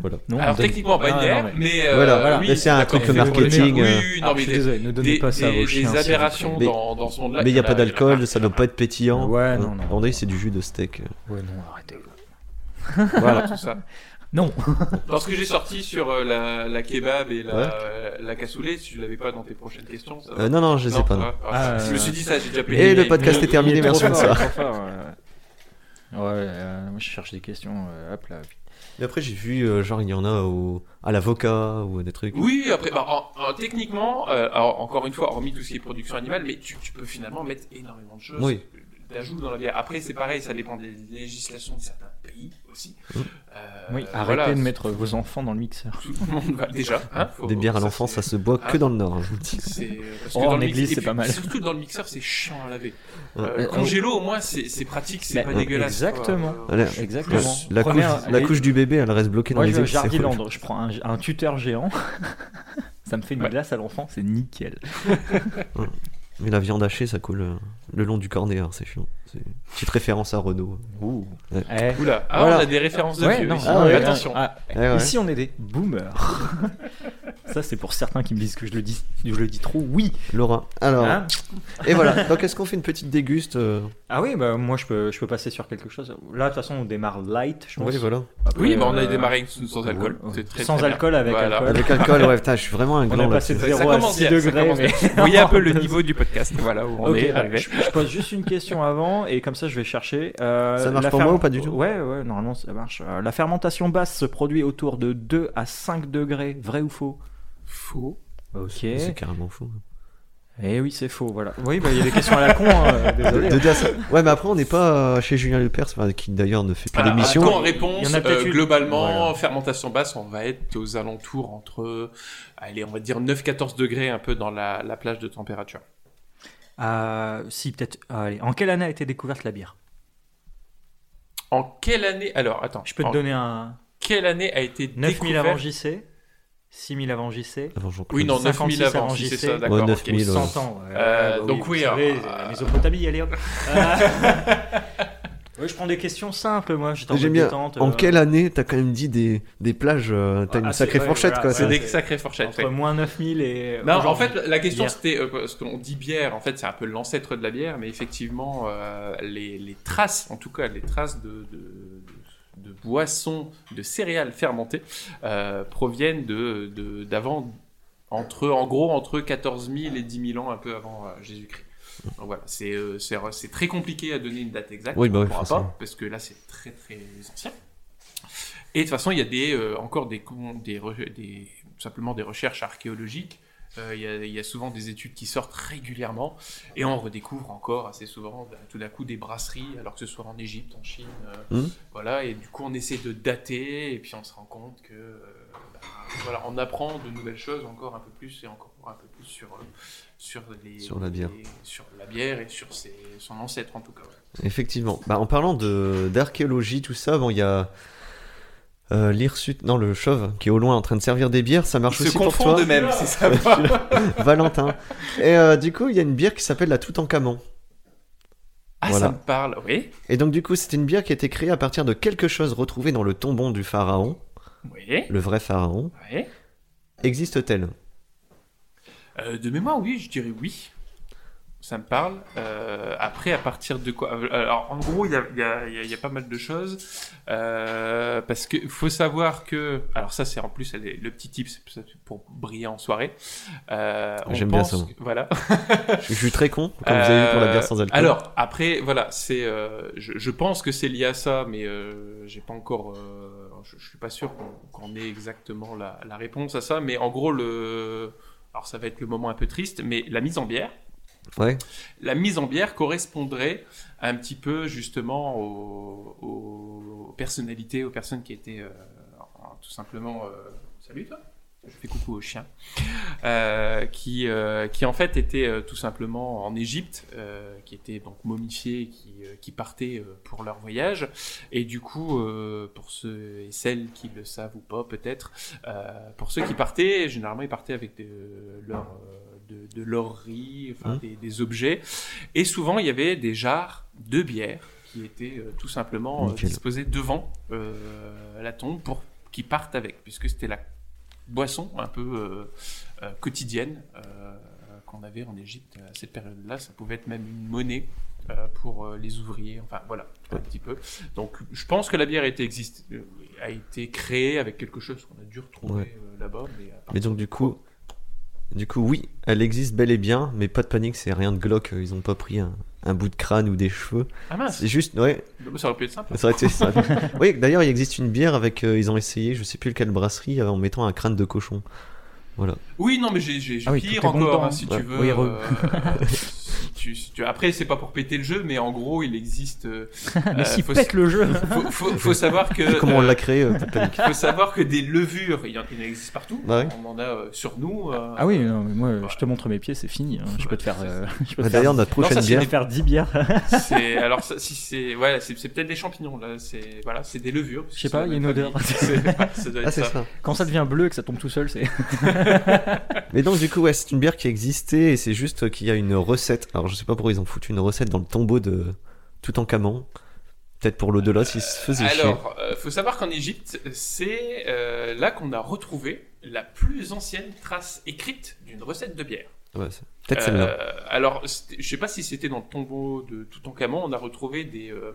[SPEAKER 2] Voilà.
[SPEAKER 3] non
[SPEAKER 4] Alors,
[SPEAKER 3] on donne-
[SPEAKER 4] techniquement, pas une
[SPEAKER 3] Ah,
[SPEAKER 4] bière,
[SPEAKER 3] non, mais-
[SPEAKER 4] mais. euh,
[SPEAKER 2] Voilà, voilà.
[SPEAKER 4] oui,
[SPEAKER 2] Mais c'est un
[SPEAKER 4] d'accord,
[SPEAKER 2] truc de
[SPEAKER 4] fait pour les
[SPEAKER 2] marketing,
[SPEAKER 4] chiens.
[SPEAKER 2] euh,
[SPEAKER 4] Oui, oui,
[SPEAKER 3] Ah,
[SPEAKER 4] non,
[SPEAKER 3] je
[SPEAKER 4] mais
[SPEAKER 3] suis
[SPEAKER 4] des-
[SPEAKER 3] désolé, ne donnez
[SPEAKER 4] des,
[SPEAKER 3] pas ça
[SPEAKER 4] des-
[SPEAKER 3] aux chiens.
[SPEAKER 4] des
[SPEAKER 3] s'il vous plaît.
[SPEAKER 4] aberrations
[SPEAKER 2] Mais-
[SPEAKER 4] dans, dans ce monde-là.
[SPEAKER 2] Mais il n'y a
[SPEAKER 4] y en
[SPEAKER 2] pas
[SPEAKER 4] y en
[SPEAKER 2] d'alcool,
[SPEAKER 4] plein.
[SPEAKER 2] ça doit pas être pétillant.
[SPEAKER 3] Ouais, non, non.
[SPEAKER 2] En vrai, c'est du jus de steak.
[SPEAKER 3] Ouais, non, arrêtez.
[SPEAKER 4] Voilà, tout ça.
[SPEAKER 3] Non.
[SPEAKER 4] Dans ce que j'ai sorti sur euh, la, la kebab et la,
[SPEAKER 2] Ouais.
[SPEAKER 4] euh, la cassoulet, si tu l'avais pas dans tes prochaines questions, ça va
[SPEAKER 2] Euh, non, non, je les ai
[SPEAKER 4] Non,
[SPEAKER 2] pas.
[SPEAKER 4] ça
[SPEAKER 2] non.
[SPEAKER 4] va.
[SPEAKER 3] Ah,
[SPEAKER 4] je
[SPEAKER 3] euh,
[SPEAKER 4] me suis dit ça, j'ai déjà payé.
[SPEAKER 2] Et le podcast est terminé,
[SPEAKER 3] Il est trop
[SPEAKER 2] merci
[SPEAKER 3] fort,
[SPEAKER 2] Bonsoir.
[SPEAKER 3] il est trop fort, euh. Ouais, euh, moi je cherche des questions. euh, hop là.
[SPEAKER 2] Mais après, j'ai vu, euh, genre, il y en a au... à l'avocat ou à des trucs.
[SPEAKER 4] Oui, après, bah, en- en- techniquement, euh, alors, encore une fois, hormis tout ce qui est production animale, mais tu, tu peux finalement mettre énormément de choses
[SPEAKER 2] Oui.
[SPEAKER 4] d'ajouts dans la bière. Après, c'est pareil, ça dépend des législations de certains pays aussi.
[SPEAKER 2] Mm.
[SPEAKER 4] Euh,
[SPEAKER 3] Oui, arrêtez
[SPEAKER 4] voilà,
[SPEAKER 3] de mettre vos enfants dans le mixeur.
[SPEAKER 4] Tout le monde va déjà. hein, faut-
[SPEAKER 2] Des bières à l'enfant, ça
[SPEAKER 4] c'est-
[SPEAKER 2] se boit que
[SPEAKER 4] Ah.
[SPEAKER 2] dans le Nord, hein. je vous le dis.
[SPEAKER 4] C'est euh, parce
[SPEAKER 3] Oh,
[SPEAKER 4] que dans
[SPEAKER 3] en
[SPEAKER 4] le mix-
[SPEAKER 3] église,
[SPEAKER 4] et
[SPEAKER 3] c'est
[SPEAKER 4] puis,
[SPEAKER 3] pas mal.
[SPEAKER 4] Surtout dans le mixeur, c'est chiant à laver.
[SPEAKER 2] Ouais.
[SPEAKER 4] Euh, le
[SPEAKER 3] Euh,
[SPEAKER 4] congélo, au moins, c'est c'est pratique, c'est
[SPEAKER 3] Mais-
[SPEAKER 4] pas dégueulasse. quoi.
[SPEAKER 3] exactement.
[SPEAKER 4] Euh,
[SPEAKER 2] Voilà.
[SPEAKER 3] Exactement.
[SPEAKER 2] La,
[SPEAKER 3] Première-
[SPEAKER 2] couche, la couche du bébé, elle reste bloquée
[SPEAKER 3] Moi
[SPEAKER 2] dans
[SPEAKER 3] je
[SPEAKER 2] les
[SPEAKER 3] vais au
[SPEAKER 2] épis, c'est horrible.
[SPEAKER 3] Jardiland, je prends un, un tuteur géant. ça me fait une
[SPEAKER 4] Ouais.
[SPEAKER 3] glace à l'enfant, c'est nickel.
[SPEAKER 2] Mais la viande hachée, ça coule euh, le long du cornet, hein, c'est chiant. C'est- Petite référence à Renault.
[SPEAKER 3] Ouh.
[SPEAKER 2] Ouais.
[SPEAKER 3] Eh.
[SPEAKER 4] Oula, ah,
[SPEAKER 2] Voilà.
[SPEAKER 4] on a des références de
[SPEAKER 3] Ouais,
[SPEAKER 4] vieux.
[SPEAKER 3] non,
[SPEAKER 4] ici.
[SPEAKER 2] ah ouais,
[SPEAKER 4] Attention.
[SPEAKER 3] Ah,
[SPEAKER 2] Ouais, ouais.
[SPEAKER 3] Ici, on est des boomers. Ça, c'est pour certains qui me disent que je le dis, je le dis trop. Oui.
[SPEAKER 2] Laura. Alors,
[SPEAKER 3] Hein
[SPEAKER 2] et voilà. Donc, est-ce qu'on fait une petite déguste euh,
[SPEAKER 3] ah oui, bah moi, je peux, je peux passer sur quelque chose. Là, de toute façon, on démarre light. Je pense.
[SPEAKER 2] Oui, voilà.
[SPEAKER 3] Après,
[SPEAKER 4] Oui, bah, on a
[SPEAKER 3] euh,
[SPEAKER 4] démarré sans alcool.
[SPEAKER 3] ouais.
[SPEAKER 4] C'est très,
[SPEAKER 3] Sans
[SPEAKER 4] très bien.
[SPEAKER 3] alcool, avec
[SPEAKER 4] Voilà.
[SPEAKER 3] alcool.
[SPEAKER 2] Avec alcool, ouais, putain, je suis vraiment un
[SPEAKER 3] On est
[SPEAKER 2] gland là.
[SPEAKER 3] passé de
[SPEAKER 4] là-dessus.
[SPEAKER 3] 0
[SPEAKER 4] Ça
[SPEAKER 3] à
[SPEAKER 4] commence
[SPEAKER 3] 6
[SPEAKER 4] bien, ça
[SPEAKER 3] degrés.
[SPEAKER 4] commence
[SPEAKER 3] mais-
[SPEAKER 4] Vous voyez un peu le niveau du podcast. Voilà où on
[SPEAKER 3] Ok,
[SPEAKER 4] est
[SPEAKER 3] bah,
[SPEAKER 4] arrivé.
[SPEAKER 3] je, je pose juste une question avant et comme ça je vais chercher. Euh,
[SPEAKER 2] Ça marche
[SPEAKER 3] la
[SPEAKER 2] pour
[SPEAKER 3] ferme-
[SPEAKER 2] moi ou pas du tout
[SPEAKER 3] Ouais, ouais, normalement ça marche. Euh, la fermentation basse se produit autour de 2 à 5 degrés, vrai ou faux
[SPEAKER 4] Faux.
[SPEAKER 3] Ok.
[SPEAKER 2] C'est carrément fou.
[SPEAKER 3] Eh oui, c'est faux, voilà. Oui, bah, il y a des questions à la con, hein, euh, désolé.
[SPEAKER 2] De dire ça. Ouais, mais après, on n'est pas euh, chez Julien Lepers, enfin, qui d'ailleurs ne fait plus
[SPEAKER 4] Voilà,
[SPEAKER 2] d'émission.
[SPEAKER 4] Quand en
[SPEAKER 3] Il
[SPEAKER 4] réponse,
[SPEAKER 3] y en a peut-être
[SPEAKER 4] euh,
[SPEAKER 3] une.
[SPEAKER 4] globalement,
[SPEAKER 2] Voilà.
[SPEAKER 4] fermentation basse, on va être aux alentours entre, euh, allez, on va dire 9-14 degrés un peu dans la, la plage de température.
[SPEAKER 3] Euh, si, peut-être. ah, allez, en quelle année a été découverte la bière
[SPEAKER 4] En quelle année Alors, attends.
[SPEAKER 3] Je peux te
[SPEAKER 4] en
[SPEAKER 3] donner un
[SPEAKER 4] Quelle année a été
[SPEAKER 3] 9000
[SPEAKER 4] découvert
[SPEAKER 3] avant JC, 6000 avant JC,
[SPEAKER 2] Avant Jean-Claude.
[SPEAKER 4] Oui, non,
[SPEAKER 3] 56
[SPEAKER 4] 9000 avant,
[SPEAKER 3] avant
[SPEAKER 4] si c'est
[SPEAKER 3] JC.
[SPEAKER 4] ça, d'accord.
[SPEAKER 2] Ouais,
[SPEAKER 4] ok.
[SPEAKER 2] 9000, ouais.
[SPEAKER 3] 100 ans. ouais.
[SPEAKER 4] Euh,
[SPEAKER 3] Bah
[SPEAKER 4] donc
[SPEAKER 3] vous
[SPEAKER 4] oui,
[SPEAKER 3] savez,
[SPEAKER 4] alors,
[SPEAKER 3] la
[SPEAKER 4] euh,
[SPEAKER 3] Mésopotamie, allez hop. Euh, ouais, je prends des questions simples, moi. J'étais en
[SPEAKER 2] J'aime
[SPEAKER 3] mode
[SPEAKER 2] bien.
[SPEAKER 3] détente,
[SPEAKER 2] En
[SPEAKER 3] euh,
[SPEAKER 2] quelle année t'as quand même dit des, des plages euh, T'as
[SPEAKER 3] Ah,
[SPEAKER 2] une
[SPEAKER 3] c'est-
[SPEAKER 2] sacrée
[SPEAKER 3] ouais,
[SPEAKER 2] fourchette,
[SPEAKER 3] voilà,
[SPEAKER 2] quoi.
[SPEAKER 4] C'est
[SPEAKER 2] c'est-
[SPEAKER 3] ouais.
[SPEAKER 4] des sacrées fourchettes.
[SPEAKER 3] Entre
[SPEAKER 4] ouais.
[SPEAKER 3] moins 9000 et.
[SPEAKER 4] Non, en
[SPEAKER 3] aujourd'hui.
[SPEAKER 4] fait, la question
[SPEAKER 3] Bière.
[SPEAKER 4] c'était, euh, parce qu'on dit bière, en fait c'est un peu l'ancêtre de la bière, mais effectivement, euh, les, les traces, en tout cas les traces de, de, de- de boissons, de céréales fermentées, euh, proviennent de de- d'avant, entre, en gros entre 14 000 et 10 000 ans, un peu avant euh, Jésus-Christ. Donc voilà, c'est euh, c'est- c'est très compliqué à donner une date exacte.
[SPEAKER 2] Oui, bah
[SPEAKER 4] on
[SPEAKER 2] oui,
[SPEAKER 4] pourra pas,
[SPEAKER 2] forcément.
[SPEAKER 4] parce que là c'est très très ancien. Et de toute façon, il y a des, euh, encore des, con- des, re- des- tout simplement des recherches archéologiques. Euh, Il y, a- il y a souvent des études qui sortent régulièrement et on redécouvre encore assez souvent bah, tout d'un coup des brasseries, alors que ce soit en Égypte, en Chine. euh,
[SPEAKER 2] Mhm.
[SPEAKER 4] Voilà, et du coup on essaie de dater et puis on se rend compte que euh, bah, voilà, on apprend de nouvelles choses encore un peu plus et encore un peu plus sur, euh, sur, les,
[SPEAKER 2] Sur la bière.
[SPEAKER 4] les- sur la bière et sur ses- son ancêtre en tout cas. ouais.
[SPEAKER 2] Effectivement. Bah, en parlant de d'archéologie, tout ça, bon, il y a euh, l'hirsute, non, le chauve, qui est au loin en train de servir des bières. Ça marche
[SPEAKER 4] Ils se
[SPEAKER 2] aussi pour toi,
[SPEAKER 4] confondent eux-mêmes, c'est ça.
[SPEAKER 2] Valentin. Et euh, du coup, il y a une bière qui s'appelle la Toutankhamon.
[SPEAKER 4] Ah,
[SPEAKER 2] Voilà.
[SPEAKER 4] ça me parle, oui.
[SPEAKER 2] Et donc, du coup, c'était une bière qui a été créée à partir de quelque chose retrouvé dans le tombon du pharaon,
[SPEAKER 4] Oui,
[SPEAKER 2] le vrai pharaon.
[SPEAKER 4] oui.
[SPEAKER 2] Existe-t-elle
[SPEAKER 4] Euh, de mémoire, oui, je dirais oui. Ça me parle. Euh, après, à partir de quoi Euh, Alors, en gros, il y a, il y a- il y a- il y a pas mal de choses. Euh, parce qu'il faut savoir que. Alors, ça, c'est en plus elle est- le petit tip c'est- c'est pour briller en soirée. Euh, on
[SPEAKER 2] J'aime bien
[SPEAKER 4] pense
[SPEAKER 2] ça, moi.
[SPEAKER 4] que- voilà.
[SPEAKER 2] Je je suis très con, comme vous avez vu pour la bière sans
[SPEAKER 4] Euh,
[SPEAKER 2] alcool.
[SPEAKER 4] Alors, après, voilà, c'est, euh, je, je pense que c'est lié à ça, mais euh, j'ai pas encore. euh, je, je suis pas sûr qu'on, qu'on ait exactement la, la réponse à ça, mais en gros, le. Alors, ça va être le moment un peu triste, mais la mise en bière
[SPEAKER 2] Ouais.
[SPEAKER 4] la mise en bière correspondrait un petit peu justement aux, aux personnalités, aux personnes qui étaient euh, en- tout simplement. euh, Salut toi Je fais coucou aux chiens. Euh, qui, euh, qui en fait étaient euh, tout simplement en Égypte, euh, qui étaient donc momifiés, qui, euh, qui partaient euh, pour leur voyage. Et du coup, euh, pour ceux et celles qui le savent ou pas peut-être, euh, pour ceux qui partaient, généralement ils partaient avec de, leur, euh, de, de leur riz, enfin,
[SPEAKER 2] Mhm.
[SPEAKER 4] des, des objets. Et souvent, il y avait des jarres de bière qui étaient euh, tout simplement euh,
[SPEAKER 2] Nickel.
[SPEAKER 4] disposées devant euh, la tombe pour qu'ils partent avec, puisque c'était la boisson un peu euh, euh, quotidienne euh, qu'on avait en Égypte à cette période-là. Ça pouvait être même une monnaie euh, pour euh, les ouvriers, enfin voilà, un petit peu. Donc je pense que la bière a été, exist- euh, a été créée avec quelque chose qu'on a dû retrouver
[SPEAKER 2] Ouais.
[SPEAKER 4] euh, là-bas. Mais, à part-
[SPEAKER 2] Mais donc, du coup, du coup, oui, elle existe bel et bien, mais pas de panique, c'est rien de glauque. Ils ont pas pris un, un bout de crâne ou des cheveux.
[SPEAKER 4] Ah mince,
[SPEAKER 2] C'est juste, ouais,
[SPEAKER 4] ça aurait pu être simple.
[SPEAKER 2] ça aurait été ça. oui, d'ailleurs, il existe une bière avec. euh, ils ont essayé, je sais plus quelle brasserie, euh, en mettant un crâne de cochon.
[SPEAKER 4] Oui, non, mais j'ai j'ai- j'ai
[SPEAKER 3] Ah oui,
[SPEAKER 4] pire
[SPEAKER 3] tout est bon
[SPEAKER 4] encore,
[SPEAKER 3] dedans,
[SPEAKER 4] hein, si,
[SPEAKER 2] hein.
[SPEAKER 4] tu veux,
[SPEAKER 3] Oui, re.
[SPEAKER 4] euh, si tu- si tu- Après, c'est pas pour péter le jeu, mais en gros, il existe. euh, euh,
[SPEAKER 3] Mais s'il
[SPEAKER 4] faut,
[SPEAKER 3] pète le jeu.
[SPEAKER 4] faut- faut- faut savoir que.
[SPEAKER 2] Comment on
[SPEAKER 4] euh,
[SPEAKER 2] l'a créé euh, pas de panique.
[SPEAKER 4] Il faut savoir que des levures, il y en, il en existe partout.
[SPEAKER 2] Bah oui.
[SPEAKER 4] On en a euh, sur nous. euh,
[SPEAKER 3] Ah oui, non, mais moi, je te montre mes pieds, c'est fini. hein. Je peux te faire. euh, je peux te faire
[SPEAKER 2] Bah, D'ailleurs, notre prochaine
[SPEAKER 4] ça, c'est
[SPEAKER 3] Je
[SPEAKER 2] bière.
[SPEAKER 3] vais faire 10 bières.
[SPEAKER 4] c'est- alors ça, si c'est, ouais, c'est, c'est peut-être des champignons là. C'est voilà, c'est des levures.
[SPEAKER 3] Je sais pas, il y a une odeur.
[SPEAKER 4] C'est- ouais, ça doit être
[SPEAKER 2] Ah, c'est
[SPEAKER 4] ça.
[SPEAKER 2] ça.
[SPEAKER 3] Quand ça devient bleu et que ça tombe tout seul, c'est.
[SPEAKER 2] Mais donc, du coup, ouais, c'est une bière qui existait et c'est juste euh, qu'il y a une recette. Alors, je sais pas pourquoi ils ont foutu une recette dans le tombeau de Toutankhamon. Peut-être pour l'au-delà s'ils se faisaient chier.
[SPEAKER 4] Alors, euh, faut savoir qu'en Égypte, c'est euh, là qu'on a retrouvé la plus ancienne trace écrite d'une recette de bière.
[SPEAKER 2] Ouais, c'est- Peut-être celle-là.
[SPEAKER 4] Euh, alors, c'était- je sais pas si c'était dans le tombeau de Toutankhamon, on a retrouvé des, euh,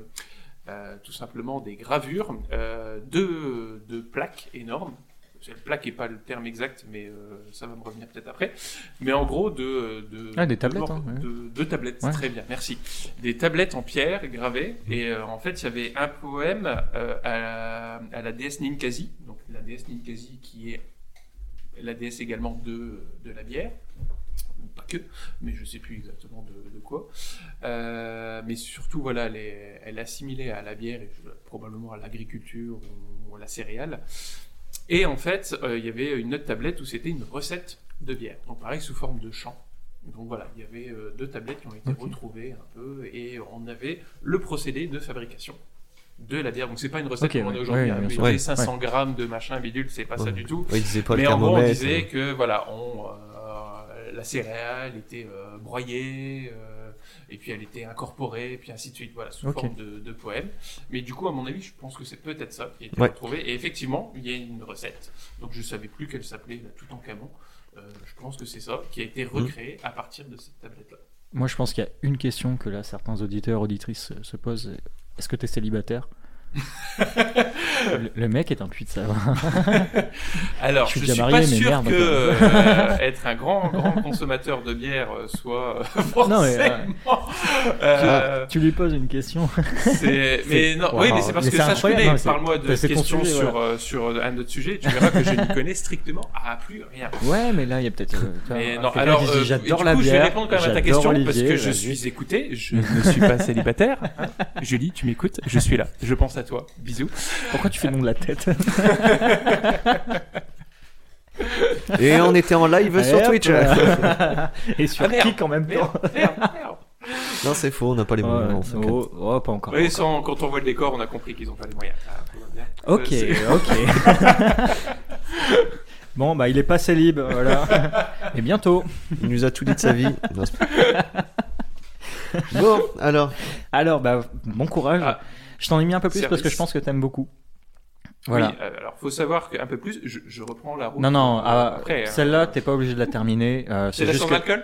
[SPEAKER 4] euh, tout simplement des gravures euh, de, de plaques énormes. C'est- Plaque n'est pas le terme exact, mais euh, ça va me revenir peut-être après. Mais en gros, de, de,
[SPEAKER 3] Ah, des
[SPEAKER 4] de
[SPEAKER 3] tablettes,
[SPEAKER 4] mor-
[SPEAKER 3] hein, ouais.
[SPEAKER 4] de- de tablettes,
[SPEAKER 3] Ouais.
[SPEAKER 4] très bien, merci. Des tablettes en pierre gravées. Et euh, en fait, il y avait un poème euh, à, la- à la déesse Ninkasi, donc la déesse Ninkasi qui est la déesse également de, de la bière, pas que, mais je sais plus exactement de, de quoi. Euh, mais surtout, voilà, elle est, elle est assimilée à la bière et je- probablement à l'agriculture ou, ou à la céréale. Et en fait, euh, il y avait une autre tablette où c'était une recette de bière. Donc pareil, sous forme de chant. Donc voilà, il y avait euh, deux tablettes qui ont été
[SPEAKER 3] Ok.
[SPEAKER 4] retrouvées un peu et on avait le procédé de fabrication de la bière. Donc c'est pas une recette
[SPEAKER 3] Ok,
[SPEAKER 4] comme on
[SPEAKER 3] ouais,
[SPEAKER 4] a aujourd'hui,
[SPEAKER 3] ouais,
[SPEAKER 4] hein,
[SPEAKER 3] bien
[SPEAKER 4] mais
[SPEAKER 3] sûr.
[SPEAKER 4] il y avait
[SPEAKER 3] Ouais,
[SPEAKER 4] 500 grammes de machin bidule, c'est pas ça
[SPEAKER 2] Ouais.
[SPEAKER 4] du tout.
[SPEAKER 2] Ouais, ils disaient pas le
[SPEAKER 4] Mais en gros, on
[SPEAKER 2] thermomètre,
[SPEAKER 4] disait
[SPEAKER 2] euh.
[SPEAKER 4] que voilà, on, euh, la céréale était euh, broyée, euh, et puis elle était incorporée, et puis ainsi de suite, voilà, sous
[SPEAKER 3] Ok.
[SPEAKER 4] forme de, de poème. Mais du coup, à mon avis, je pense que c'est peut-être ça qui a été
[SPEAKER 2] Ouais.
[SPEAKER 4] retrouvé. Et effectivement, il y a une recette, donc je savais plus qu'elle s'appelait là, tout en camon. Euh, je pense que c'est ça qui a été
[SPEAKER 3] Mhm.
[SPEAKER 4] recréé à partir de cette tablette-là.
[SPEAKER 3] Moi, je pense qu'il y a une question que là, certains auditeurs, auditrices euh, se posent. Est-ce que t'es célibataire le, le mec est un puits de savoir.
[SPEAKER 4] Alors,
[SPEAKER 3] Je
[SPEAKER 4] je
[SPEAKER 3] suis
[SPEAKER 4] ne
[SPEAKER 3] déjà
[SPEAKER 4] suis
[SPEAKER 3] marié,
[SPEAKER 4] pas
[SPEAKER 3] mais
[SPEAKER 4] sûr
[SPEAKER 3] merde,
[SPEAKER 4] que
[SPEAKER 3] quoi.
[SPEAKER 4] euh, être un grand, grand consommateur de bière euh, soit euh, forcément.
[SPEAKER 3] Non, mais, euh, Ah,
[SPEAKER 4] euh,
[SPEAKER 3] tu lui poses une question.
[SPEAKER 4] C'est- mais non,
[SPEAKER 3] Wow.
[SPEAKER 4] oui, mais c'est parce
[SPEAKER 3] Mais
[SPEAKER 4] que
[SPEAKER 3] c'est
[SPEAKER 4] ça, je
[SPEAKER 3] incroyable.
[SPEAKER 4] connais.
[SPEAKER 3] Non, c'est-
[SPEAKER 4] Parle-moi de
[SPEAKER 3] c'est ton
[SPEAKER 4] questions
[SPEAKER 3] sujet,
[SPEAKER 4] sur, euh, sur un autre sujet, tu verras que je n'y connais strictement à plus rien.
[SPEAKER 3] Ouais, mais là, il y a peut-être. euh, tu vois,
[SPEAKER 4] Mais
[SPEAKER 3] un
[SPEAKER 4] non,
[SPEAKER 3] fait,
[SPEAKER 4] alors,
[SPEAKER 3] il dit,
[SPEAKER 4] euh,
[SPEAKER 3] j'adore
[SPEAKER 4] du
[SPEAKER 3] la
[SPEAKER 4] coup,
[SPEAKER 3] bière.
[SPEAKER 4] je vais répondre quand même à ta
[SPEAKER 3] j'adore
[SPEAKER 4] question parce
[SPEAKER 3] Olivier,
[SPEAKER 4] que je
[SPEAKER 3] vas-y.
[SPEAKER 4] suis écouté, je ne suis pas célibataire. hein. Julie, tu m'écoutes, je suis là, je pense à toi. Bisous.
[SPEAKER 3] Pourquoi tu fais le nom de la tête
[SPEAKER 2] euh. Et on était en live sur
[SPEAKER 3] Allez, hop,
[SPEAKER 2] Twitch.
[SPEAKER 3] voilà. Et sur
[SPEAKER 4] Ah, merde.
[SPEAKER 3] Kik en même temps.
[SPEAKER 4] Merde, merde, merde.
[SPEAKER 2] non, c'est faux, on n'a pas les bons
[SPEAKER 3] Ouais,
[SPEAKER 2] moments. c'est
[SPEAKER 3] oh, oh, pas encore.
[SPEAKER 4] Oui, sans- quand on voit le décor, on a compris qu'ils ont pas les moyens. Ah, tout va bien.
[SPEAKER 3] Ok,
[SPEAKER 4] Euh, c'est-
[SPEAKER 3] ok. bon, bah, il est pas célib, voilà. Et bientôt.
[SPEAKER 2] clair. Il nous a tout dit de sa vie. Non, c'est pas- bon, alors,
[SPEAKER 3] Alors, bah, bon courage.
[SPEAKER 4] Ah.
[SPEAKER 3] Je t'en ai mis un peu plus parce que
[SPEAKER 4] Service.
[SPEAKER 3] je pense que t'aimes beaucoup. Voilà.
[SPEAKER 4] Oui, euh, alors faut savoir qu'un peu plus, je, je reprends la route.
[SPEAKER 3] Non, non,
[SPEAKER 4] euh,
[SPEAKER 3] ah,
[SPEAKER 4] après, hein.
[SPEAKER 3] celle-là, t'es pas obligé de la terminer. euh,
[SPEAKER 4] C'est
[SPEAKER 3] c'est
[SPEAKER 4] la
[SPEAKER 3] juste
[SPEAKER 4] sans
[SPEAKER 3] que
[SPEAKER 4] alcool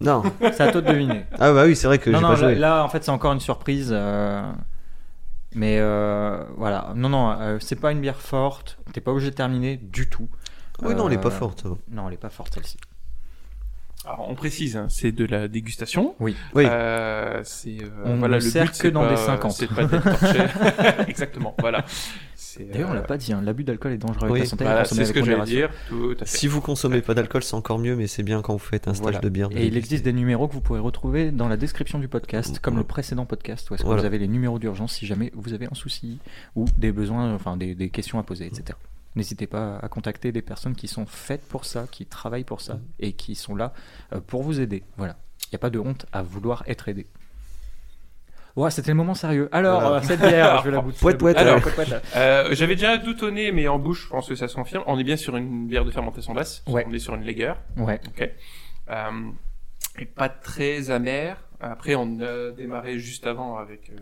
[SPEAKER 2] non.
[SPEAKER 3] c'est à toi de deviner.
[SPEAKER 2] Ah bah oui, c'est vrai que j'ai
[SPEAKER 3] non, non,
[SPEAKER 2] pas
[SPEAKER 3] là,
[SPEAKER 2] joué.
[SPEAKER 3] là, en fait, c'est encore une surprise. euh, Mais euh, voilà. Non, non, euh, c'est pas une bière forte. T'es pas obligé de terminer du tout.
[SPEAKER 2] Oui, non, elle est pas
[SPEAKER 3] Euh,
[SPEAKER 2] forte.
[SPEAKER 3] Non, elle est pas forte celle-ci.
[SPEAKER 4] Alors, on précise, hein, c'est de la dégustation.
[SPEAKER 3] Oui.
[SPEAKER 2] Oui.
[SPEAKER 4] Euh, c'est, euh,
[SPEAKER 3] On
[SPEAKER 4] voilà,
[SPEAKER 3] ne
[SPEAKER 4] le
[SPEAKER 3] sert
[SPEAKER 4] but,
[SPEAKER 3] que
[SPEAKER 4] c'est
[SPEAKER 3] dans
[SPEAKER 4] pas-
[SPEAKER 3] des 50.
[SPEAKER 4] C'est pas d'être torché. Exactement. Voilà. C'est,
[SPEAKER 3] D'ailleurs, on
[SPEAKER 4] euh,
[SPEAKER 3] l'a pas dit. hein, L'abus d'alcool est dangereux
[SPEAKER 2] oui,
[SPEAKER 3] avec la santé.
[SPEAKER 4] voilà,
[SPEAKER 3] à consommer
[SPEAKER 4] c'est ce
[SPEAKER 3] avec
[SPEAKER 4] que j'allais
[SPEAKER 3] modération.
[SPEAKER 4] dire. Tout à fait.
[SPEAKER 2] Si vous consommez pas d'alcool, c'est encore mieux, mais c'est bien quand vous faites un stage
[SPEAKER 3] Voilà.
[SPEAKER 2] de bière. de
[SPEAKER 3] Et il
[SPEAKER 2] déguster.
[SPEAKER 3] existe des numéros que vous pourrez retrouver dans la description du podcast, comme le précédent podcast, où est-ce que
[SPEAKER 2] Voilà.
[SPEAKER 3] vous avez les numéros d'urgence si jamais vous avez un souci ou des besoins, enfin des, des questions à poser, etc. N'hésitez pas à contacter des personnes qui sont faites pour ça, qui travaillent pour ça et qui sont là euh, pour vous aider. Voilà. Il n'y a pas de honte à vouloir être aidé. Ouais, c'était le moment sérieux. Alors,
[SPEAKER 2] Voilà.
[SPEAKER 3] euh, cette bière, je vais la goûter.
[SPEAKER 2] Pouet, pouet,
[SPEAKER 3] Alors,
[SPEAKER 4] alors.
[SPEAKER 3] pouet, pouet, là.
[SPEAKER 4] Euh, j'avais déjà doutonné, mais en bouche, je pense que ça se confirme. On est bien sur une bière de fermentation basse.
[SPEAKER 3] Ouais.
[SPEAKER 4] On est sur une lager.
[SPEAKER 3] Ouais.
[SPEAKER 4] Ok. Euh, et pas très amère. Après, on a démarré juste avant avec euh,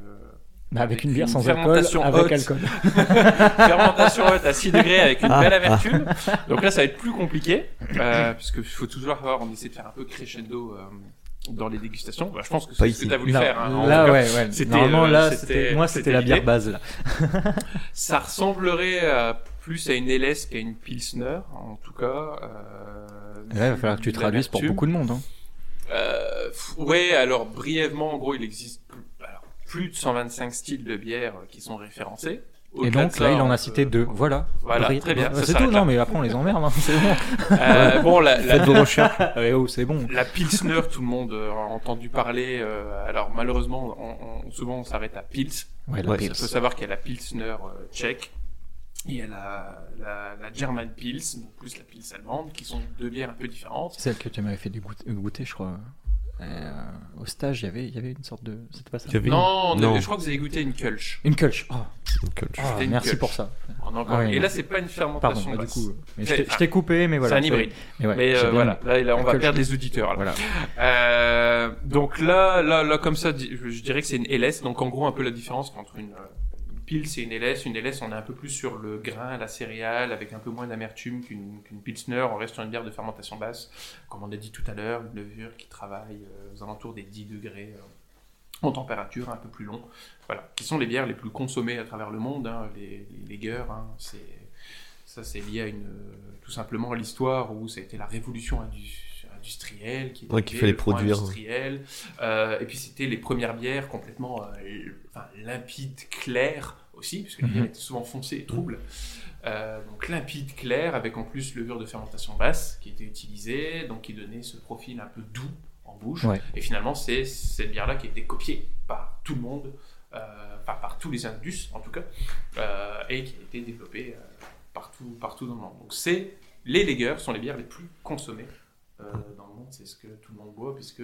[SPEAKER 3] Bah, avec
[SPEAKER 4] Avec
[SPEAKER 3] une bière
[SPEAKER 4] une
[SPEAKER 3] sans alcool,
[SPEAKER 4] fermentation
[SPEAKER 3] avec
[SPEAKER 4] haute.
[SPEAKER 3] alcool.
[SPEAKER 4] fermentation haute à 6 degrés avec une
[SPEAKER 2] Ah,
[SPEAKER 4] belle
[SPEAKER 2] ah.
[SPEAKER 4] amertume. Donc là, ça va être plus compliqué, euh, parce qu'il faut toujours avoir, on essaie de faire un peu crescendo euh, dans les dégustations. Bah, je pense que
[SPEAKER 2] Pas
[SPEAKER 4] c'est ce
[SPEAKER 2] ici.
[SPEAKER 4] que tu as voulu
[SPEAKER 3] Non,
[SPEAKER 4] faire. hein, en
[SPEAKER 3] là,
[SPEAKER 4] tout cas.
[SPEAKER 3] ouais, ouais.
[SPEAKER 4] c'était,
[SPEAKER 3] Normalement,
[SPEAKER 4] euh,
[SPEAKER 3] là,
[SPEAKER 4] c'était-
[SPEAKER 3] c'était- moi,
[SPEAKER 4] c'était
[SPEAKER 3] c'était la bière
[SPEAKER 4] l'idée.
[SPEAKER 3] base, là.
[SPEAKER 4] Ça ressemblerait euh, plus à une LS qu'à une Pilsner, en tout cas. Euh,
[SPEAKER 3] Là, il va falloir que tu traduises pour
[SPEAKER 4] l'amertume.
[SPEAKER 3] beaucoup de monde. Hein.
[SPEAKER 4] Euh, pff, ouais, alors brièvement, en gros, il existe plus, alors, plus de 125 styles de bières euh, qui sont référencés.
[SPEAKER 3] Et
[SPEAKER 4] Au-delà
[SPEAKER 3] donc
[SPEAKER 4] de
[SPEAKER 3] là,
[SPEAKER 4] ça,
[SPEAKER 3] il en
[SPEAKER 4] on
[SPEAKER 3] a
[SPEAKER 4] peut-
[SPEAKER 3] cité deux. Voilà.
[SPEAKER 4] euh, Voilà,
[SPEAKER 3] Bri-
[SPEAKER 4] très bien,
[SPEAKER 3] Bah,
[SPEAKER 4] ça
[SPEAKER 3] C'est tout.
[SPEAKER 4] s'arrête
[SPEAKER 3] Non,
[SPEAKER 4] là.
[SPEAKER 3] mais après on les emmerde. hein, C'est bon.
[SPEAKER 4] Euh, bon, la, la,
[SPEAKER 2] Faites vos recherches.
[SPEAKER 3] Eh oh, c'est bon.
[SPEAKER 4] La Pilsner, tout le monde euh, a entendu parler. euh, alors malheureusement, on, on- souvent on s'arrête à Pils.
[SPEAKER 3] Ouais,
[SPEAKER 2] Ouais,
[SPEAKER 3] la
[SPEAKER 4] Il
[SPEAKER 3] pils.
[SPEAKER 4] faut savoir qu'il y a la Pilsner euh, tchèque et il y a la, la, la German Pils, donc plus la Pils allemande, qui sont deux bières un peu différentes.
[SPEAKER 3] C'est Celle que tu m'avais fait dégoûter- goûter, je crois. Euh, au stage, il y avait- il y avait une sorte de. C'était pas ça
[SPEAKER 4] Non, on
[SPEAKER 2] Non.
[SPEAKER 4] avait- je crois que vous avez goûté une Kölsch.
[SPEAKER 3] Une Kölsch. Oh, ah,
[SPEAKER 4] C'était une
[SPEAKER 3] merci
[SPEAKER 4] Kölsch.
[SPEAKER 3] pour ça.
[SPEAKER 4] On a encore-
[SPEAKER 3] Ah ouais,
[SPEAKER 4] et
[SPEAKER 3] non.
[SPEAKER 4] là, c'est pas une fermentation.
[SPEAKER 3] Pardon, bah, du
[SPEAKER 4] basse.
[SPEAKER 3] coup. mais je
[SPEAKER 4] C'est-
[SPEAKER 3] t'ai- je t'ai coupé, mais voilà.
[SPEAKER 4] c'est un hybride.
[SPEAKER 3] Mais, ouais,
[SPEAKER 4] Mais
[SPEAKER 3] j'ai
[SPEAKER 4] euh,
[SPEAKER 3] bien aimé.
[SPEAKER 4] voilà, là, là, on
[SPEAKER 3] Une
[SPEAKER 4] va
[SPEAKER 3] Kölsch.
[SPEAKER 4] perdre les auditeurs. là.
[SPEAKER 3] Voilà.
[SPEAKER 4] Euh, donc là, là, là, comme ça, di- je je dirais que c'est une LS. Donc en gros, un peu la différence entre une, euh, une pils et une LS. Une LS, on est un peu plus sur le grain, la céréale, avec un peu moins d'amertume qu'une qu'une pilsner. On reste sur une bière de fermentation basse, comme on a dit tout à l'heure, une levure qui travaille euh, aux alentours des 10 degrés euh, en température, un peu plus long. Voilà, qui sont les bières les plus consommées à travers le monde, hein, les, les lagers. hein, c'est ça, c'est lié à une, euh, tout simplement à l'histoire où ça a été la révolution indu- industrielle qui, est
[SPEAKER 2] Ouais, qu'il fallait
[SPEAKER 4] arrivée, le plan
[SPEAKER 2] produire.
[SPEAKER 4] industriel. Euh, et puis c'était les premières bières complètement euh, l- enfin, limpides, claires, aussi, puisque la
[SPEAKER 2] Mhm.
[SPEAKER 4] bière était souvent foncée et trouble. Euh, donc limpide, clair, avec en plus levure de fermentation basse qui était utilisée, donc qui donnait ce profil un peu doux en bouche.
[SPEAKER 3] Ouais.
[SPEAKER 4] Et finalement, c'est cette bière-là qui a été copiée par tout le monde, euh, enfin, par tous les Indus en tout cas, euh, et qui a été développée euh, partout, partout dans le monde. Donc c'est les lagers sont les bières les plus consommées euh, dans le monde, c'est ce que tout le monde boit, puisque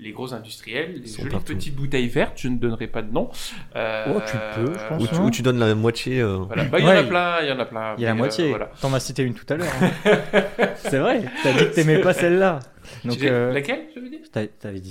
[SPEAKER 4] les gros industriels, les
[SPEAKER 2] Sont
[SPEAKER 4] jolies
[SPEAKER 2] partout.
[SPEAKER 4] petites bouteilles vertes, je ne donnerai pas de nom. euh,
[SPEAKER 3] Oh, tu peux, je pense.
[SPEAKER 2] Ou tu, ou tu donnes la moitié. euh,
[SPEAKER 4] voilà. Bah, il y en a
[SPEAKER 3] Ouais.
[SPEAKER 4] plein, il y en a plein.
[SPEAKER 3] Il y a la
[SPEAKER 4] mais, euh,
[SPEAKER 3] moitié.
[SPEAKER 4] voilà.
[SPEAKER 3] T'en m'as cité une tout à l'heure. hein. c'est vrai. T'as dit que t'aimais pas celle-là. Donc,
[SPEAKER 4] Tu dis-
[SPEAKER 3] euh,
[SPEAKER 4] Laquelle, je veux dire
[SPEAKER 3] t'a- t'avais dit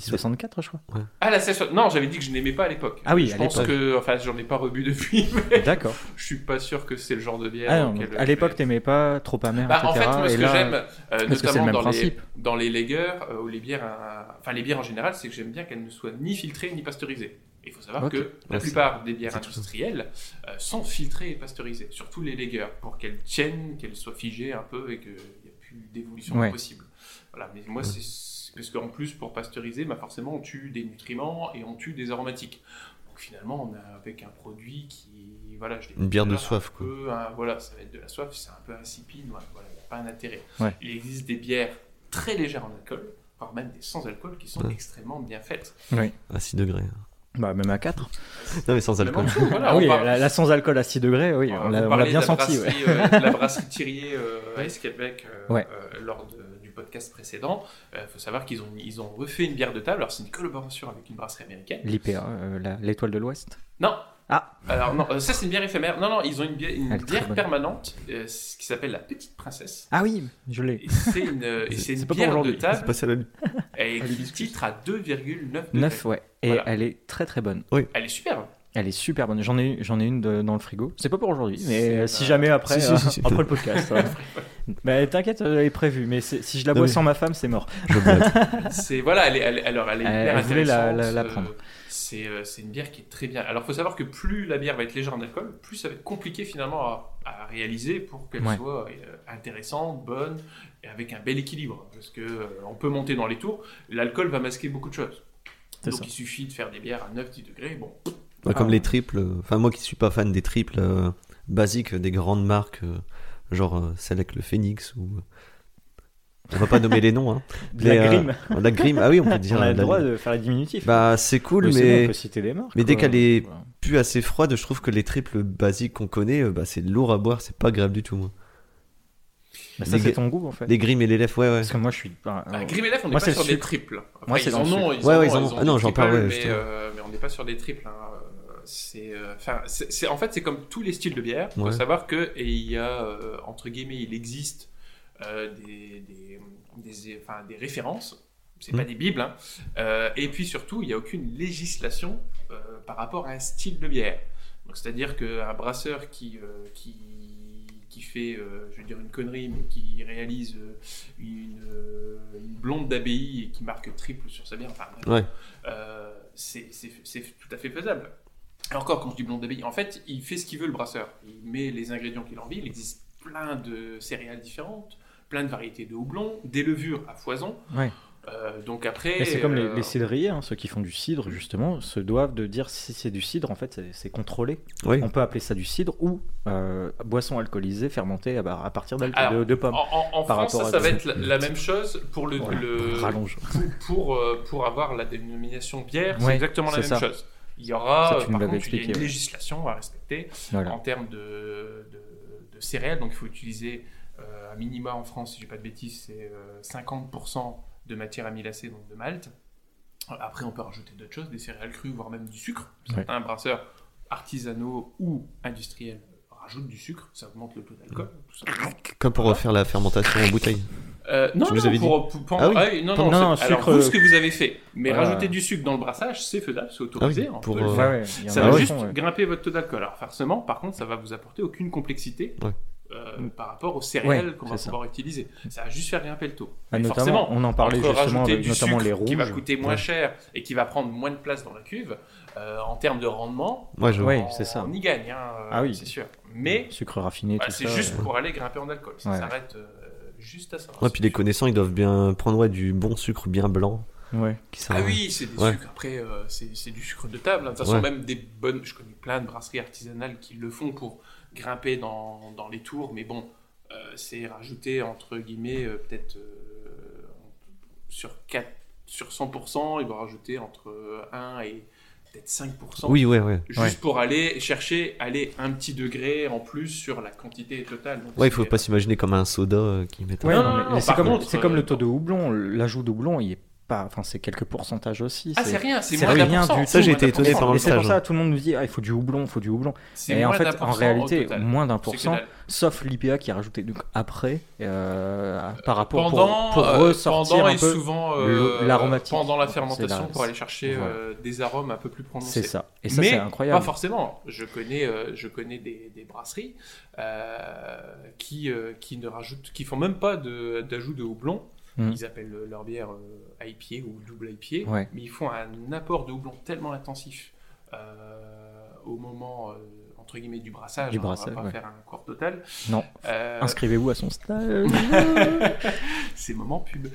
[SPEAKER 3] 64, je crois.
[SPEAKER 4] Ah, la 16 Non, j'avais dit que je n'aimais pas à l'époque.
[SPEAKER 3] Ah oui,
[SPEAKER 4] je
[SPEAKER 3] à
[SPEAKER 4] pense
[SPEAKER 3] l'époque.
[SPEAKER 4] que. Enfin, j'en ai pas rebu depuis, mais
[SPEAKER 3] D'accord.
[SPEAKER 4] je suis pas sûr que c'est le genre de bière.
[SPEAKER 3] Ah non,
[SPEAKER 2] euh,
[SPEAKER 4] auquel
[SPEAKER 3] donc,
[SPEAKER 4] je
[SPEAKER 3] à l'époque,
[SPEAKER 4] vais-
[SPEAKER 3] t'aimais pas trop amer,
[SPEAKER 4] Bah, en fait,
[SPEAKER 3] etc.
[SPEAKER 4] moi, ce
[SPEAKER 3] et
[SPEAKER 4] que
[SPEAKER 3] là,
[SPEAKER 4] j'aime, euh,
[SPEAKER 3] que c'est le
[SPEAKER 4] notamment
[SPEAKER 3] même
[SPEAKER 4] dans,
[SPEAKER 3] principe
[SPEAKER 4] les, dans les lagers, euh, ou les bières, à- enfin les bières en général, c'est que j'aime bien qu'elles ne soient ni filtrées ni pasteurisées. Il faut savoir
[SPEAKER 3] Ok.
[SPEAKER 4] que la
[SPEAKER 2] Ouais,
[SPEAKER 4] plupart des bières
[SPEAKER 2] c'est tout ça.
[SPEAKER 4] industrielles euh, sont filtrées et pasteurisées, surtout les lagers, pour qu'elles tiennent, qu'elles soient figées un peu et qu'il n'y ait plus d'évolution
[SPEAKER 3] Ouais.
[SPEAKER 4] possible. Voilà, mais moi, c'est- c'est parce qu'en plus, pour pasteuriser, bah, forcément, on tue des nutriments et on tue des aromatiques. Donc finalement, on a avec un produit qui, voilà, je l'ai
[SPEAKER 2] Une
[SPEAKER 4] dit
[SPEAKER 2] bière
[SPEAKER 4] tout à
[SPEAKER 2] de
[SPEAKER 4] l'heure,
[SPEAKER 2] soif,
[SPEAKER 4] un
[SPEAKER 3] euh,
[SPEAKER 2] quoi.
[SPEAKER 4] peu, hein, voilà, ça va être de la soif, c'est un peu insipide, ouais, voilà, il n'y a pas un intérêt.
[SPEAKER 3] Ouais.
[SPEAKER 4] Il existe des bières très légères en alcool, voire même des sans alcool, qui sont
[SPEAKER 2] Ouais.
[SPEAKER 4] extrêmement bien faites.
[SPEAKER 2] à 6 degrés.
[SPEAKER 3] bah, même à 4.
[SPEAKER 2] Non, mais sans
[SPEAKER 4] Même en
[SPEAKER 2] alcool.
[SPEAKER 4] dessous, voilà,
[SPEAKER 3] Ah
[SPEAKER 4] on
[SPEAKER 3] oui,
[SPEAKER 4] parle- Ah,
[SPEAKER 3] la, la sans alcool à 6 degrés, oui,
[SPEAKER 4] on
[SPEAKER 3] on l'a- on l'a
[SPEAKER 4] parlait
[SPEAKER 3] bien
[SPEAKER 4] de la
[SPEAKER 3] senti. ouais.
[SPEAKER 4] brasserie, euh, de la brasserie Thierry euh, à Esquelbec euh,
[SPEAKER 3] Ouais.
[SPEAKER 4] euh, lors de- du podcast précédent. Il faut savoir qu'ils ont, ils ont refait une bière de table. Alors, c'est une collaboration avec une brasserie américaine.
[SPEAKER 3] L'IPA, euh, la- l'étoile de l'Ouest.
[SPEAKER 4] Non.
[SPEAKER 3] Ah.
[SPEAKER 4] Alors non, euh, ça c'est une bière éphémère. Non non, ils ont une bière, une
[SPEAKER 3] Elle est très
[SPEAKER 4] bière
[SPEAKER 3] bonne.
[SPEAKER 4] permanente euh, ce qui s'appelle la Petite Princesse.
[SPEAKER 3] Ah oui, je l'ai.
[SPEAKER 4] Et c'est une, euh, et c'est une
[SPEAKER 3] C'est pas pour
[SPEAKER 4] bière de
[SPEAKER 3] aujourd'hui.
[SPEAKER 2] C'est
[SPEAKER 4] table
[SPEAKER 2] passé à la nuit.
[SPEAKER 4] et
[SPEAKER 3] Ah,
[SPEAKER 4] qui
[SPEAKER 3] l'excuse.
[SPEAKER 4] titre à 2,9 degrés.
[SPEAKER 3] 9, ouais. Et
[SPEAKER 4] Voilà.
[SPEAKER 3] elle est très très bonne.
[SPEAKER 4] Elle est hein. superbe.
[SPEAKER 3] Elle est super bonne. J'en ai, j'en ai une de- dans le frigo. C'est pas pour aujourd'hui, mais
[SPEAKER 4] C'est,
[SPEAKER 3] euh, si
[SPEAKER 4] euh,
[SPEAKER 3] jamais après,
[SPEAKER 2] si, si,
[SPEAKER 3] euh,
[SPEAKER 2] si, si.
[SPEAKER 3] après le podcast. hein. bah, t'inquiète, euh, elle est prévue, mais c'est- si je la
[SPEAKER 2] Non,
[SPEAKER 3] bois
[SPEAKER 2] mais-
[SPEAKER 3] sans ma femme, c'est mort.
[SPEAKER 2] Je blague.
[SPEAKER 4] C'est voilà, elle est, elle, est- alors elle est
[SPEAKER 3] Elle-
[SPEAKER 4] hyper
[SPEAKER 3] elle voulait la-
[SPEAKER 4] intéressante.
[SPEAKER 3] la- la
[SPEAKER 4] euh,
[SPEAKER 3] prendre.
[SPEAKER 4] c'est euh, c'est une bière qui est très bien. Alors faut savoir que plus la bière va être légère en alcool, plus ça va être compliqué finalement à, à réaliser pour qu'elle
[SPEAKER 3] Ouais.
[SPEAKER 4] soit euh, intéressante, bonne et avec un bel équilibre parce que euh, on peut monter dans les tours, l'alcool va masquer beaucoup de choses.
[SPEAKER 3] C'est
[SPEAKER 4] Donc
[SPEAKER 3] ça.
[SPEAKER 4] il suffit de faire des bières à 9 10 degrés, bon,
[SPEAKER 2] Bah,
[SPEAKER 4] Ah.
[SPEAKER 2] Comme les triples. euh, Enfin, moi qui suis pas fan des triples euh, basiques euh, des grandes marques, euh, genre euh, celle avec le Phoenix ou. euh, On va pas nommer les noms, hein.
[SPEAKER 3] De la
[SPEAKER 2] Mais, euh,
[SPEAKER 3] grime.
[SPEAKER 2] La Grim, ah oui, on peut dire.
[SPEAKER 3] on a
[SPEAKER 2] la-
[SPEAKER 3] le droit de faire les diminutifs.
[SPEAKER 2] Bah, c'est cool,
[SPEAKER 3] Mais
[SPEAKER 2] mais,
[SPEAKER 3] sinon, on peut citer des marques.
[SPEAKER 2] mais dès
[SPEAKER 3] quoi.
[SPEAKER 2] qu'elle est-
[SPEAKER 3] Voilà.
[SPEAKER 2] plus assez froide, je trouve que les triples basiques qu'on connaît, euh, bah, c'est lourd à boire, c'est pas grave du tout. Moi.
[SPEAKER 3] Bah, ça,
[SPEAKER 2] les-
[SPEAKER 3] c'est ton goût en fait.
[SPEAKER 2] Les Grimm et les Lef, ouais, ouais.
[SPEAKER 3] Parce que moi, je suis. pas-
[SPEAKER 4] Bah, Grimelef, on
[SPEAKER 3] Ah,
[SPEAKER 4] n'est
[SPEAKER 3] Moi,
[SPEAKER 4] pas
[SPEAKER 3] c'est le
[SPEAKER 4] sur des
[SPEAKER 3] sucre.
[SPEAKER 4] triples. Après,
[SPEAKER 3] Moi, c'est
[SPEAKER 4] ils
[SPEAKER 3] dans
[SPEAKER 4] en
[SPEAKER 3] le
[SPEAKER 4] ont,
[SPEAKER 3] sucre.
[SPEAKER 4] ils
[SPEAKER 2] Ouais,
[SPEAKER 4] en
[SPEAKER 2] ouais,
[SPEAKER 4] ont,
[SPEAKER 2] ils en
[SPEAKER 4] ils
[SPEAKER 2] ont.
[SPEAKER 4] ont
[SPEAKER 2] Ah
[SPEAKER 4] des
[SPEAKER 2] non, j'en parle,
[SPEAKER 4] triples,
[SPEAKER 2] ouais,
[SPEAKER 4] mais,
[SPEAKER 2] justement.
[SPEAKER 4] euh, mais on n'est pas sur des triples. hein. Euh, C'est, euh, enfin, c'est, c'est- en fait, c'est comme tous les styles de bière. Il
[SPEAKER 2] Ouais.
[SPEAKER 4] faut savoir que et il y a euh, entre guillemets, il existe euh, des, des, des- enfin, des références. C'est
[SPEAKER 2] Mm.
[SPEAKER 3] Hmm.
[SPEAKER 4] pas des bibles. hein. Euh, et puis surtout, il n'y a aucune législation euh, par rapport à un style de bière. Donc, C'est-à-dire qu'un brasseur qui, euh, qui, qui fait, euh, je veux dire, une connerie, mais qui réalise euh, une, euh, une blonde d'abbaye et qui marque triple sur sa bière, enfin, bref,
[SPEAKER 2] Ouais.
[SPEAKER 4] euh, c'est c'est- c'est tout à fait faisable. Et encore, quand je dis blonde d'abbaye, en fait, il fait ce qu'il veut le brasseur. Il met les ingrédients qu'il a envie. Il existe plein de céréales différentes, plein de variétés de houblon, des levures à foison.
[SPEAKER 3] Ouais.
[SPEAKER 4] Euh, donc après.
[SPEAKER 3] Mais c'est comme les,
[SPEAKER 4] euh,
[SPEAKER 3] les cidriers, hein, ceux qui font du cidre, justement, se doivent de dire si c'est du cidre, en fait, c'est- c'est contrôlé.
[SPEAKER 2] Oui.
[SPEAKER 3] On peut appeler ça du cidre ou euh, boisson alcoolisée fermentée à, à partir d'alcool-
[SPEAKER 4] Alors,
[SPEAKER 3] de, de pommes.
[SPEAKER 4] En, en- en
[SPEAKER 3] par
[SPEAKER 4] France, ça,
[SPEAKER 3] rapport à
[SPEAKER 4] ça va
[SPEAKER 3] des-
[SPEAKER 4] être la, la même chose pour le,
[SPEAKER 3] Voilà,
[SPEAKER 4] le-
[SPEAKER 3] Rallonge.
[SPEAKER 4] pour euh, pour avoir la dénomination bière, c'est
[SPEAKER 3] Ouais,
[SPEAKER 4] exactement la
[SPEAKER 3] c'est
[SPEAKER 4] même
[SPEAKER 3] ça.
[SPEAKER 4] chose. Il y aura
[SPEAKER 3] Ça,
[SPEAKER 4] euh,
[SPEAKER 3] tu nous
[SPEAKER 4] par
[SPEAKER 3] l'avais
[SPEAKER 4] contre, il y a
[SPEAKER 3] expliqué,
[SPEAKER 4] une
[SPEAKER 3] ouais.
[SPEAKER 4] législation à respecter.
[SPEAKER 3] Voilà.
[SPEAKER 4] en termes de, de- de céréales. Donc il faut utiliser euh, un minima en France, si je dis pas de bêtises, c'est euh, 50% de matière amylacée, donc de malt. Après, on peut rajouter d'autres choses, des céréales crues, voire même du sucre. Certains brasseurs artisanaux ou industriels rajoutent du sucre, ça augmente le taux d'alcool. tout simplement.
[SPEAKER 2] Comme pour refaire la fermentation en bouteille.
[SPEAKER 4] Euh, non,
[SPEAKER 2] Tu
[SPEAKER 4] non,
[SPEAKER 2] nous avais
[SPEAKER 4] pour, pour- pour-
[SPEAKER 2] Ah oui.
[SPEAKER 4] ah oui, non,
[SPEAKER 3] Pour-
[SPEAKER 4] non,
[SPEAKER 3] non,
[SPEAKER 4] c'est-
[SPEAKER 3] non,
[SPEAKER 4] alors
[SPEAKER 3] sucre- euh,
[SPEAKER 4] vous, ce que vous avez fait, mais
[SPEAKER 3] Voilà.
[SPEAKER 4] rajouter du sucre dans le brassage, c'est faisable, c'est autorisé,
[SPEAKER 2] Ah oui,
[SPEAKER 4] on
[SPEAKER 2] pour,
[SPEAKER 4] peut le
[SPEAKER 2] euh,
[SPEAKER 4] faire.
[SPEAKER 3] Ouais, ouais, il y en
[SPEAKER 4] Ça
[SPEAKER 3] a
[SPEAKER 4] va
[SPEAKER 3] qui
[SPEAKER 4] juste
[SPEAKER 3] font, ouais.
[SPEAKER 4] grimper votre taux d'alcool. Alors forcément, par contre, ça va vous apporter aucune complexité
[SPEAKER 2] Ouais.
[SPEAKER 4] euh, par rapport aux céréales
[SPEAKER 3] Mm. Ouais,
[SPEAKER 4] qu'on va
[SPEAKER 3] c'est ça. Mm.
[SPEAKER 4] pouvoir utiliser. Ça va juste faire grimper le taux.
[SPEAKER 3] Ah,
[SPEAKER 4] Mais
[SPEAKER 3] notamment, on en parlait
[SPEAKER 4] entre
[SPEAKER 3] justement
[SPEAKER 4] rajouter
[SPEAKER 3] avec
[SPEAKER 4] du
[SPEAKER 3] notamment
[SPEAKER 4] sucre
[SPEAKER 3] les rouges.
[SPEAKER 4] qui va coûter moins
[SPEAKER 3] Ouais.
[SPEAKER 4] cher et qui va prendre moins de place dans la cuve, euh, en termes de rendement,
[SPEAKER 2] Moi, je.
[SPEAKER 3] Ouais.
[SPEAKER 4] on-
[SPEAKER 3] c'est ça.
[SPEAKER 4] on y gagne, hein, euh,
[SPEAKER 3] Ah oui.
[SPEAKER 4] c'est sûr. Mais
[SPEAKER 3] Sucre raffiné,
[SPEAKER 4] voilà,
[SPEAKER 3] tout
[SPEAKER 4] c'est
[SPEAKER 3] ça.
[SPEAKER 4] juste
[SPEAKER 3] euh,
[SPEAKER 4] pour aller grimper en alcool. Ça
[SPEAKER 3] Ouais.
[SPEAKER 4] s'arrête euh, juste à ça.
[SPEAKER 2] Ouais, puis les connaissants, ils doivent bien prendre ouais, du bon sucre bien blanc.
[SPEAKER 3] Ouais.
[SPEAKER 2] qui
[SPEAKER 4] Ah
[SPEAKER 2] sont-
[SPEAKER 4] oui, c'est des
[SPEAKER 2] Ouais.
[SPEAKER 4] sucres. Après, euh, c'est c'est du sucre de table. hein. De toute façon,
[SPEAKER 2] Ouais.
[SPEAKER 4] même des bonnes. Je connais plein de brasseries artisanales qui le font pour grimper dans, dans les tours, mais bon, euh, c'est rajouté entre guillemets, euh, peut-être euh, sur 4, sur 100%, ils vont rajouter entre euh, 1 et peut-être 5%.
[SPEAKER 2] Oui, ouais, ouais.
[SPEAKER 4] Juste
[SPEAKER 3] Ouais.
[SPEAKER 4] pour aller chercher, aller un petit degré en plus sur la quantité totale. Donc,
[SPEAKER 2] Ouais, il faut
[SPEAKER 4] c'est-
[SPEAKER 2] pas s'imaginer comme un soda euh, qui met.
[SPEAKER 3] Ouais,
[SPEAKER 4] Non,
[SPEAKER 3] non,
[SPEAKER 4] non,
[SPEAKER 3] mais
[SPEAKER 4] non, non,
[SPEAKER 3] c'est
[SPEAKER 4] par
[SPEAKER 3] comme,
[SPEAKER 4] contre,
[SPEAKER 3] c'est comme
[SPEAKER 4] euh,
[SPEAKER 3] le taux de houblon, l'ajout de houblon, il est pas, enfin c'est quelques pourcentages aussi.
[SPEAKER 4] Ah, c'est rien, c'est
[SPEAKER 3] c'est
[SPEAKER 4] moins
[SPEAKER 3] rien
[SPEAKER 4] d'un pour
[SPEAKER 3] du
[SPEAKER 4] cent.
[SPEAKER 3] tout. Ça,
[SPEAKER 2] j'ai
[SPEAKER 4] moins
[SPEAKER 2] été
[SPEAKER 4] d'un
[SPEAKER 2] étonné
[SPEAKER 4] pour cent.
[SPEAKER 2] pendant
[SPEAKER 3] Et
[SPEAKER 2] le
[SPEAKER 3] c'est pour
[SPEAKER 2] stage,
[SPEAKER 3] ça
[SPEAKER 2] ouais.
[SPEAKER 3] tout le monde nous dit ah, il faut du houblon, il faut du houblon.
[SPEAKER 4] C'est
[SPEAKER 3] Et en
[SPEAKER 4] moins d'un
[SPEAKER 3] fait,
[SPEAKER 4] pour
[SPEAKER 3] en
[SPEAKER 4] cent au
[SPEAKER 3] réalité,
[SPEAKER 4] total.
[SPEAKER 3] moins d'un
[SPEAKER 4] C'est
[SPEAKER 3] pour
[SPEAKER 4] que
[SPEAKER 3] cent,
[SPEAKER 4] dalle.
[SPEAKER 3] sauf l'IPA qui est rajouté donc après euh, par rapport
[SPEAKER 4] pendant,
[SPEAKER 3] pour, pour
[SPEAKER 4] euh,
[SPEAKER 3] ressortir
[SPEAKER 4] pendant
[SPEAKER 3] un
[SPEAKER 4] et
[SPEAKER 3] peu.
[SPEAKER 4] souvent euh,
[SPEAKER 3] le- l'aromatique.
[SPEAKER 4] pendant la
[SPEAKER 3] C'est
[SPEAKER 4] fermentation
[SPEAKER 3] la-
[SPEAKER 4] pour aller chercher
[SPEAKER 3] voilà.
[SPEAKER 4] euh, des arômes un peu plus prononcés.
[SPEAKER 3] C'est ça. Et ça
[SPEAKER 4] Mais
[SPEAKER 3] c'est incroyable.
[SPEAKER 4] Pas forcément. Je connais, euh, je connais des, des brasseries euh, qui, euh, qui ne rajoutent, qui font même pas de- d'ajout de, houblon.
[SPEAKER 3] Mm.
[SPEAKER 4] Ils appellent euh, leur bière euh, IPA ou double IPA,
[SPEAKER 3] Ouais.
[SPEAKER 4] mais ils font un apport de houblon tellement intensif euh, au moment euh, entre guillemets du brassage.
[SPEAKER 3] Du
[SPEAKER 4] hein, on va
[SPEAKER 3] brassage,
[SPEAKER 4] pas
[SPEAKER 3] ouais.
[SPEAKER 4] faire un corps total.
[SPEAKER 3] Non.
[SPEAKER 4] Euh,
[SPEAKER 3] Inscrivez-vous à son stage.
[SPEAKER 4] C'est moment pub.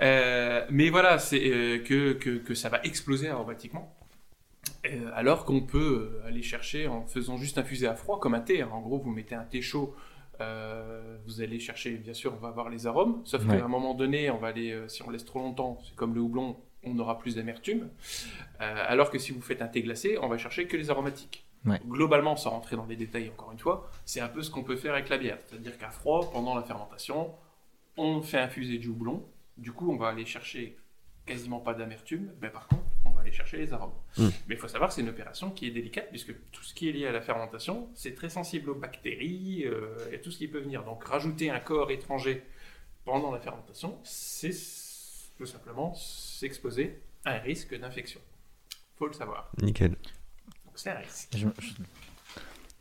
[SPEAKER 4] Euh, mais voilà, c'est euh, que, que, que ça va exploser aromatiquement. Euh, alors qu'on peut euh, aller chercher en faisant juste infuser à froid comme un thé. hein. En gros, vous mettez un thé chaud, euh, vous allez chercher, bien sûr, on va avoir les arômes. Sauf
[SPEAKER 3] Ouais.
[SPEAKER 4] qu'à un moment donné, on va aller, euh, si on laisse trop longtemps, c'est comme le houblon, on aura plus d'amertume. Euh, alors que si vous faites un thé glacé, on va chercher que les aromatiques.
[SPEAKER 3] Ouais.
[SPEAKER 4] Globalement, sans rentrer dans les détails encore une fois, c'est un peu ce qu'on peut faire avec la bière. C'est-à-dire qu'à froid, pendant la fermentation, on fait infuser du houblon. Du coup, on va aller chercher quasiment pas d'amertume. Mais par contre, on va aller chercher les arômes.
[SPEAKER 2] Mm.
[SPEAKER 4] Mais il faut savoir que c'est une opération qui est délicate puisque tout ce qui est lié à la fermentation, c'est très sensible aux bactéries euh, et tout ce qui peut venir. Donc, rajouter un corps étranger pendant la fermentation, c'est s- tout simplement s'exposer à un risque d'infection. Faut le savoir.
[SPEAKER 2] Nickel.
[SPEAKER 4] Donc, C'est un risque.
[SPEAKER 3] Je, je-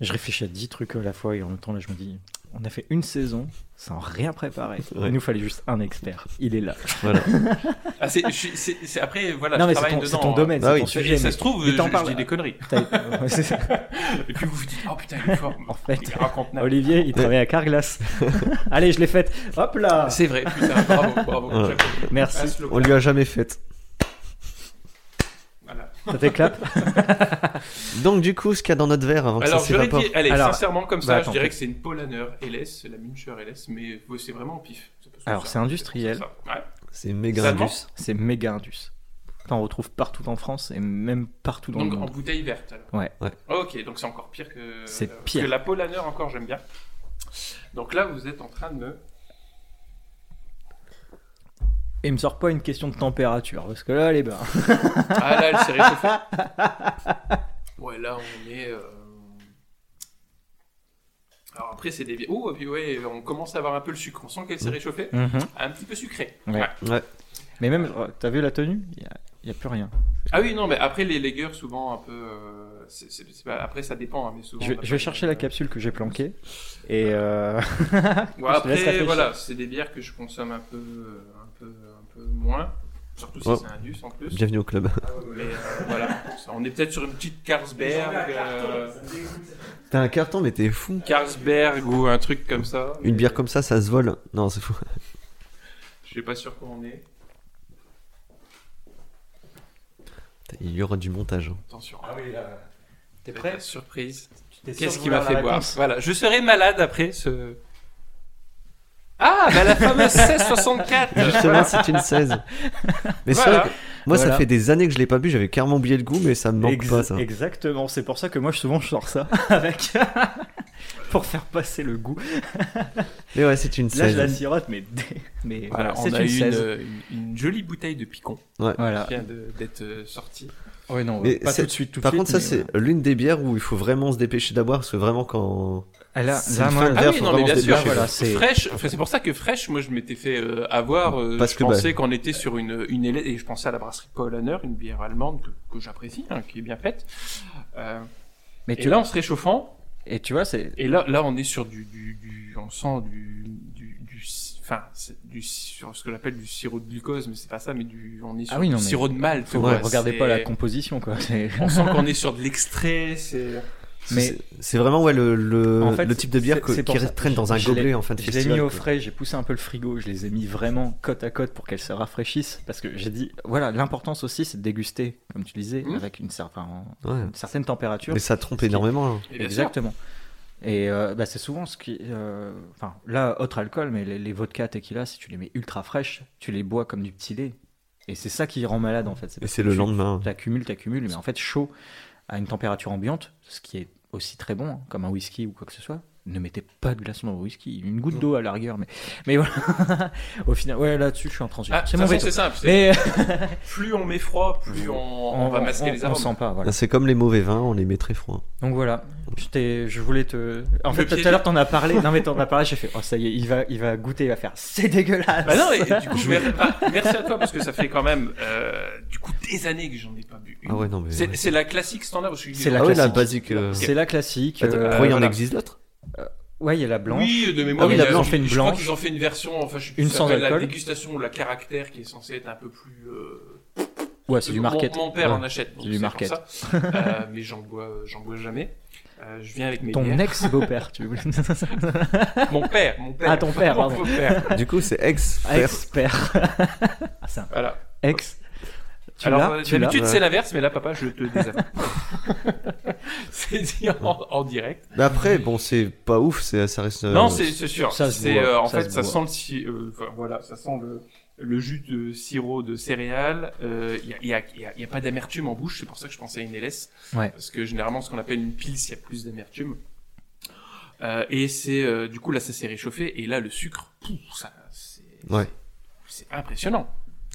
[SPEAKER 3] je réfléchis à 10 trucs à la fois et en même temps, là, je me dis, on a fait une saison sans rien préparer.
[SPEAKER 2] Ouais.
[SPEAKER 3] Il nous fallait juste un expert. Il est là.
[SPEAKER 4] Bah,
[SPEAKER 2] Voilà.
[SPEAKER 4] Ah, c'est- je suis- c'est- c'est- après, voilà,
[SPEAKER 3] non,
[SPEAKER 4] je
[SPEAKER 3] mais c'est
[SPEAKER 4] travaille
[SPEAKER 3] ton, c'est
[SPEAKER 4] dedans.
[SPEAKER 3] ton
[SPEAKER 4] hein.
[SPEAKER 3] domaine,
[SPEAKER 2] Bah
[SPEAKER 3] c'est
[SPEAKER 2] oui.
[SPEAKER 3] ton
[SPEAKER 4] Et
[SPEAKER 3] sujet.
[SPEAKER 4] ça
[SPEAKER 3] mais
[SPEAKER 4] se trouve,
[SPEAKER 3] mais
[SPEAKER 4] je,
[SPEAKER 3] t'en
[SPEAKER 4] je
[SPEAKER 3] parles.
[SPEAKER 4] dis des conneries.
[SPEAKER 3] t'as- ouais, c'est ça.
[SPEAKER 4] Et puis vous vous dites, oh putain, il est fort.
[SPEAKER 3] En fait,
[SPEAKER 4] il est incontenable.
[SPEAKER 3] Olivier, il travaille à Carglass. Allez, je l'ai faite. Hop là
[SPEAKER 4] C'est vrai, putain, bravo, bravo.
[SPEAKER 2] Ouais.
[SPEAKER 4] Chapeau.
[SPEAKER 3] Ah. Merci.
[SPEAKER 4] Passe le
[SPEAKER 2] On lui a jamais fait.
[SPEAKER 4] Voilà.
[SPEAKER 3] T'as tes claps
[SPEAKER 2] Donc, du coup, ce qu'il y a dans notre verre avant que
[SPEAKER 4] Alors,
[SPEAKER 2] ça
[SPEAKER 4] je
[SPEAKER 2] s'évapore.
[SPEAKER 4] dirais, allez,
[SPEAKER 3] Alors,
[SPEAKER 4] sincèrement, comme
[SPEAKER 3] bah,
[SPEAKER 4] ça,
[SPEAKER 3] attends.
[SPEAKER 4] je dirais que c'est une Polaner LS, la Muncher LS, mais ouais, c'est vraiment au pif. C'est parce que
[SPEAKER 3] Alors,
[SPEAKER 4] ça-
[SPEAKER 3] c'est industriel.
[SPEAKER 4] c'est pour ça. Ouais.
[SPEAKER 2] C'est
[SPEAKER 4] C'est
[SPEAKER 2] méga
[SPEAKER 4] allemand
[SPEAKER 2] indus.
[SPEAKER 3] C'est méga indus. T'en retrouves partout en France et même partout dans
[SPEAKER 4] Donc,
[SPEAKER 3] le
[SPEAKER 4] en
[SPEAKER 3] monde.
[SPEAKER 4] bouteille verte, alors. Oh,
[SPEAKER 3] Ouais.
[SPEAKER 2] Ouais.
[SPEAKER 4] Ok, donc c'est encore pire que,
[SPEAKER 3] C'est
[SPEAKER 4] euh,
[SPEAKER 3] pire.
[SPEAKER 4] que la Polaner, encore, j'aime bien. Donc là, vous êtes en train de me.
[SPEAKER 3] Et il me sort pas une question de température, parce que là, les bains.
[SPEAKER 4] Ah là, elle s'est réchauffée. Ouais, là, on est. euh, Alors après, c'est des. bi- Oh, et puis ouais, on commence à avoir un peu le sucre. On sent qu'elle s'est réchauffée. Un petit peu sucrée.
[SPEAKER 3] Mm. Ouais.
[SPEAKER 2] Ouais.
[SPEAKER 3] Mais même, euh, t'as vu la tenue Il n'y a, plus rien.
[SPEAKER 4] Ah oui, non, mais après, les lagers, souvent, un peu... euh, c'est- c'est- c'est pas- après, ça dépend, hein, mais souvent...
[SPEAKER 3] Je,
[SPEAKER 4] on a
[SPEAKER 3] je
[SPEAKER 4] pas-
[SPEAKER 3] vais chercher la capsule que j'ai planquée. Et euh,
[SPEAKER 4] Ouais,
[SPEAKER 3] Je te laisse
[SPEAKER 4] après,
[SPEAKER 3] réfléchir.
[SPEAKER 4] voilà, c'est des bières que je consomme un peu, euh, un peu, un peu moins, surtout si
[SPEAKER 2] Ouais.
[SPEAKER 4] c'est indus, en plus.
[SPEAKER 2] Bienvenue au club.
[SPEAKER 4] Mais euh, voilà, Ça, on est peut-être sur une petite Carlsberg, euh,
[SPEAKER 2] T'as un carton, mais t'es fou.
[SPEAKER 4] Carlsberg ou un truc comme ça.
[SPEAKER 2] Une bière comme ça, ça se vole. Non, c'est fou.
[SPEAKER 4] Je suis pas sûr qu'on est.
[SPEAKER 2] Il y aura du montage. hein.
[SPEAKER 4] Attention.
[SPEAKER 3] Ah T'es
[SPEAKER 4] La Surprise.
[SPEAKER 3] T'es sûr
[SPEAKER 4] Qu'est-ce
[SPEAKER 3] de
[SPEAKER 4] qui m'a
[SPEAKER 3] vouloir
[SPEAKER 4] fait
[SPEAKER 3] la
[SPEAKER 4] boire
[SPEAKER 3] réponse
[SPEAKER 4] Voilà, je serai malade après ce... Ah, bah la fameuse 1664
[SPEAKER 2] Justement, c'est une 16. Mais c'est
[SPEAKER 4] Voilà.
[SPEAKER 2] vrai que moi, ça
[SPEAKER 3] Voilà.
[SPEAKER 2] fait des années que je l'ai pas bu. J'avais carrément oublié le goût, mais ça me manque
[SPEAKER 3] Ex-
[SPEAKER 2] pas, ça.
[SPEAKER 3] Exactement, c'est pour ça que moi je- souvent je sors ça avec pour faire passer le goût.
[SPEAKER 2] Mais ouais, c'est une
[SPEAKER 3] Là je
[SPEAKER 2] 16.
[SPEAKER 3] la sirote mais mais
[SPEAKER 4] Voilà,
[SPEAKER 3] c'est Ah.
[SPEAKER 4] on a eu une, euh,
[SPEAKER 3] 16.
[SPEAKER 4] une- une jolie bouteille de picon
[SPEAKER 3] Voilà.
[SPEAKER 4] qui vient de- d'être euh, sortie.
[SPEAKER 2] Ah,
[SPEAKER 3] Ouais non,
[SPEAKER 2] Mais
[SPEAKER 3] pas
[SPEAKER 2] c'est-
[SPEAKER 3] tout de suite tout de
[SPEAKER 2] Par
[SPEAKER 3] suite,
[SPEAKER 2] contre, ça,
[SPEAKER 3] mais
[SPEAKER 2] c'est
[SPEAKER 3] voilà.
[SPEAKER 2] l'une des bières où il faut vraiment se dépêcher d'avoir, parce que vraiment, quand.
[SPEAKER 3] Ah, là,
[SPEAKER 2] c'est
[SPEAKER 3] là,
[SPEAKER 2] une
[SPEAKER 3] moi,
[SPEAKER 2] fin de
[SPEAKER 3] là,
[SPEAKER 2] verre,
[SPEAKER 4] oui,
[SPEAKER 2] faut
[SPEAKER 4] non, mais
[SPEAKER 2] vraiment
[SPEAKER 4] bien
[SPEAKER 2] se
[SPEAKER 4] sûr,
[SPEAKER 2] dépêcher.
[SPEAKER 3] voilà, c'est
[SPEAKER 4] Fresh, enfin, c'est pour ça que Fresh, moi je m'étais fait euh, avoir. euh,
[SPEAKER 2] Parce
[SPEAKER 4] je
[SPEAKER 2] que, bah,
[SPEAKER 4] pensais qu'on était sur une, une LS, et je pensais à la brasserie Paul Hanner, une bière allemande que, que j'apprécie, hein, qui est bien faite. Euh,
[SPEAKER 3] mais
[SPEAKER 4] et
[SPEAKER 3] tu
[SPEAKER 4] là, en se réchauffant,
[SPEAKER 3] et tu vois c'est
[SPEAKER 4] et là, là, on est sur du, du, du- on sent du, du, du- enfin, c'est du, sur ce que j'appelle du sirop de glucose, mais c'est pas ça, mais du, on est sur
[SPEAKER 3] Ah oui, non,
[SPEAKER 4] du
[SPEAKER 3] mais-
[SPEAKER 4] sirop de malt.
[SPEAKER 3] faut
[SPEAKER 4] quoi,
[SPEAKER 3] regardez pas
[SPEAKER 4] c'est-
[SPEAKER 3] la composition quoi, c'est
[SPEAKER 4] On sent qu'on est sur de l'extrait, c'est.
[SPEAKER 3] Mais-
[SPEAKER 2] C'est- C'est vraiment ouais, le, le,
[SPEAKER 3] En fait,
[SPEAKER 2] le type de bière
[SPEAKER 3] c'est-
[SPEAKER 2] que-
[SPEAKER 3] c'est pour
[SPEAKER 2] qui
[SPEAKER 3] ça.
[SPEAKER 2] traîne dans un
[SPEAKER 3] Je
[SPEAKER 2] gobelet
[SPEAKER 3] l'ai-
[SPEAKER 2] en fin de
[SPEAKER 3] Je l'ai
[SPEAKER 2] festival.
[SPEAKER 3] mis au
[SPEAKER 2] quoi.
[SPEAKER 3] frais, j'ai poussé un peu le frigo, je les ai mis vraiment côte à côte pour qu'elles se rafraîchissent. Parce que j'ai dit, voilà, l'importance aussi c'est de déguster, comme tu disais,
[SPEAKER 4] Mhm.
[SPEAKER 3] avec une, cer- enfin,
[SPEAKER 2] Ouais.
[SPEAKER 3] une certaine température.
[SPEAKER 2] Mmh. Mais ça trompe énormément. hein.
[SPEAKER 4] Et bien sûr.
[SPEAKER 3] Exactement. Et euh, bah, c'est souvent ce qui. euh, Enfin, là, autre alcool, mais les, les vodkas, tequila, si tu les mets ultra fraîches, tu les bois comme du petit lait. Et c'est ça qui rend malade en fait.
[SPEAKER 2] Et
[SPEAKER 3] parce
[SPEAKER 2] c'est
[SPEAKER 3] que
[SPEAKER 2] le
[SPEAKER 3] tu-
[SPEAKER 2] lendemain.
[SPEAKER 3] T'accumules, t'accumules, mais en fait, chaud à une température ambiante, ce qui est aussi très bon, hein, comme un whisky ou quoi que ce soit. Ne mettez pas de glaçons dans vos whisky, une goutte d'eau à la rigueur, mais, mais voilà. Au final, ouais, là-dessus, je suis intransigeant.
[SPEAKER 4] Ah,
[SPEAKER 3] c'est
[SPEAKER 4] de
[SPEAKER 3] mon
[SPEAKER 4] toute façon,
[SPEAKER 3] veto.
[SPEAKER 4] c'est simple. c'est-
[SPEAKER 3] Mais euh,
[SPEAKER 4] Plus on met froid, plus on, on va masquer les
[SPEAKER 3] on
[SPEAKER 4] arômes.
[SPEAKER 3] sent pas, voilà.
[SPEAKER 2] C'est comme les mauvais vins, on les met très froid.
[SPEAKER 3] Donc voilà, je, t'ai- je voulais te. En
[SPEAKER 4] Le
[SPEAKER 3] fait, tout
[SPEAKER 4] piéger.
[SPEAKER 3] à l'heure, t'en as parlé. Non, mais t'en as parlé, j'ai fait, oh, ça y est, il va, il va goûter, il va faire, c'est dégueulasse.
[SPEAKER 4] Bah non, et du coup, mer- ah, merci à toi parce que ça fait quand même euh, du coup des années que j'en ai pas bu. une.
[SPEAKER 2] Ah ouais, non, mais.
[SPEAKER 4] c'est
[SPEAKER 2] ouais.
[SPEAKER 4] c'est la classique standard. parce que je
[SPEAKER 3] C'est
[SPEAKER 4] dis-
[SPEAKER 3] la
[SPEAKER 2] Ah ouais, la basique.
[SPEAKER 3] classique.
[SPEAKER 2] euh,
[SPEAKER 3] C'est la classique.
[SPEAKER 2] Attends,
[SPEAKER 3] euh,
[SPEAKER 2] pourquoi il y en
[SPEAKER 4] voilà.
[SPEAKER 2] existe d'autres
[SPEAKER 3] ouais, il y a la blanche.
[SPEAKER 4] Oui, de mémoire.
[SPEAKER 3] Ah oui,
[SPEAKER 4] il
[SPEAKER 3] la
[SPEAKER 4] y a-
[SPEAKER 3] blanche,
[SPEAKER 4] je-
[SPEAKER 3] fait une
[SPEAKER 4] je crois
[SPEAKER 3] blanche.
[SPEAKER 4] qu'ils ont fait une version, enfin, je sais plus
[SPEAKER 3] Une
[SPEAKER 4] ça
[SPEAKER 3] sans
[SPEAKER 4] s'appelle, la
[SPEAKER 3] alcool.
[SPEAKER 4] dégustation ou la caractère qui est censée être un peu plus. euh,
[SPEAKER 3] Ouais, c'est du
[SPEAKER 4] mon-
[SPEAKER 3] market.
[SPEAKER 4] Mon, père
[SPEAKER 3] Ouais.
[SPEAKER 4] en achète. donc
[SPEAKER 3] C'est du
[SPEAKER 4] c'est pour
[SPEAKER 3] market.
[SPEAKER 4] ça. Euh, mais j'en bois, euh, j'en bois jamais. Euh, je viens avec mes
[SPEAKER 3] Ton
[SPEAKER 4] bières.
[SPEAKER 3] ex-beau-père, tu voulais.
[SPEAKER 4] Mon père, mon père.
[SPEAKER 3] ah, ton père,
[SPEAKER 4] Mon
[SPEAKER 3] pardon.
[SPEAKER 4] père.
[SPEAKER 2] Du coup, c'est ex.
[SPEAKER 3] Ex-père. ah, c'est un
[SPEAKER 4] Voilà.
[SPEAKER 3] ex. Tu
[SPEAKER 4] Alors,
[SPEAKER 3] l'as
[SPEAKER 4] euh,
[SPEAKER 3] Tu l'as
[SPEAKER 4] d'habitude,
[SPEAKER 2] Ouais.
[SPEAKER 4] c'est l'inverse, mais là, papa, je te désavoue. c'est dit en, en direct.
[SPEAKER 2] Mais après, bon, c'est pas ouf, c'est- ça reste. euh,
[SPEAKER 4] non, c'est c'est sûr.
[SPEAKER 3] ça se
[SPEAKER 4] C'est,
[SPEAKER 3] boit,
[SPEAKER 4] euh, en
[SPEAKER 3] ça
[SPEAKER 4] fait,
[SPEAKER 3] se
[SPEAKER 4] ça
[SPEAKER 3] boit.
[SPEAKER 4] sent le, ci- euh, enfin, voilà, ça sent le, le jus de sirop de céréales. Il n'y a, y a- y a- y a pas d'amertume en bouche, c'est pour ça que je pensais à une LS.
[SPEAKER 3] Ouais.
[SPEAKER 4] Parce que généralement, ce qu'on appelle une pils, il y a plus d'amertume. Euh, et c'est, euh, du coup, là, ça s'est réchauffé. Et là, le sucre, pouf, ça, c'est
[SPEAKER 2] Ouais.
[SPEAKER 4] c'est impressionnant.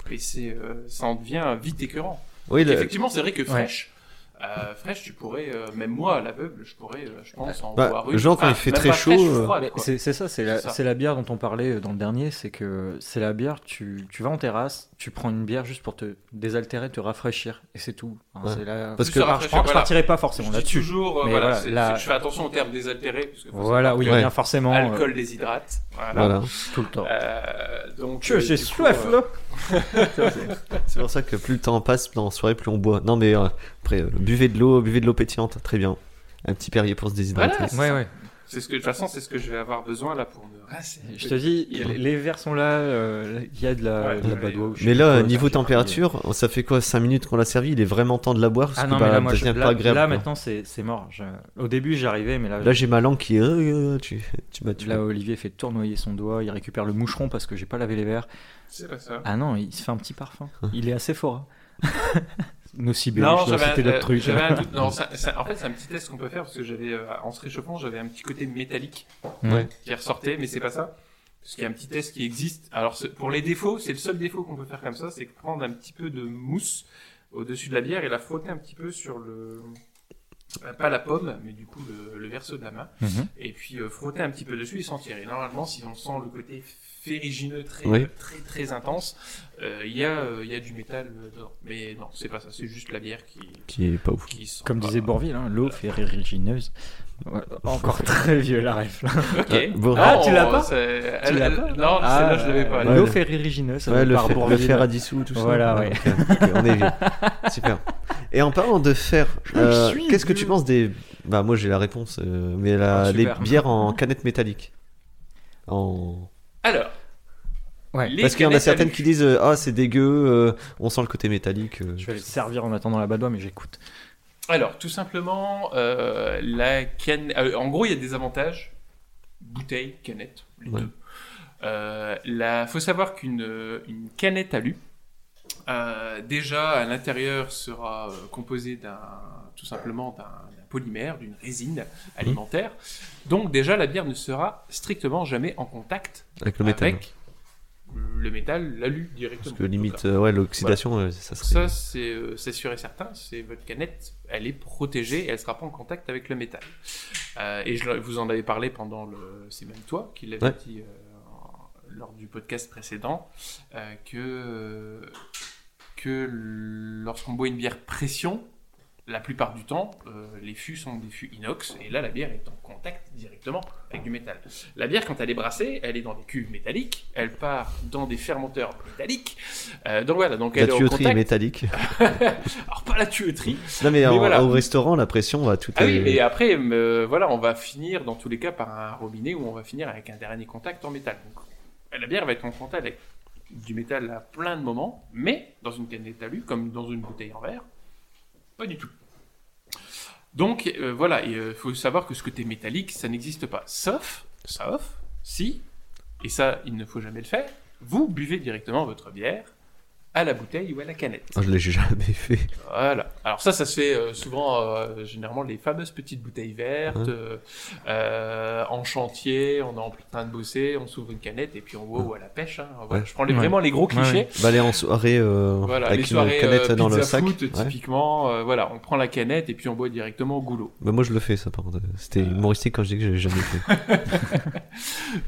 [SPEAKER 4] Et c'est, euh, ça en devient vite écœurant.
[SPEAKER 2] Oui, le-
[SPEAKER 4] Effectivement, c'est vrai que
[SPEAKER 3] Ouais.
[SPEAKER 4] fraîche, euh, fraîche, tu pourrais, euh, même moi, à l'aveugle, je pourrais, euh, je pense, en
[SPEAKER 2] Bah,
[SPEAKER 4] boire une. Ah,
[SPEAKER 2] genre, quand il fait
[SPEAKER 4] même
[SPEAKER 2] très
[SPEAKER 4] pas fraîche,
[SPEAKER 2] chaud, euh,
[SPEAKER 4] froide,
[SPEAKER 3] Mais
[SPEAKER 4] quoi.
[SPEAKER 3] C'est c'est ça, c'est la,
[SPEAKER 4] C'est ça.
[SPEAKER 3] c'est la bière dont on parlait euh, dans le dernier, c'est que c'est la bière, tu, tu vas en terrasse, tu prends une bière juste pour te désaltérer, te rafraîchir, et c'est tout. Hein,
[SPEAKER 2] Ouais.
[SPEAKER 3] c'est la-
[SPEAKER 2] Parce
[SPEAKER 4] Plus
[SPEAKER 2] que-
[SPEAKER 4] se
[SPEAKER 3] Je,
[SPEAKER 4] rafraîchir,
[SPEAKER 3] pense- je
[SPEAKER 4] voilà.
[SPEAKER 3] partirai pas
[SPEAKER 4] Je
[SPEAKER 3] forcément
[SPEAKER 4] dis
[SPEAKER 3] là-dessus.
[SPEAKER 4] toujours, euh,
[SPEAKER 3] Mais
[SPEAKER 4] voilà,
[SPEAKER 3] voilà,
[SPEAKER 4] c'est-
[SPEAKER 3] là-
[SPEAKER 4] c'est- je fais attention au terme désaltéré, parce que faut
[SPEAKER 3] Voilà,
[SPEAKER 4] savoir
[SPEAKER 3] oui,
[SPEAKER 4] que
[SPEAKER 2] Ouais.
[SPEAKER 3] bien forcément. euh,
[SPEAKER 4] alcool déshydrate. Voilà.
[SPEAKER 2] Voilà.
[SPEAKER 3] tout le temps.
[SPEAKER 4] Euh, donc,
[SPEAKER 3] Que
[SPEAKER 4] euh,
[SPEAKER 3] j'ai
[SPEAKER 4] du coup,
[SPEAKER 3] soif
[SPEAKER 4] euh,
[SPEAKER 3] là
[SPEAKER 2] C'est pour ça que plus le temps passe dans la soirée, plus on boit. Non, mais euh, après, euh, buvez de l'eau, buvez de l'eau pétillante, très bien. Un petit Perrier pour se déshydrater.
[SPEAKER 4] Voilà.
[SPEAKER 3] Ouais, ouais.
[SPEAKER 4] C'est ce que de toute façon, c'est ce que je vais avoir besoin là pour me rincer.
[SPEAKER 3] Je te dis, les les verres sont là, euh, il y a de la,
[SPEAKER 4] Ouais,
[SPEAKER 3] de la
[SPEAKER 4] ouais.
[SPEAKER 3] badoie ou je sais
[SPEAKER 2] Mais
[SPEAKER 3] pas
[SPEAKER 2] là,
[SPEAKER 3] quoi,
[SPEAKER 2] niveau
[SPEAKER 3] j'ai pas
[SPEAKER 2] température, ça fait quoi 5 minutes qu'on l'a servi Il est vraiment temps de la boire parce
[SPEAKER 3] Ah
[SPEAKER 2] que
[SPEAKER 3] non,
[SPEAKER 2] bah,
[SPEAKER 3] mais là, moi,
[SPEAKER 2] ça
[SPEAKER 3] je-
[SPEAKER 2] devient pas
[SPEAKER 3] là,
[SPEAKER 2] agréable.
[SPEAKER 3] là,
[SPEAKER 2] quoi.
[SPEAKER 3] maintenant, c'est c'est mort. Je- Au début, j'arrivais, mais là,
[SPEAKER 2] Là, j'ai ma langue qui. euh, tu tu m'as tué.
[SPEAKER 3] là, Olivier fait tournoyer son doigt, il récupère le moucheron parce que j'ai pas lavé les verres.
[SPEAKER 4] C'est pas ça.
[SPEAKER 3] Ah non, il se fait un petit parfum. Il est assez fort. hein. Nos
[SPEAKER 4] Non,
[SPEAKER 3] cibérages,
[SPEAKER 4] j'avais
[SPEAKER 3] c'était
[SPEAKER 4] un,
[SPEAKER 3] notre
[SPEAKER 4] euh,
[SPEAKER 3] truc.
[SPEAKER 2] hein.
[SPEAKER 4] j'avais un doute. Non, ça- ça- en fait, c'est un petit test qu'on peut faire parce que j'avais, euh, en se réchauffant, j'avais un petit côté métallique.
[SPEAKER 3] Ouais.
[SPEAKER 4] qui ressortait, mais c'est pas ça. Parce qu'il y a un petit test qui existe. Alors, ce- pour les défauts, c'est le seul défaut qu'on peut faire comme ça, c'est que prendre un petit peu de mousse au-dessus de la bière et la frotter un petit peu sur le... euh, Pas la pomme, mais du coup le, le verso de la main.
[SPEAKER 3] Mhm.
[SPEAKER 4] Et puis euh, frotter un petit peu dessus et sentir. Et normalement, si on sent le côté ferrigineux très,
[SPEAKER 2] Oui.
[SPEAKER 4] très, très intense, euh, il y, a, euh, il y a du métal euh, dedans. Mais non, c'est pas ça, c'est juste la bière qui...
[SPEAKER 2] Qui est pas ouf.
[SPEAKER 4] qui sent
[SPEAKER 3] Comme
[SPEAKER 4] pas.
[SPEAKER 3] disait Bourville, hein, l'eau fait régineuse. Encore très vieux la ref. là.
[SPEAKER 4] Ok.
[SPEAKER 2] Ah, bon.
[SPEAKER 3] Ah, tu l'as
[SPEAKER 4] on-
[SPEAKER 3] pas
[SPEAKER 4] c'est-
[SPEAKER 3] Tu l'as
[SPEAKER 4] elle-
[SPEAKER 3] pas
[SPEAKER 4] Non,
[SPEAKER 3] Ah,
[SPEAKER 4] celle-là, je l'avais pas.
[SPEAKER 2] Ouais,
[SPEAKER 3] L'eau
[SPEAKER 2] le-
[SPEAKER 3] fait régineuse, ça
[SPEAKER 2] Ouais, le,
[SPEAKER 3] le euh, par
[SPEAKER 2] fer, le
[SPEAKER 3] Bourville.
[SPEAKER 2] fer à dissous, tout ça.
[SPEAKER 3] Voilà,
[SPEAKER 2] Ah,
[SPEAKER 3] ouais.
[SPEAKER 2] ok, ok, on est vieux. Super. Et en parlant de fer, euh,
[SPEAKER 3] suis
[SPEAKER 2] qu'est-ce que tu
[SPEAKER 3] vieux.
[SPEAKER 2] penses des. Bah, moi j'ai la réponse, euh, mais la-
[SPEAKER 3] Ah,
[SPEAKER 2] les
[SPEAKER 3] super.
[SPEAKER 2] bières en canette métallique. En...
[SPEAKER 4] Alors.
[SPEAKER 3] Ouais.
[SPEAKER 4] les
[SPEAKER 2] Parce qu'il y en a
[SPEAKER 4] canettes à
[SPEAKER 2] certaines
[SPEAKER 4] l'huile.
[SPEAKER 2] qui disent euh, Ah, c'est dégueu, euh, on sent le côté métallique. euh.
[SPEAKER 3] Je vais le servir en attendant la badoie, mais j'écoute.
[SPEAKER 4] Alors, tout simplement, euh, la canne. euh, en gros, il y a des avantages. Bouteille, canette, les
[SPEAKER 2] Ouais.
[SPEAKER 4] deux. Euh, la... faut savoir qu'une euh, une canette à lu, euh, déjà à l'intérieur sera euh, composée d'un tout simplement d'un d'un polymère, d'une
[SPEAKER 2] Mhm.
[SPEAKER 4] résine alimentaire. Donc déjà la bière ne sera strictement jamais en contact
[SPEAKER 2] Avec le métal.
[SPEAKER 4] avec le métal, l'alu directement.
[SPEAKER 2] Parce que limite, euh, ouais, l'oxydation, euh, ça serait.
[SPEAKER 4] Ça, c'est euh, c'est sûr et certain. C'est votre canette, elle est protégée et elle sera pas en contact avec le métal. Euh, et je vous en avez parlé pendant le. C'est même toi qui l'avais
[SPEAKER 2] Ouais.
[SPEAKER 4] dit euh, en- lors du podcast précédent euh, que que l- lorsqu'on boit une bière pression, la plupart du temps, euh, les fûts sont des fûts inox, et là, la bière est en contact directement avec du métal. La bière, quand elle est brassée, elle est dans des cuves métalliques, elle part dans des fermenteurs métalliques. Euh, donc voilà, donc
[SPEAKER 2] La
[SPEAKER 4] elle est en
[SPEAKER 2] tuyauterie est
[SPEAKER 4] contact.
[SPEAKER 2] métallique.
[SPEAKER 4] Alors pas la tuyauterie.
[SPEAKER 2] Non, mais, en-
[SPEAKER 4] voilà.
[SPEAKER 2] au restaurant, la pression va tout
[SPEAKER 4] Ah
[SPEAKER 2] est-
[SPEAKER 4] oui, et après, euh, voilà, on va finir dans tous les cas par un robinet où on va finir avec un dernier contact en métal. Donc, la bière va être en contact avec du métal à plein de moments, mais dans une canne de talus, comme dans une bouteille en verre, pas du tout. Donc euh, voilà, il faut savoir que ce côté métallique, ça n'existe pas. Sauf, sauf, si, et ça, il ne faut jamais le faire, vous buvez directement votre bière à la bouteille ou à la canette.
[SPEAKER 2] Ah, je l'ai jamais fait.
[SPEAKER 4] Voilà. Alors ça, ça se fait euh, souvent, euh, généralement, les fameuses petites bouteilles
[SPEAKER 2] Hein.
[SPEAKER 4] vertes. euh, euh, en chantier, on est en train de bosser, on s'ouvre une canette et puis on voit où à la pêche. hein. Voilà,
[SPEAKER 2] Ouais.
[SPEAKER 4] Je prends les-
[SPEAKER 3] Ouais.
[SPEAKER 4] vraiment les gros
[SPEAKER 3] Ouais,
[SPEAKER 4] clichés.
[SPEAKER 2] Bah, aller en soirée euh,
[SPEAKER 4] Voilà,
[SPEAKER 2] avec
[SPEAKER 4] les soirées
[SPEAKER 2] une canette
[SPEAKER 4] euh,
[SPEAKER 2] dans le
[SPEAKER 4] pizza
[SPEAKER 2] sac.
[SPEAKER 4] foot,
[SPEAKER 2] Ouais.
[SPEAKER 4] typiquement. euh, voilà, on prend la canette et puis on boit directement au goulot.
[SPEAKER 2] Bah, moi, je le fais, ça, par contre. C'était
[SPEAKER 4] Euh.
[SPEAKER 2] humoristique quand je dis que j'avais jamais fait.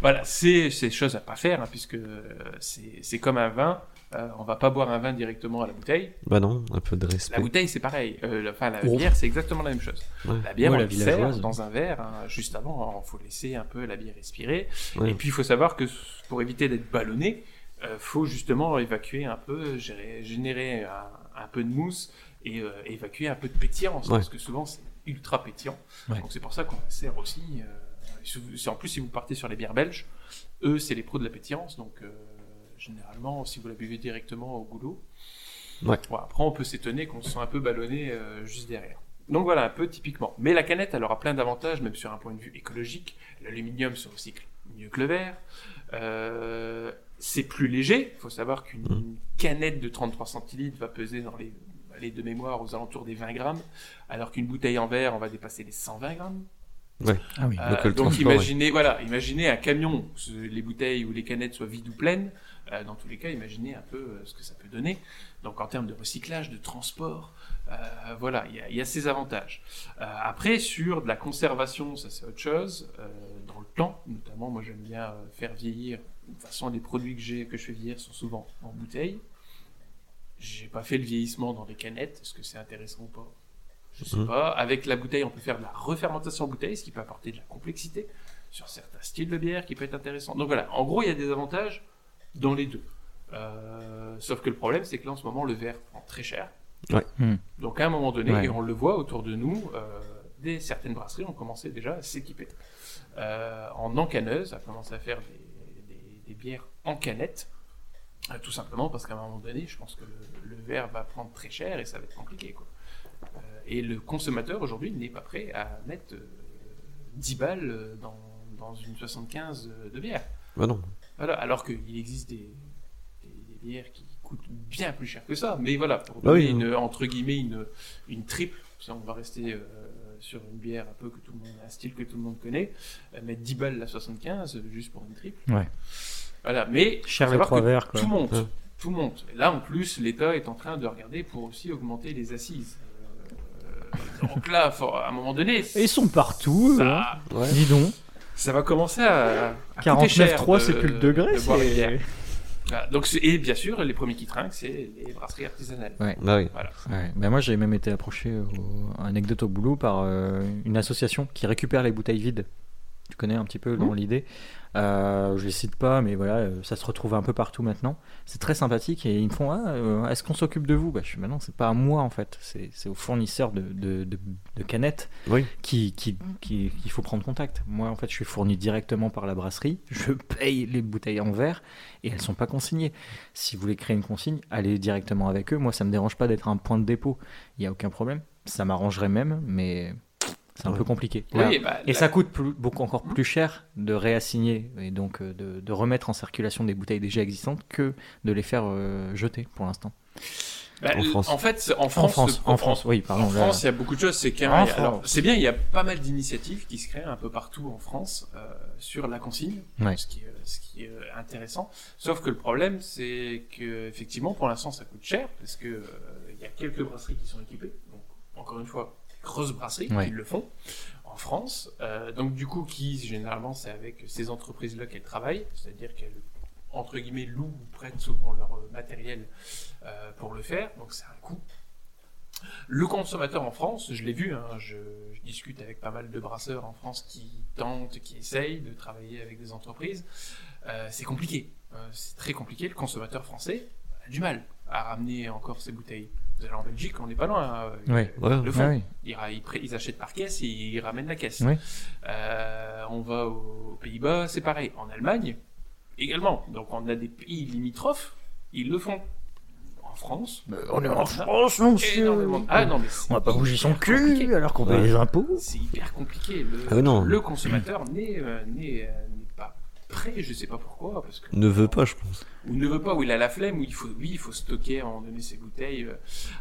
[SPEAKER 4] Voilà, c'est c'est chose à pas faire hein, puisque euh, c'est c'est comme un vin. Euh, on va pas boire un vin directement à la bouteille.
[SPEAKER 2] bah, non, un peu de
[SPEAKER 4] La
[SPEAKER 2] respect.
[SPEAKER 4] bouteille, c'est pareil. Euh, la, enfin, la
[SPEAKER 1] Oh.
[SPEAKER 4] bière, c'est exactement la même chose.
[SPEAKER 2] Ouais.
[SPEAKER 4] La bière,
[SPEAKER 3] Ouais,
[SPEAKER 4] Bah, on
[SPEAKER 3] la
[SPEAKER 4] la sert
[SPEAKER 3] villageoise.
[SPEAKER 4] dans un verre. hein, juste avant, il faut laisser un peu la bière respirer.
[SPEAKER 2] Ouais.
[SPEAKER 4] Et puis, il faut savoir que pour éviter d'être ballonné, il faut justement évacuer un peu, gérer- générer un, un peu de mousse et euh, évacuer un peu de pétillance.
[SPEAKER 2] Ouais.
[SPEAKER 4] Parce que souvent, c'est ultra pétillant.
[SPEAKER 3] Ouais.
[SPEAKER 4] Donc, c'est pour ça qu'on la sert aussi. euh, si vous- si- en plus, si vous partez sur les bières belges, eux, c'est les pros de la pétillance. Donc, euh, généralement, si vous la buvez directement au goulot,
[SPEAKER 2] Ouais.
[SPEAKER 4] bon, après, on peut s'étonner qu'on se sent un peu ballonné euh, juste derrière. Donc voilà, un peu typiquement. Mais la canette, elle aura plein d'avantages, même sur un point de vue écologique. L'aluminium se recycle mieux que le verre. Euh, c'est plus léger. Il faut savoir qu'une
[SPEAKER 2] Mm.
[SPEAKER 4] canette de 33 centilitres va peser dans les, les de mémoire aux alentours des 20 grammes, alors qu'une bouteille en verre, on va dépasser les 120 grammes.
[SPEAKER 3] Ah oui.
[SPEAKER 4] Euh,
[SPEAKER 2] Donc, le
[SPEAKER 4] donc
[SPEAKER 2] transport,
[SPEAKER 4] imaginez, voilà, imaginez un camion, ce- les bouteilles ou les canettes soient vides ou pleines. Euh, dans tous les cas, imaginez un peu euh, ce que ça peut donner. Donc en termes de recyclage, de transport, euh, voilà, il y a- il y, a ces avantages. Euh, après, sur de la conservation, ça c'est autre chose. Euh, dans le temps, notamment, moi j'aime bien euh, faire vieillir. De toute façon, les produits que j'ai, que je fais vieillir sont souvent en bouteille. J'ai pas fait le vieillissement dans les canettes. Est-ce que c'est intéressant ou pas je sais
[SPEAKER 2] Mhm.
[SPEAKER 4] pas. Avec la bouteille, on peut faire de la refermentation en bouteille, ce qui peut apporter de la complexité sur certains styles de bière qui peut être intéressant. Donc voilà, en gros, il y a des avantages dans les deux. Euh, sauf que le problème, c'est que là, en ce moment, le verre prend très cher.
[SPEAKER 2] Ouais.
[SPEAKER 3] Mhm.
[SPEAKER 4] Donc à un moment donné,
[SPEAKER 3] Ouais.
[SPEAKER 4] et on le voit autour de nous, euh, des certaines brasseries ont commencé déjà à s'équiper. Euh, en encaneuse, a commencé à faire des, des- des bières en canette. euh, tout simplement parce qu'à un moment donné, je pense que le, le verre va prendre très cher et ça va être compliqué. Quoi. Euh, et le consommateur aujourd'hui n'est pas prêt à mettre euh, 10 balles euh, dans, dans une 75 de bière.
[SPEAKER 2] Bah, non.
[SPEAKER 4] Voilà, alors qu'il existe des, des- des bières qui coûtent bien plus cher que ça. Mais voilà, pour
[SPEAKER 2] Ah oui,
[SPEAKER 4] donner une, entre guillemets une, une triple, si on va rester euh, sur une bière un peu que tout le monde, un style que tout le monde connaît, euh, mettre 10 balles la 75 euh, juste pour une triple.
[SPEAKER 3] Ouais.
[SPEAKER 4] Voilà, mais
[SPEAKER 5] Cher les
[SPEAKER 4] faut savoir
[SPEAKER 5] trois
[SPEAKER 4] que
[SPEAKER 5] verres, quoi.
[SPEAKER 4] tout monte.
[SPEAKER 2] Ouais.
[SPEAKER 4] Tout monte. Et Là, en plus, l'État est en train de regarder pour aussi augmenter les assises. Euh, donc là, faut- à un moment donné,
[SPEAKER 5] Et Ils sont partout, eux, hein.
[SPEAKER 4] ça,
[SPEAKER 2] Ouais.
[SPEAKER 3] Dis donc.
[SPEAKER 4] ça va commencer à. à coûter cher
[SPEAKER 5] 49,3,
[SPEAKER 4] de-
[SPEAKER 5] c'est plus le degré.
[SPEAKER 4] de boire une
[SPEAKER 5] c'est-
[SPEAKER 4] bière. Voilà, donc c'est- et bien sûr, les premiers qui trinquent, c'est les brasseries artisanales.
[SPEAKER 2] Bah, oui.
[SPEAKER 3] Ouais, ben moi j'ai même été approché, au, anecdote au boulot, par euh, une association qui récupère les bouteilles vides. Tu connais un petit peu dans l'idée. Euh, je les cite pas, mais voilà, euh, ça se retrouve un peu partout maintenant. C'est très sympathique et ils me font ah, euh, est-ce qu'on s'occupe de vous bah, Je suis maintenant, c'est pas à moi en fait, c'est c'est aux fournisseurs de, de, de- de canettes
[SPEAKER 2] Oui.
[SPEAKER 3] qui, qui, qui- qu'il faut prendre contact. Moi en fait, je suis fourni directement par la brasserie, je paye les bouteilles en verre et elles sont pas consignées. Si vous voulez créer une consigne, allez directement avec eux. Moi, ça me dérange pas d'être un point de dépôt. Il y a aucun problème. Ça m'arrangerait même, mais c'est un
[SPEAKER 2] Ouais.
[SPEAKER 3] peu compliqué. Là-
[SPEAKER 4] Oui, bah,
[SPEAKER 3] et
[SPEAKER 4] la-
[SPEAKER 3] ça coûte plus- beaucoup encore plus cher de réassigner et donc euh, de, de remettre en circulation des bouteilles déjà existantes que de les faire euh, jeter pour l'instant.
[SPEAKER 4] bah,
[SPEAKER 2] en
[SPEAKER 4] le-
[SPEAKER 2] France.
[SPEAKER 4] En fait, c'est- en
[SPEAKER 3] En
[SPEAKER 4] France,
[SPEAKER 3] France,
[SPEAKER 4] le-
[SPEAKER 3] en France, oui, pardon.
[SPEAKER 4] En
[SPEAKER 3] là-
[SPEAKER 4] France, il y a beaucoup de choses. C'est qu'un-
[SPEAKER 3] En
[SPEAKER 4] alors,
[SPEAKER 3] France.
[SPEAKER 4] c'est bien, il y a pas mal d'initiatives qui se créent un peu partout en France euh, sur la consigne,
[SPEAKER 3] Ouais.
[SPEAKER 4] ce qui, est- ce qui est euh, intéressant. Sauf que le problème, c'est que effectivement, pour l'instant, ça coûte cher parce que euh, il y a quelques brasseries qui sont équipées. Donc, encore une fois, grosses brasseries
[SPEAKER 3] Ouais.
[SPEAKER 4] qui le font en France. Euh, donc, du coup, qui généralement, c'est avec ces entreprises-là qu'elles travaillent, c'est-à-dire qu'elles entre guillemets louent ou prêtent souvent leur euh, matériel euh, pour le faire. Donc, c'est un coût Le consommateur en France, je l'ai vu, hein, je, je discute avec pas mal de brasseurs en France qui tentent, qui essayent de travailler avec des entreprises. Euh, c'est compliqué, Euh, c'est très compliqué. Le consommateur français a du mal à ramener encore ses bouteilles. Vous allez en Belgique, on n'est pas loin. hein.
[SPEAKER 3] Ouais.
[SPEAKER 2] Ouais.
[SPEAKER 4] Le
[SPEAKER 3] Ah
[SPEAKER 4] fond.
[SPEAKER 3] oui.
[SPEAKER 4] Ils, ra- ils pré- ils achètent par caisse et ils ramènent la caisse.
[SPEAKER 3] Oui.
[SPEAKER 4] Euh, on va aux Pays-Bas, c'est pareil. En Allemagne, également. Donc on a des pays limitrophes, ils le font. En France,
[SPEAKER 3] on est en
[SPEAKER 4] a
[SPEAKER 3] France, monsieur.
[SPEAKER 4] énormément de- Ah non, mais
[SPEAKER 3] Bah,
[SPEAKER 4] c'est
[SPEAKER 3] On va pas bouger son
[SPEAKER 4] hyper
[SPEAKER 3] cul
[SPEAKER 4] compliqué.
[SPEAKER 3] alors qu'on
[SPEAKER 2] Ouais.
[SPEAKER 3] paye les impôts.
[SPEAKER 4] C'est hyper compliqué. Le,
[SPEAKER 2] Ah non.
[SPEAKER 4] le consommateur n'est euh, n'est, euh, n'est pas prêt, je sais pas pourquoi, parce que
[SPEAKER 2] Ne veut pas, je pense.
[SPEAKER 4] ou ne veut pas, ou il a la flemme, ou il faut, oui, il faut stocker à un moment donné ses bouteilles. euh.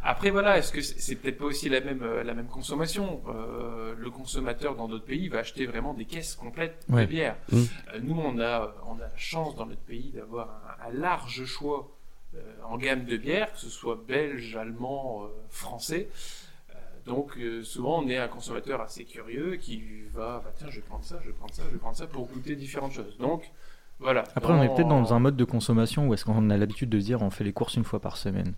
[SPEAKER 4] Après, voilà, est-ce que c'est c'est peut-être pas aussi la même, euh, la même consommation Euh, Le consommateur dans d'autres pays va acheter vraiment des caisses complètes de
[SPEAKER 3] Ouais. Mmh.
[SPEAKER 4] bière.
[SPEAKER 2] Mm.
[SPEAKER 4] Euh, nous, on a, on a la chance dans notre pays d'avoir un, un large choix euh, en gamme de bière, que ce soit belge, allemand, euh, français. Euh, Donc euh, souvent on est un consommateur assez curieux qui va bah, tiens je vais prendre ça je vais prendre ça je vais prendre ça pour goûter différentes choses donc voilà
[SPEAKER 3] Après, on est peut-être dans un mode de consommation où est-ce qu'on a l'habitude de se dire on fait les courses une fois par semaine.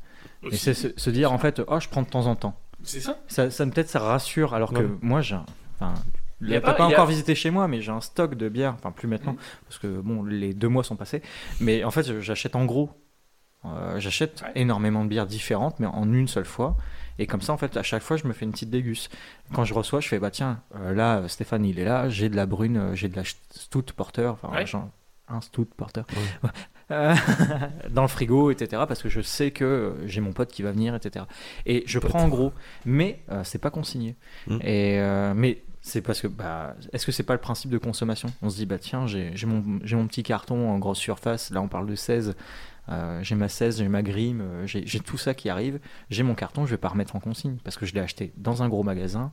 [SPEAKER 3] Et c'est se, se dire en fait, oh, je prends de temps en temps.
[SPEAKER 4] c'est ça
[SPEAKER 3] Ça, ça peut-être ça rassure, alors que
[SPEAKER 2] Ouais.
[SPEAKER 3] moi, j'ai. un- Enfin,
[SPEAKER 4] Il y a
[SPEAKER 3] t'as
[SPEAKER 4] pas-
[SPEAKER 3] pas
[SPEAKER 4] il y a-
[SPEAKER 3] encore visité chez moi, mais j'ai un stock de bière, enfin plus maintenant,
[SPEAKER 4] Mm.
[SPEAKER 3] parce que bon, les deux mois sont passés. Mais en fait, je- j'achète en gros. Euh, j'achète
[SPEAKER 4] Ouais.
[SPEAKER 3] énormément de bières différentes, mais en une seule fois. Et comme ça, en fait, à chaque fois, je me fais une petite déguste. Quand je reçois, je fais, bah tiens, euh, là, euh, Stéphane, il est là, j'ai de la brune, euh, j'ai de la ch- stout porteur, enfin,
[SPEAKER 4] Ouais.
[SPEAKER 3] genre, un stout porteur.
[SPEAKER 2] Ouais.
[SPEAKER 3] Ouais. Euh, dans le frigo, etc. Parce que je sais que euh, j'ai mon pote qui va venir, etc. Et je prends en gros, mais euh, c'est pas consigné.
[SPEAKER 2] Mm.
[SPEAKER 3] Et euh, mais c'est parce que bah, est-ce que c'est pas le principe de consommation On se dit bah tiens j'ai j'ai mon j'ai mon petit carton en grosse surface. Là on parle de 16. euh, j'ai ma 16, j'ai ma grime, euh, j'ai j'ai tout ça qui arrive. J'ai mon carton, je vais pas remettre en consigne parce que je l'ai acheté dans un gros magasin.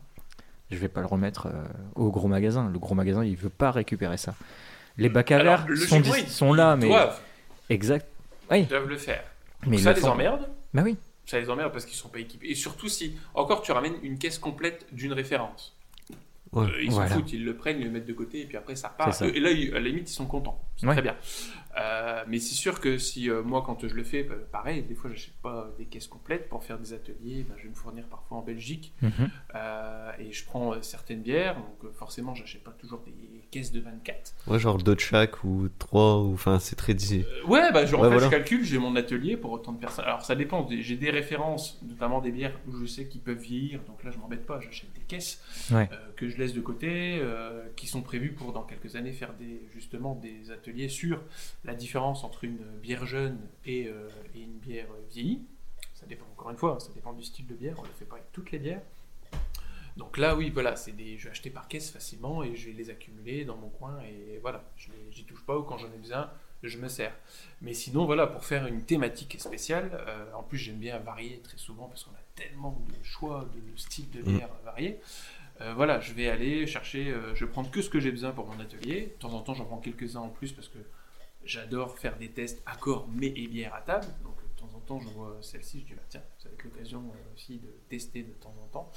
[SPEAKER 3] Je vais pas le remettre euh, au gros magasin. Le gros magasin il veut pas récupérer ça. Les bacs à
[SPEAKER 4] Alors,
[SPEAKER 3] verre
[SPEAKER 4] le
[SPEAKER 3] sont,
[SPEAKER 4] chinois,
[SPEAKER 3] dis-
[SPEAKER 4] ils-
[SPEAKER 3] sont là, mais
[SPEAKER 4] doivent,
[SPEAKER 3] exact.
[SPEAKER 4] ils doivent le faire.
[SPEAKER 3] Mais
[SPEAKER 4] ça
[SPEAKER 3] ils le
[SPEAKER 4] les
[SPEAKER 3] font.
[SPEAKER 4] emmerde.
[SPEAKER 3] Bah oui.
[SPEAKER 4] Ça les emmerde parce qu'ils sont pas équipés. Et surtout si, encore, tu ramènes une caisse complète d'une référence.
[SPEAKER 2] Ouais.
[SPEAKER 4] Euh, ils s'en
[SPEAKER 3] Voilà.
[SPEAKER 4] foutent, ils le prennent, ils le mettent de côté et puis après ça repart.
[SPEAKER 3] C'est ça.
[SPEAKER 4] Et là, ils- à la limite, ils sont contents. C'est
[SPEAKER 3] Ouais.
[SPEAKER 4] très bien. Euh, mais c'est sûr que si euh, moi, quand je le fais, bah, pareil, des fois, j'achète pas des caisses complètes pour faire des ateliers. bah, je vais me fournir parfois en Belgique
[SPEAKER 3] Mhm.
[SPEAKER 4] euh, et je prends euh, certaines bières. Donc euh, forcément, j'achète pas toujours des caisses de 24.
[SPEAKER 2] Ouais, genre deux de chaque ou trois, ou enfin, c'est très dis-
[SPEAKER 4] Euh, Ouais, bah, genre, en
[SPEAKER 2] Ouais,
[SPEAKER 4] fait,
[SPEAKER 2] voilà.
[SPEAKER 4] je calcule, j'ai mon atelier pour autant de personnes. Alors, ça dépend, des- j'ai des références, notamment des bières où je sais qu'ils peuvent vieillir, donc là, je m'embête pas, j'achète des caisses
[SPEAKER 3] Ouais.
[SPEAKER 4] euh, que je laisse de côté, euh, qui sont prévues pour, dans quelques années, faire des, justement des ateliers sur la différence entre une bière jeune et, euh, et une bière euh, vieillie. Ça dépend, encore une fois, hein, ça dépend du style de bière, on le fait pas avec toutes les bières. Donc là, oui, voilà, c'est des, je vais acheter par caisse facilement et je vais les accumuler dans mon coin et voilà, je les- j'y touche pas ou quand j'en ai besoin, je me sers. Mais sinon, voilà, pour faire une thématique spéciale, euh, en plus j'aime bien varier très souvent parce qu'on a tellement de choix, de styles de bière variés. Euh, voilà, je vais aller chercher, euh, je vais prendre que ce que j'ai besoin pour mon atelier. De temps en temps, j'en prends quelques-uns en plus parce que j'adore faire des tests accords, mets et bière à table. Donc de temps en temps, je vois celle-ci, je dis, bah, tiens, ça va être l'occasion euh, aussi de tester de temps en temps.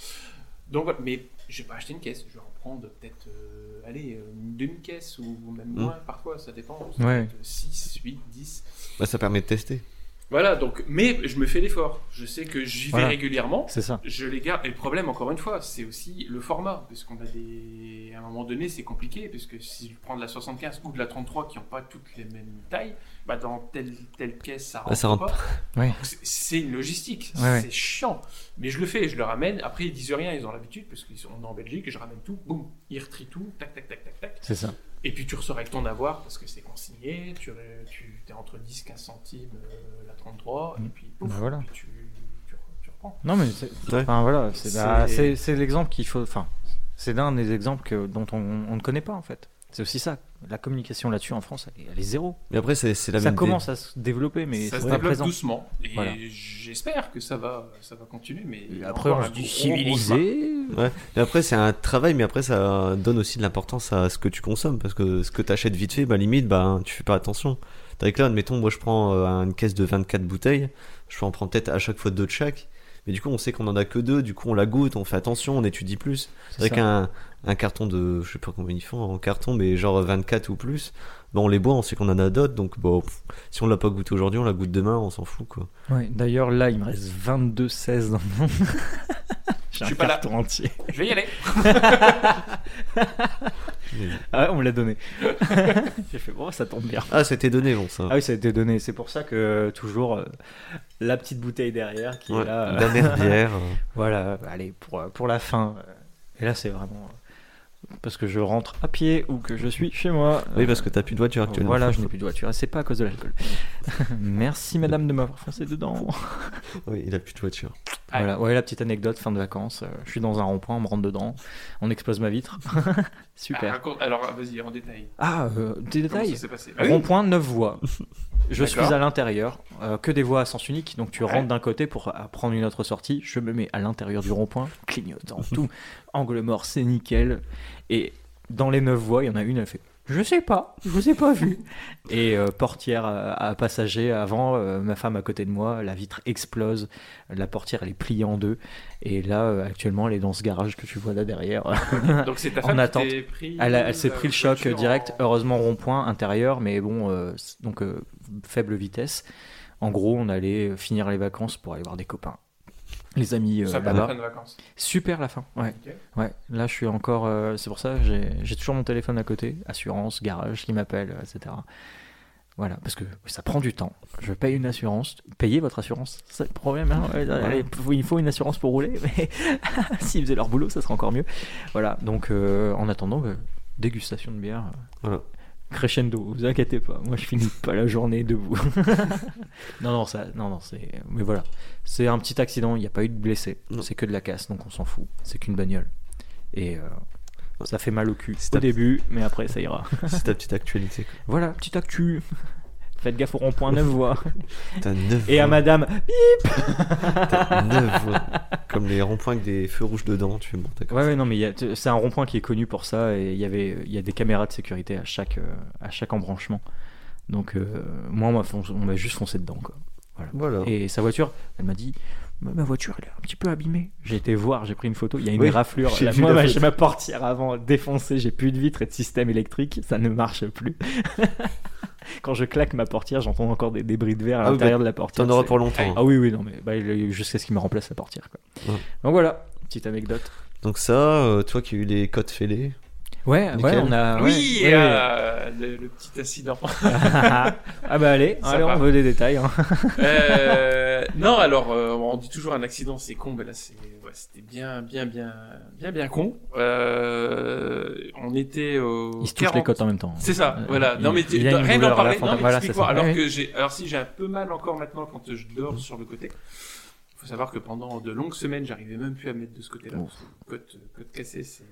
[SPEAKER 4] Donc voilà, mais je vais pas acheter une caisse, je vais en prendre peut-être, euh, allez, euh, une demi-caisse ou même moins parfois, ça dépend. Ça peut
[SPEAKER 3] Ouais.
[SPEAKER 4] être 6, 8, 10.
[SPEAKER 2] Bah, ça permet de tester.
[SPEAKER 4] Voilà, donc, mais je me fais l'effort. Je sais que j'y vais
[SPEAKER 3] Voilà.
[SPEAKER 4] régulièrement.
[SPEAKER 3] C'est ça.
[SPEAKER 4] Je les garde. Et le problème, encore une fois, c'est aussi le format. Parce qu'on a des. À un moment donné, c'est compliqué. Parce que si je prends de la 75 ou de la 33 qui n'ont pas toutes les mêmes tailles, bah dans telle, telle caisse, ça rentre,
[SPEAKER 2] ça rentre
[SPEAKER 4] pas.
[SPEAKER 3] Ouais.
[SPEAKER 4] Donc, c'est- C'est une logistique.
[SPEAKER 3] Ouais, ouais.
[SPEAKER 4] C'est chiant. Mais je le fais, je le ramène. Après, ils disent rien, ils ont l'habitude. Parce qu'on est en Belgique, je ramène tout. Boum, ils retrient tout. Tac, tac, tac, tac, tac.
[SPEAKER 3] C'est ça.
[SPEAKER 4] Et puis tu ressors avec ton avoir parce que c'est consigné, tu, tu es entre 10-15 centimes euh, la 33, et
[SPEAKER 3] Mm.
[SPEAKER 4] puis, pouf,
[SPEAKER 3] Ben voilà.
[SPEAKER 4] puis tu, tu, re- tu reprends.
[SPEAKER 3] Non, mais c'est
[SPEAKER 2] Ouais.
[SPEAKER 3] enfin, voilà, c'est bah,
[SPEAKER 4] C'est-
[SPEAKER 3] c'est- c'est l'exemple qu'il faut. Enfin, c'est l'un des exemples que, dont on, on ne connaît pas en fait. C'est aussi ça. La communication là-dessus en France, elle est, elle est zéro.
[SPEAKER 2] Mais après, c'est c'est la
[SPEAKER 3] ça
[SPEAKER 2] même
[SPEAKER 3] commence à se développer, mais
[SPEAKER 4] ça
[SPEAKER 3] c'est
[SPEAKER 4] se
[SPEAKER 3] pas
[SPEAKER 4] développe
[SPEAKER 3] présent.
[SPEAKER 4] doucement, et
[SPEAKER 3] Voilà.
[SPEAKER 4] j'espère que ça va, ça va continuer. Mais il y
[SPEAKER 3] Et
[SPEAKER 4] a
[SPEAKER 3] Après,
[SPEAKER 4] encore
[SPEAKER 3] on
[SPEAKER 4] un
[SPEAKER 3] se dit
[SPEAKER 4] gros, gros pas.
[SPEAKER 3] civilisé.
[SPEAKER 2] Mais après, c'est un travail, mais après, ça donne aussi de l'importance à ce que tu consommes. Parce que ce que tu achètes vite fait, bah, limite, bah, tu fais pas attention. T'as que là, admettons, moi, je prends euh, une caisse de 24 bouteilles. Je peux en prendre peut-être à chaque fois deux de chaque. Mais du coup, on sait qu'on en a que deux, du coup, on la goûte, on fait attention, on étudie plus. Avec un, un carton de, je sais pas combien ils font en carton, mais genre 24 ou plus, bah, on les boit, on sait qu'on en a d'autres, donc bon, pff, si on l'a pas goûté aujourd'hui, on la goûte demain, on s'en fout quoi.
[SPEAKER 3] Ouais, D'ailleurs, là, il me reste 22-16 dans mon. J'ai
[SPEAKER 4] Je suis
[SPEAKER 3] un
[SPEAKER 4] pas là.
[SPEAKER 3] carton entier.
[SPEAKER 4] Je vais y aller.
[SPEAKER 3] Ah, ouais, on me l'a donné. J'ai fait, bon, ça tombe bien.
[SPEAKER 2] Ah, c'était donné, bon ça.
[SPEAKER 3] Ah oui, ça a été donné. C'est pour ça que euh, toujours euh, la petite bouteille derrière qui
[SPEAKER 2] Ouais,
[SPEAKER 3] est là. euh,
[SPEAKER 2] la mère bière.
[SPEAKER 3] Voilà, allez, pour, euh, pour la fin. euh, Et là, c'est vraiment euh, parce que je rentre à pied ou que je suis chez moi. Euh,
[SPEAKER 2] Oui, parce que t'as plus de voiture actuellement.
[SPEAKER 3] Voilà, je n'ai plus de voiture. Et c'est pas à cause de l'alcool. Merci, madame, de m'avoir foncé dedans.
[SPEAKER 2] Oui, il a plus de voiture.
[SPEAKER 3] Voilà, ouais, la petite anecdote, fin de vacances. euh, je suis dans un rond-point, on me rentre dedans, on explose ma vitre.
[SPEAKER 4] Ah,
[SPEAKER 3] Super.
[SPEAKER 4] raconte- Alors, vas-y, en détail.
[SPEAKER 3] Ah, euh, des
[SPEAKER 4] Comment
[SPEAKER 3] détails.
[SPEAKER 4] ça s'est passé Ah oui,
[SPEAKER 3] Rond-point, 9 voies. Je suis
[SPEAKER 4] D'accord.
[SPEAKER 3] à l'intérieur, euh, que des voies à sens unique, donc tu
[SPEAKER 4] Ouais.
[SPEAKER 3] rentres d'un côté pour euh, prendre une autre sortie. Je me mets à l'intérieur du rond-point, clignotant tout, angle mort, c'est nickel. Et dans les 9 voies, il y en a une, elle fait Je sais pas, je vous ai pas vu. Et euh, portière à, à passager avant, euh, ma femme à côté de moi, la vitre explose, la portière elle est pliée en deux. Et là, euh, actuellement, elle est dans ce garage que tu vois là derrière.
[SPEAKER 4] Donc, c'est ta
[SPEAKER 3] en
[SPEAKER 4] femme qui
[SPEAKER 3] attente.
[SPEAKER 4] t'est pris- euh,
[SPEAKER 3] Elle, a- elle s'est
[SPEAKER 4] la
[SPEAKER 3] pris le choc
[SPEAKER 4] voiture en-
[SPEAKER 3] direct. Euh, Heureusement, rond-point intérieur, mais bon, euh, c'est- donc euh, faible vitesse. En gros, on allait finir les vacances pour aller voir des copains. Les amis euh,
[SPEAKER 4] Ça va, la fin
[SPEAKER 3] là-bas.
[SPEAKER 4] de vacances.
[SPEAKER 3] Super la fin. Ouais.
[SPEAKER 4] Ok.
[SPEAKER 3] ouais. Là, je suis encore. euh, c'est pour ça, j'ai j'ai toujours mon téléphone à côté. Assurance, garage qui m'appelle, euh, etc. Voilà, parce que ça prend du temps. Je paye une assurance. Payez votre assurance. C'est le problème. hein. Ouais, allez, faut- il faut une assurance pour rouler. Mais s'ils faisaient leur boulot, ça serait encore mieux. Voilà, donc euh, en attendant, euh, dégustation de bière. euh,
[SPEAKER 2] Voilà.
[SPEAKER 3] Crescendo, vous inquiétez pas, moi je finis pas la journée debout. non, non, ça, non, non, c'est. Mais voilà, c'est un petit accident, il n'y a pas eu de blessé,
[SPEAKER 2] Non.
[SPEAKER 3] c'est que de la casse, donc on s'en fout, c'est qu'une bagnole. Et euh, ça fait mal au cul
[SPEAKER 2] C'est
[SPEAKER 3] au
[SPEAKER 2] un-
[SPEAKER 3] début, mais après ça ira.
[SPEAKER 2] C'est ta petite actualité. quoi.
[SPEAKER 3] voilà, petite actu. Faites gaffe au rond-point 9 voix.
[SPEAKER 2] T'as 9
[SPEAKER 3] Et à madame,
[SPEAKER 2] T'as neuf voies. Comme les ronds-points avec des feux rouges dedans, tu fais bon, d'accord.
[SPEAKER 3] Ouais, ouais, non, mais il y a- c'est un rond-point qui est connu pour ça et il y avait, il y a des caméras de sécurité à chaque, euh, à chaque embranchement. Donc euh, moi, on m'a foncé- on m'a juste foncé dedans, quoi.
[SPEAKER 2] Voilà.
[SPEAKER 3] Et sa voiture, elle m'a dit, Ma- ma voiture, elle est un petit peu abîmée. J'ai été voir, j'ai pris une photo, il y a une
[SPEAKER 2] Oui,
[SPEAKER 3] raflure.
[SPEAKER 2] j'ai
[SPEAKER 3] La-
[SPEAKER 2] vu
[SPEAKER 3] moi,
[SPEAKER 2] la
[SPEAKER 3] ma,
[SPEAKER 2] photo.
[SPEAKER 3] ma portière avant défoncée, j'ai plus de vitres et de système électrique, ça ne marche plus. Quand je claque ma portière, j'entends encore des débris de verre à
[SPEAKER 2] Ah oui,
[SPEAKER 3] l'intérieur de la portière.
[SPEAKER 2] T'en auras
[SPEAKER 3] c'est-
[SPEAKER 2] pour longtemps. hein.
[SPEAKER 3] Ah oui, oui, non, mais bah, il- jusqu'à ce qu'il me remplace la portière, quoi.
[SPEAKER 4] Hein.
[SPEAKER 2] Ouais.
[SPEAKER 3] Donc voilà, petite anecdote.
[SPEAKER 2] Donc ça, euh, toi qui as eu les codes fêlés,
[SPEAKER 3] Ouais,
[SPEAKER 2] Nickel.
[SPEAKER 3] ouais, on a. Ah
[SPEAKER 4] oui,
[SPEAKER 3] ouais,
[SPEAKER 4] et,
[SPEAKER 3] ouais.
[SPEAKER 4] euh, le, le petit accident.
[SPEAKER 3] ah bah allez,
[SPEAKER 4] Ça
[SPEAKER 3] allez
[SPEAKER 4] va.
[SPEAKER 3] on veut des détails. hein.
[SPEAKER 4] Euh, non, alors euh, on dit toujours un accident c'est con, mais là c'est- ouais, c'était bien, bien, bien, bien, bien con. Euh, on était au.
[SPEAKER 3] Ils se touchent les
[SPEAKER 4] 40
[SPEAKER 3] cotes en même temps.
[SPEAKER 4] C'est ça,
[SPEAKER 3] Euh,
[SPEAKER 4] voilà.
[SPEAKER 3] il-
[SPEAKER 4] non mais
[SPEAKER 3] il
[SPEAKER 4] tu-
[SPEAKER 3] a une
[SPEAKER 4] rien
[SPEAKER 3] douleur
[SPEAKER 4] d'en
[SPEAKER 3] à
[SPEAKER 4] parler.
[SPEAKER 3] la fin.
[SPEAKER 4] Non mais
[SPEAKER 3] Voilà,
[SPEAKER 4] explique-moi.
[SPEAKER 3] c'est ça.
[SPEAKER 4] Alors
[SPEAKER 3] Ouais.
[SPEAKER 4] que j'ai, alors si j'ai un peu mal encore maintenant quand je dors sur le côté. Faut savoir que pendant de longues semaines, j'arrivais même plus à mettre de ce côté-là.
[SPEAKER 3] Ouf.
[SPEAKER 4] parce que le Côte, côte cassée, c'est,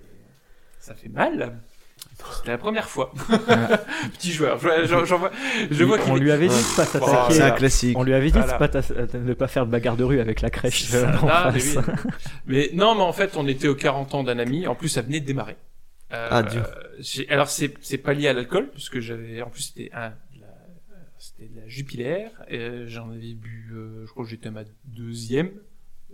[SPEAKER 4] ça fait mal. C'était la première fois. Petit joueur. Je, je- j'en vois- je vois
[SPEAKER 3] on
[SPEAKER 4] qu'il
[SPEAKER 3] lui avait dit
[SPEAKER 2] Ouais.
[SPEAKER 3] de pas
[SPEAKER 4] C'est
[SPEAKER 2] c'est
[SPEAKER 4] Voilà.
[SPEAKER 2] un
[SPEAKER 3] s'attaquer.
[SPEAKER 2] classique.
[SPEAKER 3] On lui avait dit de
[SPEAKER 4] Voilà.
[SPEAKER 3] pas t'as- euh, de ne pas faire de bagarre de rue avec la crèche.
[SPEAKER 4] C'est
[SPEAKER 3] euh,
[SPEAKER 4] ça.
[SPEAKER 3] en
[SPEAKER 4] Ah, mais
[SPEAKER 3] face.
[SPEAKER 4] oui. Mais non, mais en fait, on était aux 40 ans d'un ami. En plus, ça venait de démarrer. Euh,
[SPEAKER 2] Ah, Dieu.
[SPEAKER 4] j'ai- Alors, c'est c'est pas lié à l'alcool, puisque j'avais. En plus, c'était un. de la- euh, C'était de la Jupiler. et J'en avais bu. euh, je crois que j'étais à ma deuxième.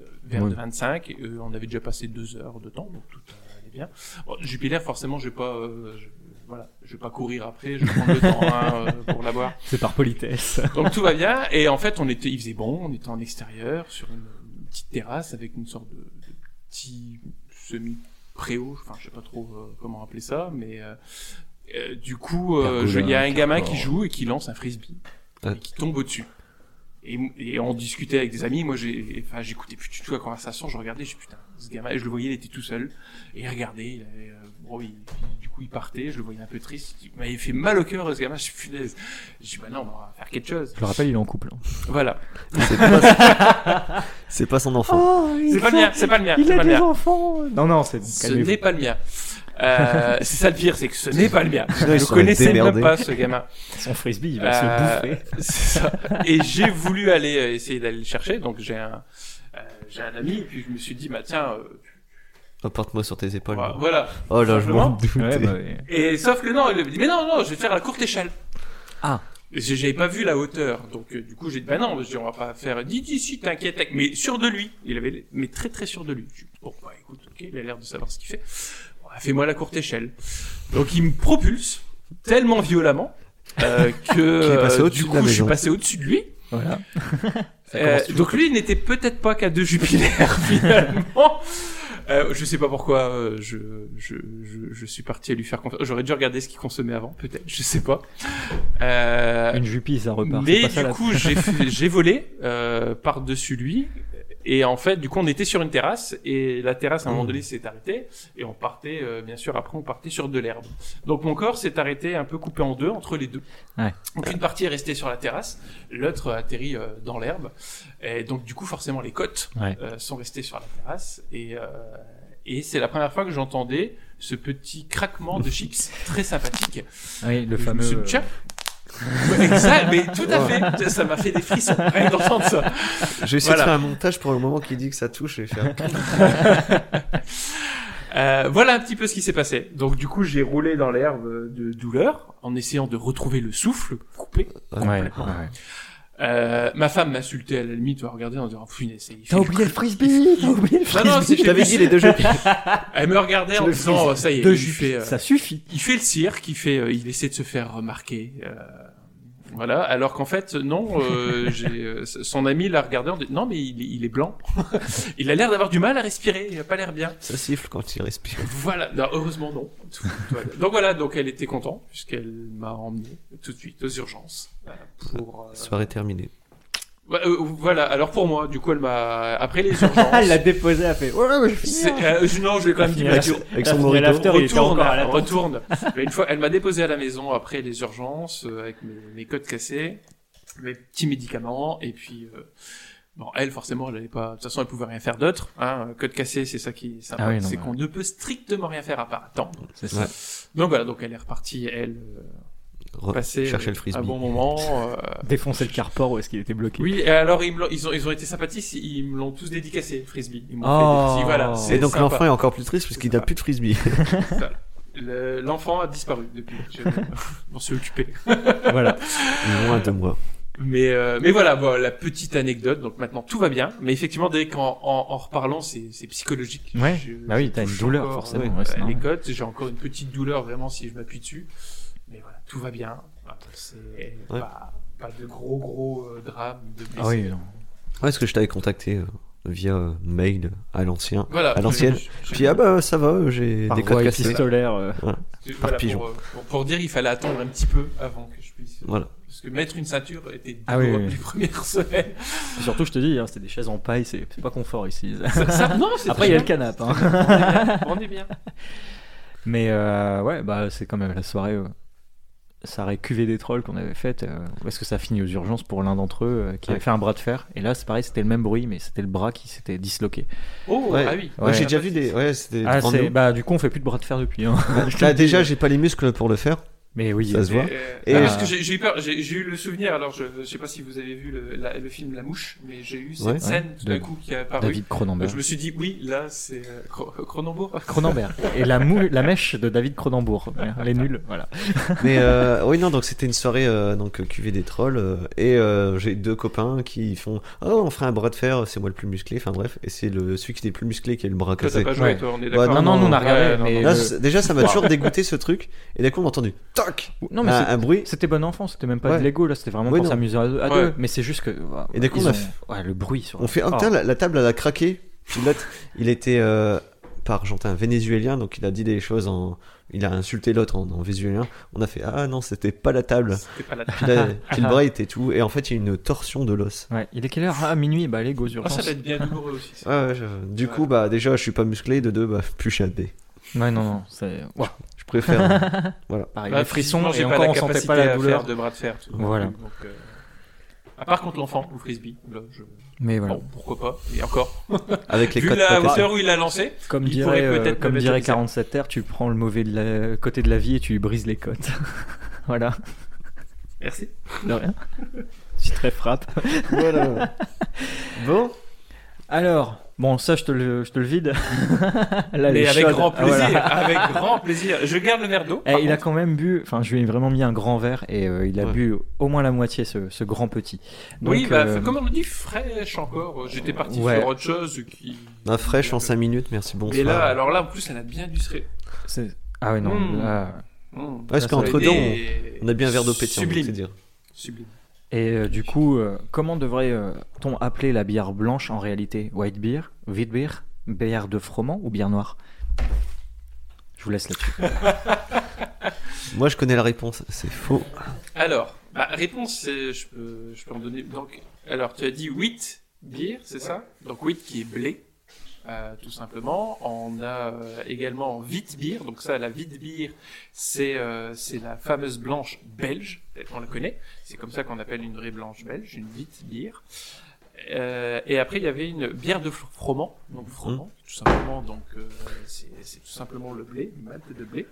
[SPEAKER 4] euh, Vers
[SPEAKER 3] Oui.
[SPEAKER 4] de 25. et, euh, on avait déjà passé deux heures de temps, donc tout allait bien. Bon, Jupiler, forcément, je vais pas. euh, je- voilà, je vais pas courir après. Je vais prendre le temps hein, euh, pour la boire.
[SPEAKER 3] C'est par politesse.
[SPEAKER 4] Donc tout va bien. Et en fait, on était, il faisait bon, on était en extérieur, sur une, une petite terrasse avec une sorte de, de petit semi-préau, enfin je sais pas trop euh, comment appeler ça, mais euh, euh, du coup, euh, je- il y a un gamin qui joue et qui lance un frisbee
[SPEAKER 2] Ah.
[SPEAKER 4] et qui tombe au-dessus. Et, et on discutait avec des amis. Moi, j'ai, enfin, j'écoutais plus du tout la conversation. Je regardais, je putain, ce gamin, je le voyais, il était tout seul. Et il regardait, il avait, euh, bon, il- il- du coup, il partait. Je le voyais un peu triste. Il m'avait fait mal au cœur, ce gamin. Je suis punaise. Je dis, bah non, on va faire quelque chose.
[SPEAKER 3] Je le rappelle, il est en couple. hein.
[SPEAKER 4] Voilà.
[SPEAKER 2] C'est pas... c'est pas son enfant.
[SPEAKER 4] Oh, C'est pas le mien, c'est pas le mien,
[SPEAKER 3] Il
[SPEAKER 4] c'est
[SPEAKER 3] a
[SPEAKER 4] pas le
[SPEAKER 3] des
[SPEAKER 4] mien.
[SPEAKER 3] enfants. Non, non, c'est.
[SPEAKER 4] Ce
[SPEAKER 3] calmez-vous.
[SPEAKER 4] n'est pas le mien. Euh, c'est ça le pire, c'est que ce n'est pas le mien. Je
[SPEAKER 2] ils
[SPEAKER 4] ne
[SPEAKER 2] seraient
[SPEAKER 4] connaissais même
[SPEAKER 2] démerdés.
[SPEAKER 4] pas ce gamin.
[SPEAKER 3] Son frisbee, il va
[SPEAKER 4] Euh,
[SPEAKER 3] se bouffer.
[SPEAKER 4] c'est ça. Et j'ai voulu aller euh, essayer d'aller le chercher, donc j'ai un, euh, j'ai un ami, et puis je me suis dit, bah tiens, euh,
[SPEAKER 2] Porte-moi sur tes épaules.
[SPEAKER 4] voilà, voilà.
[SPEAKER 2] Oh là, je m'en
[SPEAKER 4] Simplement.
[SPEAKER 2] doutais.
[SPEAKER 3] Ouais, bah, ouais.
[SPEAKER 4] Et sauf que non, il me dit, mais non, non, je vais faire la courte échelle.
[SPEAKER 3] Ah.
[SPEAKER 4] Et j'ai- J'avais pas vu la hauteur, donc euh, du coup j'ai dit bah non, je dis, on va pas faire. Dis dis si t'inquiète, t'inquiète. mais sûr de lui. Il avait mais très très sûr de lui. Je dis, bon bah écoute, ok, il a l'air de savoir ce qu'il fait. Bon, bah, Fais-moi la courte échelle. Donc il me propulse tellement violemment euh,
[SPEAKER 2] Qu'il
[SPEAKER 4] que
[SPEAKER 2] est passé
[SPEAKER 4] euh,
[SPEAKER 2] au-dessus
[SPEAKER 4] du
[SPEAKER 2] de
[SPEAKER 4] coup
[SPEAKER 2] la
[SPEAKER 4] je suis
[SPEAKER 2] maison.
[SPEAKER 4] passé au-dessus de lui.
[SPEAKER 3] Voilà. Ça
[SPEAKER 4] Euh,
[SPEAKER 3] commence toujours
[SPEAKER 4] donc lui il n'était peut-être pas qu'à deux Jupiters finalement. Euh, je sais pas pourquoi euh, je, je, je, je suis parti à lui faire confiance. J'aurais dû regarder ce qu'il consommait avant, peut-être, je sais pas. Euh,
[SPEAKER 3] Une jupie, ça repart. C'est
[SPEAKER 4] mais
[SPEAKER 3] pas ça,
[SPEAKER 4] du
[SPEAKER 3] la-
[SPEAKER 4] coup, j'ai fait- j'ai volé euh, par-dessus lui. Et en fait, du coup, on était sur une terrasse. Et la terrasse, à un
[SPEAKER 3] Hmm.
[SPEAKER 4] moment donné, s'est arrêtée. Et on partait, euh, bien sûr, après, on partait sur de l'herbe. Donc mon corps s'est arrêté un peu coupé en deux, entre les deux.
[SPEAKER 3] Ouais.
[SPEAKER 4] Donc une partie est restée sur la terrasse. L'autre a atterri euh, dans l'herbe. Et donc, du coup, forcément, les côtes
[SPEAKER 3] Ouais.
[SPEAKER 4] euh, sont restées sur la terrasse. Et, euh, et c'est la première fois que j'entendais ce petit craquement de chips très sympathique.
[SPEAKER 3] Oui, le
[SPEAKER 4] Je me
[SPEAKER 3] fameux.
[SPEAKER 4] suis dit,
[SPEAKER 3] euh,
[SPEAKER 4] Tiens. Ouais, exact, mais tout à fait. Ça m'a fait des frissons rien que d'entendre ça.
[SPEAKER 2] J'ai essayé
[SPEAKER 4] Voilà.
[SPEAKER 2] de faire un montage pour le moment qui dit que ça touche. Et faire...
[SPEAKER 4] Euh, voilà un petit peu ce qui s'est passé. Donc du coup, j'ai roulé dans l'herbe de douleur en essayant de retrouver le souffle coupé.
[SPEAKER 3] Ouais, ouais, ouais.
[SPEAKER 4] Euh, ma femme m'insultait à la limite, va regarder en disant oh, "Punaise, il fait
[SPEAKER 3] T'as
[SPEAKER 4] le
[SPEAKER 3] oublié le frisbee T'as oublié le
[SPEAKER 4] Non, non,
[SPEAKER 3] frisbee
[SPEAKER 4] si je t'avais dit les
[SPEAKER 2] deux jeux.
[SPEAKER 4] Elle me regardait en
[SPEAKER 2] Le
[SPEAKER 4] disant "Oh, ça y est,
[SPEAKER 3] Deux
[SPEAKER 4] il
[SPEAKER 3] jupes,
[SPEAKER 4] fait, euh,
[SPEAKER 3] ça suffit.
[SPEAKER 4] il fait le cirque, il fait, euh, il essaie de se faire remarquer. euh, voilà, alors qu'en fait, non, euh, j'ai, euh, son ami l'a regardé en disant Non, mais il, est- il est blanc. il a l'air d'avoir du mal à respirer, il a pas l'air bien.
[SPEAKER 2] Ça siffle quand il respire.
[SPEAKER 4] Voilà, Non, heureusement non. Tout- tout va bien. donc voilà, donc elle était contente puisqu'elle m'a emmené tout de suite aux urgences euh, pour. euh,
[SPEAKER 2] Soirée terminée.
[SPEAKER 4] ouais, euh, voilà, alors pour moi, du coup, elle m'a après les
[SPEAKER 5] Elle l'a
[SPEAKER 4] urgences.
[SPEAKER 5] déposé, elle a fait. Ouais, ouais, je finis.
[SPEAKER 4] c'est- euh, je- non, je l'ai quand même dit.
[SPEAKER 5] Elle
[SPEAKER 4] bah,
[SPEAKER 5] a-
[SPEAKER 4] tu-
[SPEAKER 5] elle
[SPEAKER 2] Avec son
[SPEAKER 5] a-
[SPEAKER 2] burrito.
[SPEAKER 5] elle a- After, il était
[SPEAKER 4] retourne,
[SPEAKER 5] encore à l'attente.
[SPEAKER 4] retourne. Mais une fois, elle m'a déposé à la maison après les urgences euh, avec mes, mes codes cassés, mes petits médicaments et puis. euh, Bon, elle, forcément, elle n'allait pas. De toute façon, elle pouvait rien faire d'autre. Hein. Code cassé, c'est ça qui est sympa.
[SPEAKER 3] Ah oui, non,
[SPEAKER 4] c'est
[SPEAKER 3] mais-
[SPEAKER 4] qu'on ne peut strictement rien faire à part attendre.
[SPEAKER 3] C'est
[SPEAKER 2] ça.
[SPEAKER 4] Donc voilà, donc elle est repartie, elle, euh,
[SPEAKER 2] Re-
[SPEAKER 4] passer
[SPEAKER 2] chercher le frisbee.
[SPEAKER 4] un bon moment. euh,
[SPEAKER 5] Défoncer le carport où est-ce qu'il était bloqué.
[SPEAKER 4] Oui, et alors ils, me l'ont- ils, ont, ils ont été sympathiques, ils me l'ont tous dédicacé, le frisbee. Ils m'ont
[SPEAKER 3] Oh.
[SPEAKER 4] fait des petits- voilà, c'est
[SPEAKER 2] Et donc
[SPEAKER 4] sympa.
[SPEAKER 2] l'enfant est encore plus triste puisqu'il n'a
[SPEAKER 4] sympa.
[SPEAKER 2] plus de frisbee.
[SPEAKER 4] Le- L'enfant a disparu depuis. Je m'en suis occupé.
[SPEAKER 3] Voilà.
[SPEAKER 2] Moins de mois.
[SPEAKER 4] Mais, euh, mais voilà, voilà, la petite anecdote. Donc maintenant tout va bien. Mais effectivement, dès qu'en en, en reparlant, c'est c'est psychologique.
[SPEAKER 3] Ouais.
[SPEAKER 4] Je-
[SPEAKER 3] Bah oui,
[SPEAKER 4] je
[SPEAKER 3] t'as une
[SPEAKER 4] touche
[SPEAKER 3] douleur,
[SPEAKER 4] encore,
[SPEAKER 3] forcément,
[SPEAKER 4] euh,
[SPEAKER 3] ouais, c'est
[SPEAKER 4] les
[SPEAKER 3] normal.
[SPEAKER 4] côtes, j'ai encore une petite douleur vraiment si je m'appuie dessus. Mais voilà, tout va bien. Après, C'est pas, pas de gros gros euh, drame de blessés.
[SPEAKER 3] Ah oui, non.
[SPEAKER 2] Ouais, est-ce que je t'avais contacté euh, via euh, mail à l'ancien
[SPEAKER 4] Voilà.
[SPEAKER 2] À l'ancienne.
[SPEAKER 4] Je- je-
[SPEAKER 2] Puis ah bah ça va, j'ai
[SPEAKER 5] Par
[SPEAKER 2] des
[SPEAKER 5] voie
[SPEAKER 2] codes cassés.
[SPEAKER 5] épistolaire. euh,
[SPEAKER 4] je-
[SPEAKER 2] par
[SPEAKER 4] voilà,
[SPEAKER 2] pigeon.
[SPEAKER 4] Pour, euh, pour, pour dire, il fallait attendre un petit peu avant que je puisse.
[SPEAKER 2] Voilà.
[SPEAKER 4] Parce que mettre une ceinture était
[SPEAKER 3] Ah oui,
[SPEAKER 4] douloureux
[SPEAKER 3] oui, oui.
[SPEAKER 4] les premières semaines.
[SPEAKER 5] puis Surtout, je te dis, hein, c'était des chaises en paille, c'est c'est pas confort ici.
[SPEAKER 4] Ça- ça- non, c'est
[SPEAKER 5] Après,
[SPEAKER 4] très
[SPEAKER 5] il y a le
[SPEAKER 4] bien.
[SPEAKER 5] canapé. hein.
[SPEAKER 4] On est bien.
[SPEAKER 3] Mais euh, ouais, bah c'est quand même la soirée. euh, soirée cuvée des trolls qu'on avait faite. euh, où est-ce que ça finit aux urgences pour l'un d'entre eux euh, qui avait
[SPEAKER 2] Ouais.
[SPEAKER 3] fait un bras de fer Et là, c'est pareil, c'était le même bruit, mais c'était le bras qui s'était disloqué.
[SPEAKER 4] Oh,
[SPEAKER 2] Ouais.
[SPEAKER 4] ah oui.
[SPEAKER 2] Ouais, j'ai déjà vu des. Ouais, c'était.
[SPEAKER 3] Ah,
[SPEAKER 2] en
[SPEAKER 3] c'est
[SPEAKER 2] nous.
[SPEAKER 3] bah du coup, on fait plus de bras de fer depuis. hein.
[SPEAKER 2] Bah, déjà, j'ai pas les muscles pour le faire.
[SPEAKER 3] Mais oui.
[SPEAKER 2] Ça se voit.
[SPEAKER 4] Euh,
[SPEAKER 2] Et-
[SPEAKER 4] ah, parce que j'ai j'ai eu peur, j'ai j'ai eu le souvenir, alors je, je sais pas si vous avez vu le, la- le film La Mouche, mais j'ai eu cette
[SPEAKER 2] Ouais.
[SPEAKER 4] scène tout
[SPEAKER 3] De-
[SPEAKER 4] d'un coup qui est apparue.
[SPEAKER 3] David Cronenberg.
[SPEAKER 4] Je me suis dit, oui, là c'est euh, Cro- Cronenbourg.
[SPEAKER 3] Cronenberg. Et la, mou- la mèche de David Cronenbourg.
[SPEAKER 1] hein,
[SPEAKER 3] Elle est nulle, voilà.
[SPEAKER 2] Mais euh, oui, non, donc c'était une soirée euh, donc euh, cuvée des trolls euh, et euh, j'ai deux copains qui font oh on fera un bras de fer, c'est moi le plus musclé, enfin bref, et c'est le celui qui est le plus musclé qui a le bras
[SPEAKER 4] Toi, t'as
[SPEAKER 2] cassé.
[SPEAKER 4] pas joué,
[SPEAKER 3] Ouais.
[SPEAKER 4] toi, on est
[SPEAKER 2] Bah,
[SPEAKER 4] d'accord.
[SPEAKER 3] non, non, nous, on a regardé,
[SPEAKER 4] Ouais,
[SPEAKER 3] mais-
[SPEAKER 4] Ah, non,
[SPEAKER 2] Là,
[SPEAKER 4] non.
[SPEAKER 3] le-
[SPEAKER 2] c'est- déjà ça m'a toujours dégoûté ce truc et d'un coup on a entendu toc
[SPEAKER 3] Non, mais
[SPEAKER 2] un,
[SPEAKER 3] c'est-
[SPEAKER 2] un bruit
[SPEAKER 3] c'était bon enfant, c'était même pas
[SPEAKER 2] Ouais.
[SPEAKER 3] de Lego, là, c'était vraiment
[SPEAKER 2] Oui,
[SPEAKER 3] pour
[SPEAKER 2] non.
[SPEAKER 3] s'amuser à, à
[SPEAKER 4] Ouais.
[SPEAKER 3] deux. Mais c'est juste que.
[SPEAKER 2] Et dès qu'on
[SPEAKER 3] ils
[SPEAKER 2] a
[SPEAKER 3] ont-
[SPEAKER 2] fait-
[SPEAKER 3] Ouais, le bruit sur.
[SPEAKER 2] on fait oh,
[SPEAKER 4] Ah.
[SPEAKER 3] Oh.
[SPEAKER 2] putain, la, la table elle a craqué. Puis l'autre, il était euh, par gentil un vénézuélien donc il a dit des choses en il a insulté l'autre en, en vénézuélien. On a fait ah non, c'était pas la table.
[SPEAKER 4] C'était pas la
[SPEAKER 2] Puis, là, puis le bras il était tout et en fait, il y a une torsion de l'os.
[SPEAKER 3] Ouais, il est quelle heure Ah, minuit, bah, Lego,
[SPEAKER 4] Ah, ça
[SPEAKER 3] urgence.
[SPEAKER 4] va être bien douloureux aussi. ça.
[SPEAKER 2] Ouais, ouais, je- Du coup,
[SPEAKER 4] Ouais.
[SPEAKER 2] bah déjà, je suis pas musclé. De deux, bah plus je suis AB.
[SPEAKER 3] Ouais, non, non, c'est. Ouah,
[SPEAKER 2] Je préfère. hein,
[SPEAKER 3] pareil,
[SPEAKER 4] Bah,
[SPEAKER 3] les frissons,
[SPEAKER 4] physiquement,
[SPEAKER 3] et
[SPEAKER 4] j'ai
[SPEAKER 3] encore,
[SPEAKER 4] pas la
[SPEAKER 3] on sentait
[SPEAKER 4] capacité
[SPEAKER 3] pas la
[SPEAKER 4] à
[SPEAKER 3] douleur.
[SPEAKER 4] faire de bras de fer. tout non
[SPEAKER 3] Voilà.
[SPEAKER 4] plus, donc, euh, à part contre l'enfant ou frisbee, là, je-
[SPEAKER 3] Mais voilà.
[SPEAKER 4] bon, pourquoi pas. Et encore,
[SPEAKER 2] avec les
[SPEAKER 4] vu
[SPEAKER 2] codes
[SPEAKER 4] la
[SPEAKER 2] pas cassés.
[SPEAKER 4] hauteur où il l'a lancé,
[SPEAKER 3] Comme
[SPEAKER 4] il
[SPEAKER 3] dirait,
[SPEAKER 4] pourrait
[SPEAKER 3] euh,
[SPEAKER 4] peut-être me
[SPEAKER 3] comme
[SPEAKER 4] mettre
[SPEAKER 3] dirait
[SPEAKER 4] au dessert.
[SPEAKER 3] 47 terre, tu prends le mauvais de la- côté de la vie et tu brises les côtes. voilà,
[SPEAKER 4] Merci.
[SPEAKER 3] de rien. Tu te frappe.
[SPEAKER 2] Voilà. Bon,
[SPEAKER 3] Alors, bon, ça, je te le, je te le vide. Là, elle
[SPEAKER 4] Mais
[SPEAKER 3] est
[SPEAKER 4] avec
[SPEAKER 3] chaude.
[SPEAKER 4] grand
[SPEAKER 3] Ah, voilà.
[SPEAKER 4] plaisir, avec grand plaisir. Je garde le verre d'eau.
[SPEAKER 3] Eh,
[SPEAKER 4] par
[SPEAKER 3] il a
[SPEAKER 4] contre.
[SPEAKER 3] quand même bu, enfin je lui ai vraiment mis un grand verre et euh, il a
[SPEAKER 2] Ouais.
[SPEAKER 3] bu au moins la moitié ce, ce grand petit. Donc,
[SPEAKER 4] oui, bah,
[SPEAKER 3] euh,
[SPEAKER 4] comme on dit, fraîche encore. J'étais parti
[SPEAKER 3] Ouais.
[SPEAKER 4] sur autre chose qui.
[SPEAKER 2] Ah, fraîche en 5 minutes, merci, bonsoir.
[SPEAKER 4] Et là, alors là, en plus, elle a bien du serré.
[SPEAKER 3] c'est- Ah ouais, non.
[SPEAKER 4] Mm.
[SPEAKER 3] là-
[SPEAKER 4] Mmh.
[SPEAKER 2] Parce
[SPEAKER 3] ça,
[SPEAKER 2] qu'entre
[SPEAKER 4] Et-
[SPEAKER 2] deux, on- on a bien un verre d'eau pétillant, donc
[SPEAKER 4] Sublime.
[SPEAKER 2] c'est dire.
[SPEAKER 4] Sublime.
[SPEAKER 3] Et euh, du coup, euh, comment devrait-on appeler la bière blanche en réalité White beer, wheat beer, bière de froment ou bière noire Je vous laisse là-dessus.
[SPEAKER 2] Moi, je connais la réponse, c'est faux.
[SPEAKER 4] Alors, bah, réponse, c'est- je peux, je peux en donner. Donc, alors, tu as dit wheat beer, c'est ça Donc, wheat qui est blé, euh, tout simplement. On a euh, également wheat beer. Donc, ça, la wheat beer, c'est euh, c'est la fameuse blanche belge, telle qu'on la connaît. C'est comme ça qu'on appelle une vraie blanche belge, une wheat beer. Euh, et après, il y avait une bière de fr- froment, donc froment, tout simplement. Donc, euh, c'est c'est tout simplement le blé, une malte de blé.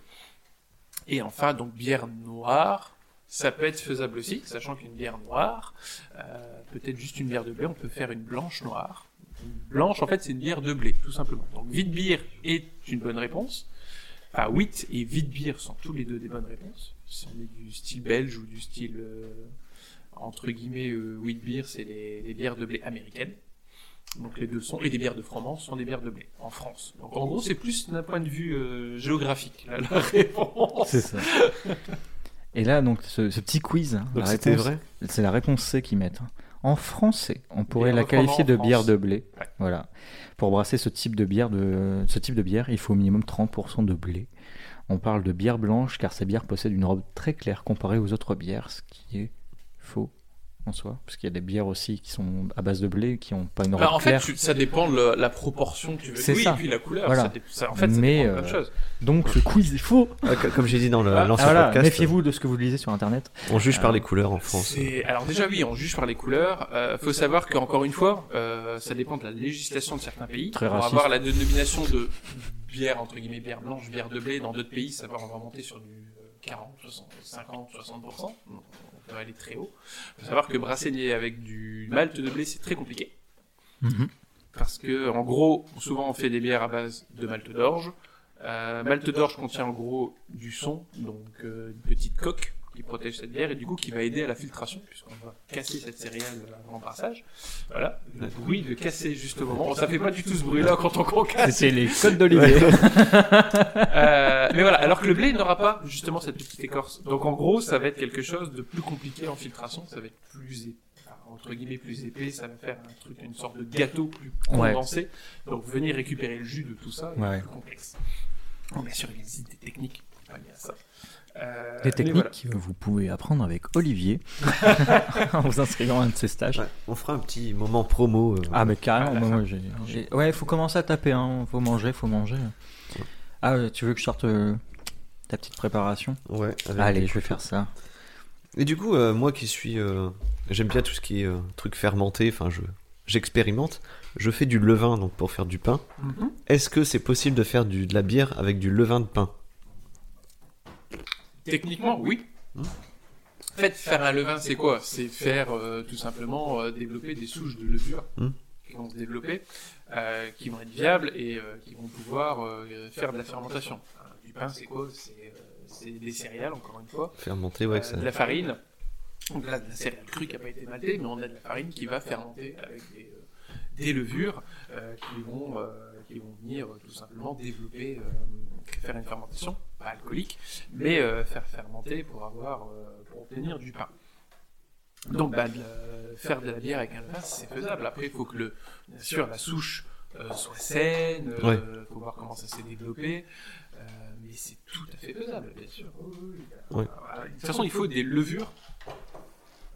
[SPEAKER 4] Et enfin, donc bière noire, ça peut être faisable aussi, sachant qu'une bière noire, euh, peut-être juste une bière de blé, on peut faire une blanche noire. Une blanche, en fait, c'est une bière de blé, tout simplement. Donc, vite bière est une bonne réponse. Enfin, wheat et vite bière sont tous les deux des bonnes réponses. Si on est du style belge ou du style, euh, entre guillemets, euh, wheat beer, c'est les, les bières de blé américaines. Donc les deux sont, et les bières de froment sont des bières de blé, en France. Donc en gros, c'est plus d'un point de vue euh, géographique, là, la réponse.
[SPEAKER 3] ça. Et là, donc, ce, ce petit quiz, hein,
[SPEAKER 2] Donc
[SPEAKER 3] la
[SPEAKER 2] c'était
[SPEAKER 3] réponse-
[SPEAKER 2] vrai.
[SPEAKER 3] c'est la réponse C qu'ils mettent. hein. En français, on pourrait
[SPEAKER 4] Bière
[SPEAKER 3] la
[SPEAKER 4] de froment
[SPEAKER 3] qualifier
[SPEAKER 4] en
[SPEAKER 3] de
[SPEAKER 4] France.
[SPEAKER 3] bière de blé.
[SPEAKER 4] Ouais.
[SPEAKER 3] Voilà. Pour brasser ce type de bière, de, ce type de bière, il faut au minimum 30% de blé. On parle de bière blanche car ces bières possèdent une robe très claire comparée aux autres bières, ce qui est faux en soi, parce qu'il y a des bières aussi qui sont à base de blé qui n'ont pas une robe
[SPEAKER 4] Bah, en fait,
[SPEAKER 3] claire.
[SPEAKER 4] tu- ça dépend de la, la proportion que tu veux.
[SPEAKER 3] C'est
[SPEAKER 4] oui,
[SPEAKER 3] ça.
[SPEAKER 4] et puis la couleur.
[SPEAKER 3] Voilà.
[SPEAKER 4] Ça, dé- ça- en fait,
[SPEAKER 3] Mais,
[SPEAKER 4] ça dépend de plein de
[SPEAKER 3] euh,
[SPEAKER 4] choses.
[SPEAKER 3] Donc ce quiz est faux.
[SPEAKER 2] Ah, co- comme j'ai dit dans le-
[SPEAKER 4] Ah,
[SPEAKER 2] l'ancien
[SPEAKER 3] voilà,
[SPEAKER 2] podcast,
[SPEAKER 3] méfiez-vous de ce que vous lisez sur internet.
[SPEAKER 2] on juge par les couleurs en France.
[SPEAKER 4] C'est- Alors déjà, oui, on juge par les couleurs. Euh, faut savoir qu'encore une fois, euh, ça dépend de la législation de certains pays.
[SPEAKER 3] Très
[SPEAKER 4] Pour
[SPEAKER 3] raciste.
[SPEAKER 4] avoir la dénomination de bière, entre guillemets, bière blanche, bière de blé, dans d'autres pays, ça va, on va monter sur du euh, 40, 60, 50, 60%. Donc, On peut aller très haut. faut savoir que brasser avec du malt de blé, c'est très compliqué.
[SPEAKER 3] Mhm.
[SPEAKER 4] parce que en gros, souvent on fait des bières à base de malte d'orge. Euh, malte d'orge contient en gros du son, donc euh, une petite coque qui protège cette bière et du coup qui va aider à la filtration puisqu'on va casser cette céréale avant le brassage. Voilà, le bruit de casser juste au moment. Ça fait pas du tout ce bruit-là quand on qu'on casse.
[SPEAKER 3] C'était les codes d'Olivier.
[SPEAKER 4] Euh, mais voilà, alors que le blé n'aura pas justement cette petite écorce. Donc en gros, ça va être quelque chose de plus compliqué en filtration, ça va être plus épais. Entre guillemets, plus épais, ça va faire un truc, une sorte de gâteau plus
[SPEAKER 3] Ouais.
[SPEAKER 4] condensé. Donc venir récupérer le jus de tout ça est
[SPEAKER 3] Ouais.
[SPEAKER 4] plus complexe. Bon, bien sûr, il existe des techniques pour pallier à ça. Euh,
[SPEAKER 3] Des
[SPEAKER 4] mais
[SPEAKER 3] techniques
[SPEAKER 4] voilà.
[SPEAKER 3] que vous pouvez apprendre avec Olivier en vous inscrivant à un de ses stages.
[SPEAKER 2] Ouais, on fera un petit moment promo. euh,
[SPEAKER 3] Ah mais carrément,
[SPEAKER 4] À la
[SPEAKER 3] moi,
[SPEAKER 4] fin.
[SPEAKER 3] moi, j'ai- j'ai- Ouais, faut commencer à taper, hein. faut manger, faut manger. Ah, euh, tu veux que je sorte euh, ta petite préparation
[SPEAKER 2] ouais, avec-
[SPEAKER 3] Allez, je vais faire ça.
[SPEAKER 2] Et du coup, euh, moi qui suis, euh, j'aime bien tout ce qui est euh, truc fermenté. Enfin, je j'expérimente. Je fais du levain donc pour faire du pain.
[SPEAKER 4] Mhm.
[SPEAKER 2] Est-ce que c'est possible de faire du, de la bière avec du levain de pain
[SPEAKER 4] Techniquement, oui.
[SPEAKER 2] Hmm.
[SPEAKER 4] En fait, faire un levain, c'est quoi C'est faire euh, tout simplement euh, développer des souches de levure
[SPEAKER 2] Hmm.
[SPEAKER 4] qui vont se développer, euh, qui vont être viables et euh, qui vont pouvoir euh, faire de la fermentation. Euh, Du pain, c'est quoi C'est euh, c'est des céréales, encore une fois,
[SPEAKER 2] Fermenté, ouais, que ça.
[SPEAKER 4] euh, de la farine. Donc là, de la céréale crue qui n'a pas été maltée, mais on a de la farine qui va fermenter avec des, euh, des levures euh, qui, vont, euh, qui vont venir euh, tout simplement développer, euh, faire une fermentation, pas alcoolique, mais euh, faire fermenter pour, avoir, euh, pour obtenir du pain. Donc bah, de la- faire de la bière avec un levain, c'est faisable. Après, il faut que le, bien sûr la souche euh, soit saine, il
[SPEAKER 2] Ouais.
[SPEAKER 4] faut voir comment ça s'est développé. euh, mais c'est tout à fait faisable, bien sûr. Oui, oui, oui.
[SPEAKER 2] Ouais.
[SPEAKER 4] Voilà. De toute façon, il faut des levures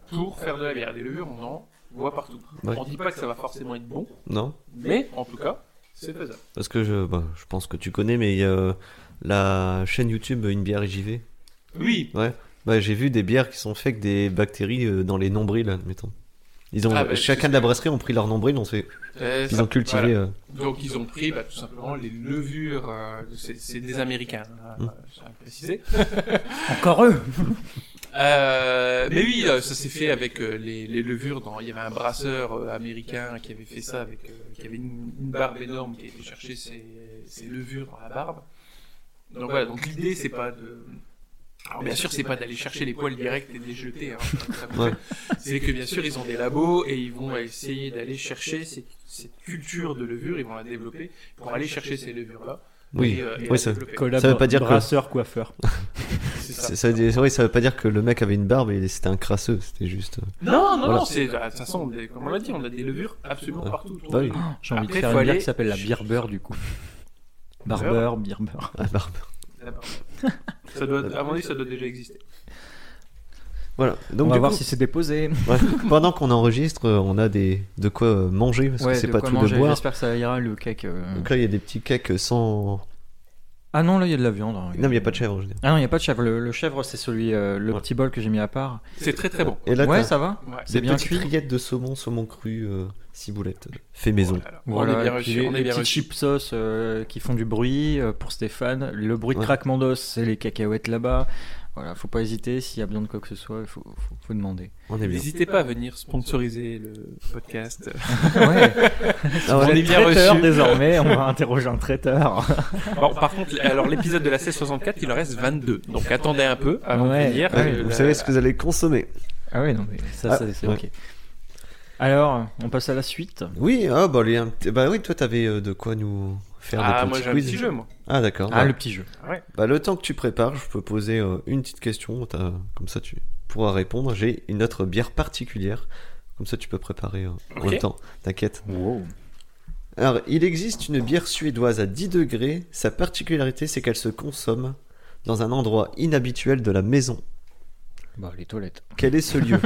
[SPEAKER 4] pour faire de la bière. Des levures, on en voit partout.
[SPEAKER 2] Ouais.
[SPEAKER 4] On dit pas que ça va forcément être bon,
[SPEAKER 2] Non,
[SPEAKER 4] mais en tout cas, c'est faisable.
[SPEAKER 2] parce que je, bah, je pense que tu connais, mais euh, la chaîne YouTube Une bière et JV.
[SPEAKER 4] Oui,
[SPEAKER 2] Bah, j'ai vu des bières qui sont faites avec des bactéries euh, dans les nombrils, admettons. Ils ont,
[SPEAKER 4] Ah, bah,
[SPEAKER 2] chacun de la brasserie ont pris leur nombril, on fait,
[SPEAKER 4] euh,
[SPEAKER 2] ils
[SPEAKER 4] ça-
[SPEAKER 2] ont cultivé.
[SPEAKER 4] voilà.
[SPEAKER 2] euh,
[SPEAKER 4] Donc ils ont pris bah, tout simplement les levures, euh, c'est c'est des Américains, hein,
[SPEAKER 2] Mm.
[SPEAKER 4] euh, je tiens à le préciser.
[SPEAKER 3] Encore eux
[SPEAKER 4] Euh, mais oui, euh, ça s'est fait avec euh, les, les levures. Dans, il y avait un brasseur euh, américain qui avait fait ça, avec, euh, qui avait une, une barbe énorme, qui était chercher ses, ses levures dans la barbe. Donc voilà, donc l'idée c'est pas de. Alors bien sûr, c'est pas d'aller chercher les poils directs et de les jeter. hein, ça vous
[SPEAKER 2] Ouais.
[SPEAKER 4] fait. C'est que bien sûr, ils ont des labos et ils vont essayer d'aller chercher cette, cette culture de levure, ils vont la développer pour aller chercher ces levures-là.
[SPEAKER 2] Oui,
[SPEAKER 4] et, euh, et
[SPEAKER 2] oui,
[SPEAKER 4] la
[SPEAKER 2] ça,
[SPEAKER 4] développer.
[SPEAKER 2] Ça veut pas dire que-
[SPEAKER 5] brasseur, coiffeur.
[SPEAKER 4] C'est ça.
[SPEAKER 2] ça, ça, oui, ça veut pas dire que le mec avait une barbe et c'était un crasseux, c'était juste. euh,
[SPEAKER 4] Non, non,
[SPEAKER 2] Voilà.
[SPEAKER 4] non, c'est, bah, de toute façon, on est- comme on l'a dit, on a des levures absolument
[SPEAKER 2] Ouais.
[SPEAKER 4] partout. autour
[SPEAKER 2] Bah
[SPEAKER 4] de
[SPEAKER 2] oui.
[SPEAKER 4] nous.
[SPEAKER 3] J'ai envie
[SPEAKER 4] Après,
[SPEAKER 3] de faire
[SPEAKER 4] faut
[SPEAKER 3] une bière
[SPEAKER 4] aller-
[SPEAKER 3] qui s'appelle la beer beurre du coup. Barber, beer beurre.
[SPEAKER 2] la barbe.
[SPEAKER 4] La barbe. ça doit, à mon avis, ça doit déjà exister.
[SPEAKER 2] Voilà.
[SPEAKER 3] On
[SPEAKER 2] Donc,
[SPEAKER 3] va
[SPEAKER 2] du
[SPEAKER 3] voir
[SPEAKER 2] coup,
[SPEAKER 3] si c'est déposé.
[SPEAKER 2] ouais, pendant qu'on enregistre, euh, on a des, de quoi euh, manger parce
[SPEAKER 3] Ouais,
[SPEAKER 2] que c'est
[SPEAKER 3] de
[SPEAKER 2] pas
[SPEAKER 3] quoi
[SPEAKER 2] tout
[SPEAKER 3] manger.
[SPEAKER 2] de boire.
[SPEAKER 3] J'espère que ça ira le cake. euh.
[SPEAKER 2] Donc là, il y a des petits cakes euh, sans.
[SPEAKER 3] Ah non, là il y a de la viande. hein.
[SPEAKER 2] Non, mais il y a pas de chèvre. Je veux dire.
[SPEAKER 3] Ah non, il n'y a pas de chèvre. Le, le chèvre, c'est celui, euh, le
[SPEAKER 2] Ouais.
[SPEAKER 3] petit bol que j'ai mis à part.
[SPEAKER 4] C'est très très bon.
[SPEAKER 2] Et là,
[SPEAKER 3] ouais,
[SPEAKER 2] t'as
[SPEAKER 3] ça va
[SPEAKER 4] Ouais.
[SPEAKER 3] C'est
[SPEAKER 2] des
[SPEAKER 3] bien
[SPEAKER 2] petites
[SPEAKER 3] cuit.
[SPEAKER 2] rillettes de saumon, saumon cru, euh, ciboulette, fait maison.
[SPEAKER 4] Voilà. on
[SPEAKER 3] Voilà,
[SPEAKER 4] est bien
[SPEAKER 3] et puis
[SPEAKER 4] reçu.
[SPEAKER 3] les-
[SPEAKER 4] On
[SPEAKER 3] les
[SPEAKER 4] est bien
[SPEAKER 3] petites
[SPEAKER 4] reçu.
[SPEAKER 3] chips sauce euh, qui font du bruit euh, pour Stéphane. Le bruit de
[SPEAKER 2] Ouais.
[SPEAKER 3] craquement d'os, c'est les cacahuètes là-bas. Voilà, faut pas hésiter. S'il y a besoin de quoi que ce soit, il faut, faut, faut demander.
[SPEAKER 2] On est bien.
[SPEAKER 4] N'hésitez pas à venir sponsoriser le podcast.
[SPEAKER 3] Ouais,
[SPEAKER 2] Ah
[SPEAKER 4] On
[SPEAKER 2] ouais.
[SPEAKER 4] est bien
[SPEAKER 3] traiteur
[SPEAKER 4] reçu.
[SPEAKER 3] désormais. On va interroger un traiteur.
[SPEAKER 4] Bon, par contre, alors l'épisode de la 1664, il en reste 22. Donc attendez un peu avant
[SPEAKER 3] Ouais,
[SPEAKER 4] de venir.
[SPEAKER 2] Ouais,
[SPEAKER 4] Euh,
[SPEAKER 2] vous
[SPEAKER 4] la-
[SPEAKER 2] savez ce que vous allez consommer.
[SPEAKER 3] Ah ouais, non, mais ça,
[SPEAKER 2] Ah,
[SPEAKER 3] ça, c'est
[SPEAKER 2] ouais.
[SPEAKER 3] ok. Alors, on passe à la suite.
[SPEAKER 2] Oui, ah bah, les- un petit- bah oui, toi t'avais euh, de quoi nous faire
[SPEAKER 4] Ah,
[SPEAKER 2] des
[SPEAKER 4] moi
[SPEAKER 2] petits
[SPEAKER 4] j'ai un
[SPEAKER 2] quiz.
[SPEAKER 4] petit jeu, moi.
[SPEAKER 2] Ah d'accord.
[SPEAKER 3] Ah,
[SPEAKER 2] Bah,
[SPEAKER 3] le petit jeu.
[SPEAKER 2] bah, le temps que tu prépares, je peux poser euh, une petite question. t'as- Comme ça tu pourras répondre. J'ai une autre bière particulière. Comme ça tu peux préparer euh, en
[SPEAKER 4] Ok.
[SPEAKER 2] même temps. T'inquiète.
[SPEAKER 3] Wow.
[SPEAKER 2] Alors il existe une bière suédoise à 10 degrés. Sa particularité c'est qu'elle se consomme dans un endroit inhabituel de la maison.
[SPEAKER 3] Bah, les toilettes.
[SPEAKER 2] Quel est ce lieu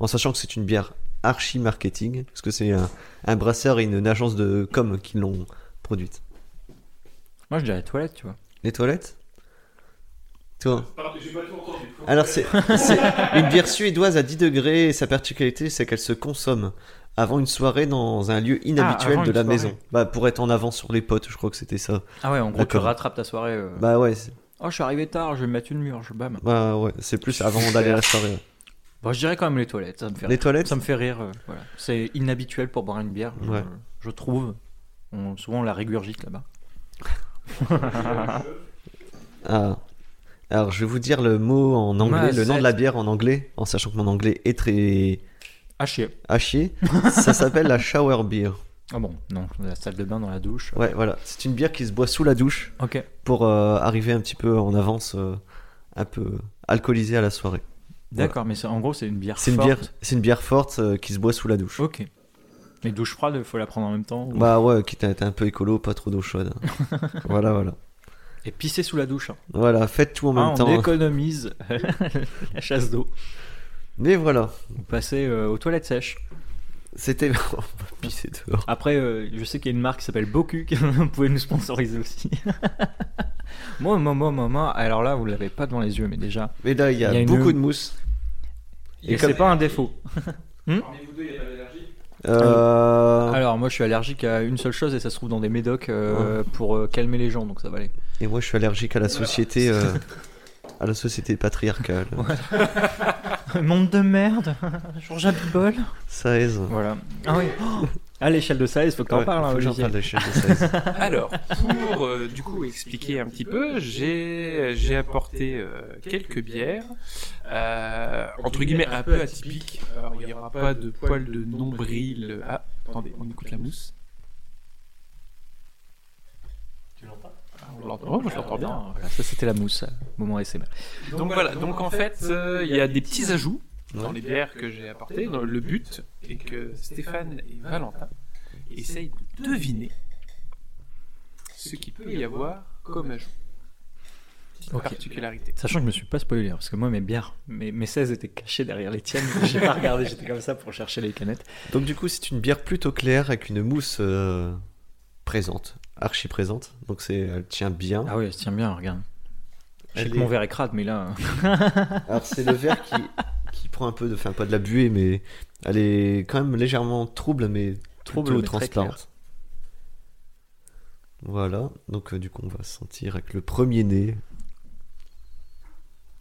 [SPEAKER 2] En sachant que c'est une bière archi-marketing, parce que c'est un, un brasseur et une agence de com qui l'ont produite.
[SPEAKER 3] Moi, je dirais toilettes, tu vois.
[SPEAKER 2] Les toilettes Toi Alors, c'est c'est une bière suédoise à 10 degrés, et sa particularité, c'est qu'elle se consomme avant une soirée dans un lieu inhabituel
[SPEAKER 3] Ah, avant
[SPEAKER 2] de
[SPEAKER 3] une
[SPEAKER 2] la
[SPEAKER 3] soirée.
[SPEAKER 2] maison. Bah, pour être en avance sur les potes, je crois que c'était ça.
[SPEAKER 3] Ah ouais, en gros, tu
[SPEAKER 2] D'accord.
[SPEAKER 3] rattrapes ta soirée. euh.
[SPEAKER 2] Bah ouais, c'est-
[SPEAKER 3] Oh, je suis arrivé tard, je vais me mettre une murge. Bam.
[SPEAKER 2] bah ouais, c'est plus avant d'aller à la soirée.
[SPEAKER 3] Bon, je dirais quand même les toilettes. Ça me fait
[SPEAKER 2] Les
[SPEAKER 3] rire.
[SPEAKER 2] toilettes
[SPEAKER 3] Ça me fait rire. euh, voilà. C'est inhabituel pour boire une bière, je,
[SPEAKER 2] Ouais.
[SPEAKER 3] je trouve. On- souvent, on la régurgite là-bas.
[SPEAKER 2] Ah. Alors, je vais vous dire le mot en anglais,
[SPEAKER 3] Ouais,
[SPEAKER 2] le nom de la
[SPEAKER 3] c'est-
[SPEAKER 2] bière en anglais, en sachant que mon anglais est très
[SPEAKER 3] Ah, chier.
[SPEAKER 2] haché. ça s'appelle la shower beer.
[SPEAKER 3] Ah bon, non, la salle de bain dans la douche.
[SPEAKER 2] Ouais, voilà. C'est une bière qui se boit sous la douche
[SPEAKER 3] Ok.
[SPEAKER 2] pour euh, arriver un petit peu en avance, euh, un peu alcoolisé à la soirée.
[SPEAKER 3] D'accord, mais c'est- en gros, c'est une bière
[SPEAKER 2] C'est une
[SPEAKER 3] forte.
[SPEAKER 2] bière, c'est une bière forte euh, qui se boit sous la douche.
[SPEAKER 3] Ok. Les douches froides, faut la prendre en même temps. ou-
[SPEAKER 2] Bah ouais, quitte à être un peu écolo, pas trop d'eau chaude. voilà, voilà.
[SPEAKER 3] Et pisser sous la douche. hein.
[SPEAKER 2] Voilà, faites tout en même
[SPEAKER 3] Ah, on
[SPEAKER 2] temps. hein.
[SPEAKER 3] économise la chasse d'eau.
[SPEAKER 2] Mais voilà,
[SPEAKER 3] Vous passez euh, aux toilettes sèches.
[SPEAKER 2] c'était. on va pisser dehors.
[SPEAKER 3] Après, euh, je sais qu'il y a une marque qui s'appelle Boku, qui- vous pouvez nous sponsoriser aussi. moi, moi, moi, moi, moi, alors là, vous l'avez pas devant les yeux, mais déjà,
[SPEAKER 2] Mais là, il y a,
[SPEAKER 3] Il y a une-
[SPEAKER 2] beaucoup de mousse. Et
[SPEAKER 3] et
[SPEAKER 2] comme-
[SPEAKER 3] c'est pas un défaut.
[SPEAKER 4] Parmi vous deux, il y a pas d'allergie
[SPEAKER 3] Ah.
[SPEAKER 2] Euh,
[SPEAKER 3] Alors, moi, je suis allergique à une seule chose, et ça se trouve dans des médocs euh, pour euh, calmer les gens, donc ça va aller.
[SPEAKER 2] Et moi, je suis allergique à
[SPEAKER 3] Ah.
[SPEAKER 2] la société, euh, à la société patriarcale.
[SPEAKER 3] Monde de merde, Georges Abitbol.
[SPEAKER 2] Ça aise.
[SPEAKER 3] Voilà. Ah oui. Oh à l'échelle de ça, il faut que t'en
[SPEAKER 2] Ouais,
[SPEAKER 3] parles, hein,
[SPEAKER 2] faut que j'en
[SPEAKER 3] Olivier.
[SPEAKER 2] parle de chez Saez.
[SPEAKER 4] Alors, pour euh, du coup expliquer un petit peu, j'ai j'ai apporté euh, quelques bières, euh, entre guillemets un peu atypiques. Alors, il n'y aura pas de poils de nombril. Ah, attendez, on écoute la mousse. Tu l'entends On l'entend. Oh, moi, je l'entends bien.
[SPEAKER 3] Non, voilà, ça, c'était la mousse, euh, moment SMR.
[SPEAKER 4] Donc voilà, donc en fait, euh, il y a des petits ajouts dans les bières que j'ai apportées. Dans le but est que Stéphane et Valentin essayent de deviner ce qu'il peut y avoir comme ajout. Petite
[SPEAKER 3] Ok.
[SPEAKER 4] particularité.
[SPEAKER 3] Sachant que je me suis pas spoilé, hein, parce que moi, mes bières, mes, mes 16 étaient cachées derrière les tiennes. J'ai pas regardé, j'étais comme ça pour chercher les canettes.
[SPEAKER 2] Donc du coup, c'est une bière plutôt claire avec une mousse euh, présente, archi présente. Donc c'est, elle tient bien.
[SPEAKER 3] Ah oui, elle se tient bien, regarde. Je sais
[SPEAKER 2] Elle
[SPEAKER 3] que
[SPEAKER 2] est-
[SPEAKER 3] mon verre est crade, mais là. euh,
[SPEAKER 2] Ah. Alors c'est le verre qui, qui prend un peu de, enfin pas de la buée, mais elle est quand même légèrement trouble, mais
[SPEAKER 3] Trouble,
[SPEAKER 2] plutôt
[SPEAKER 3] mais très
[SPEAKER 2] transparente. Voilà. Donc euh, du coup, on va sentir avec le premier nez.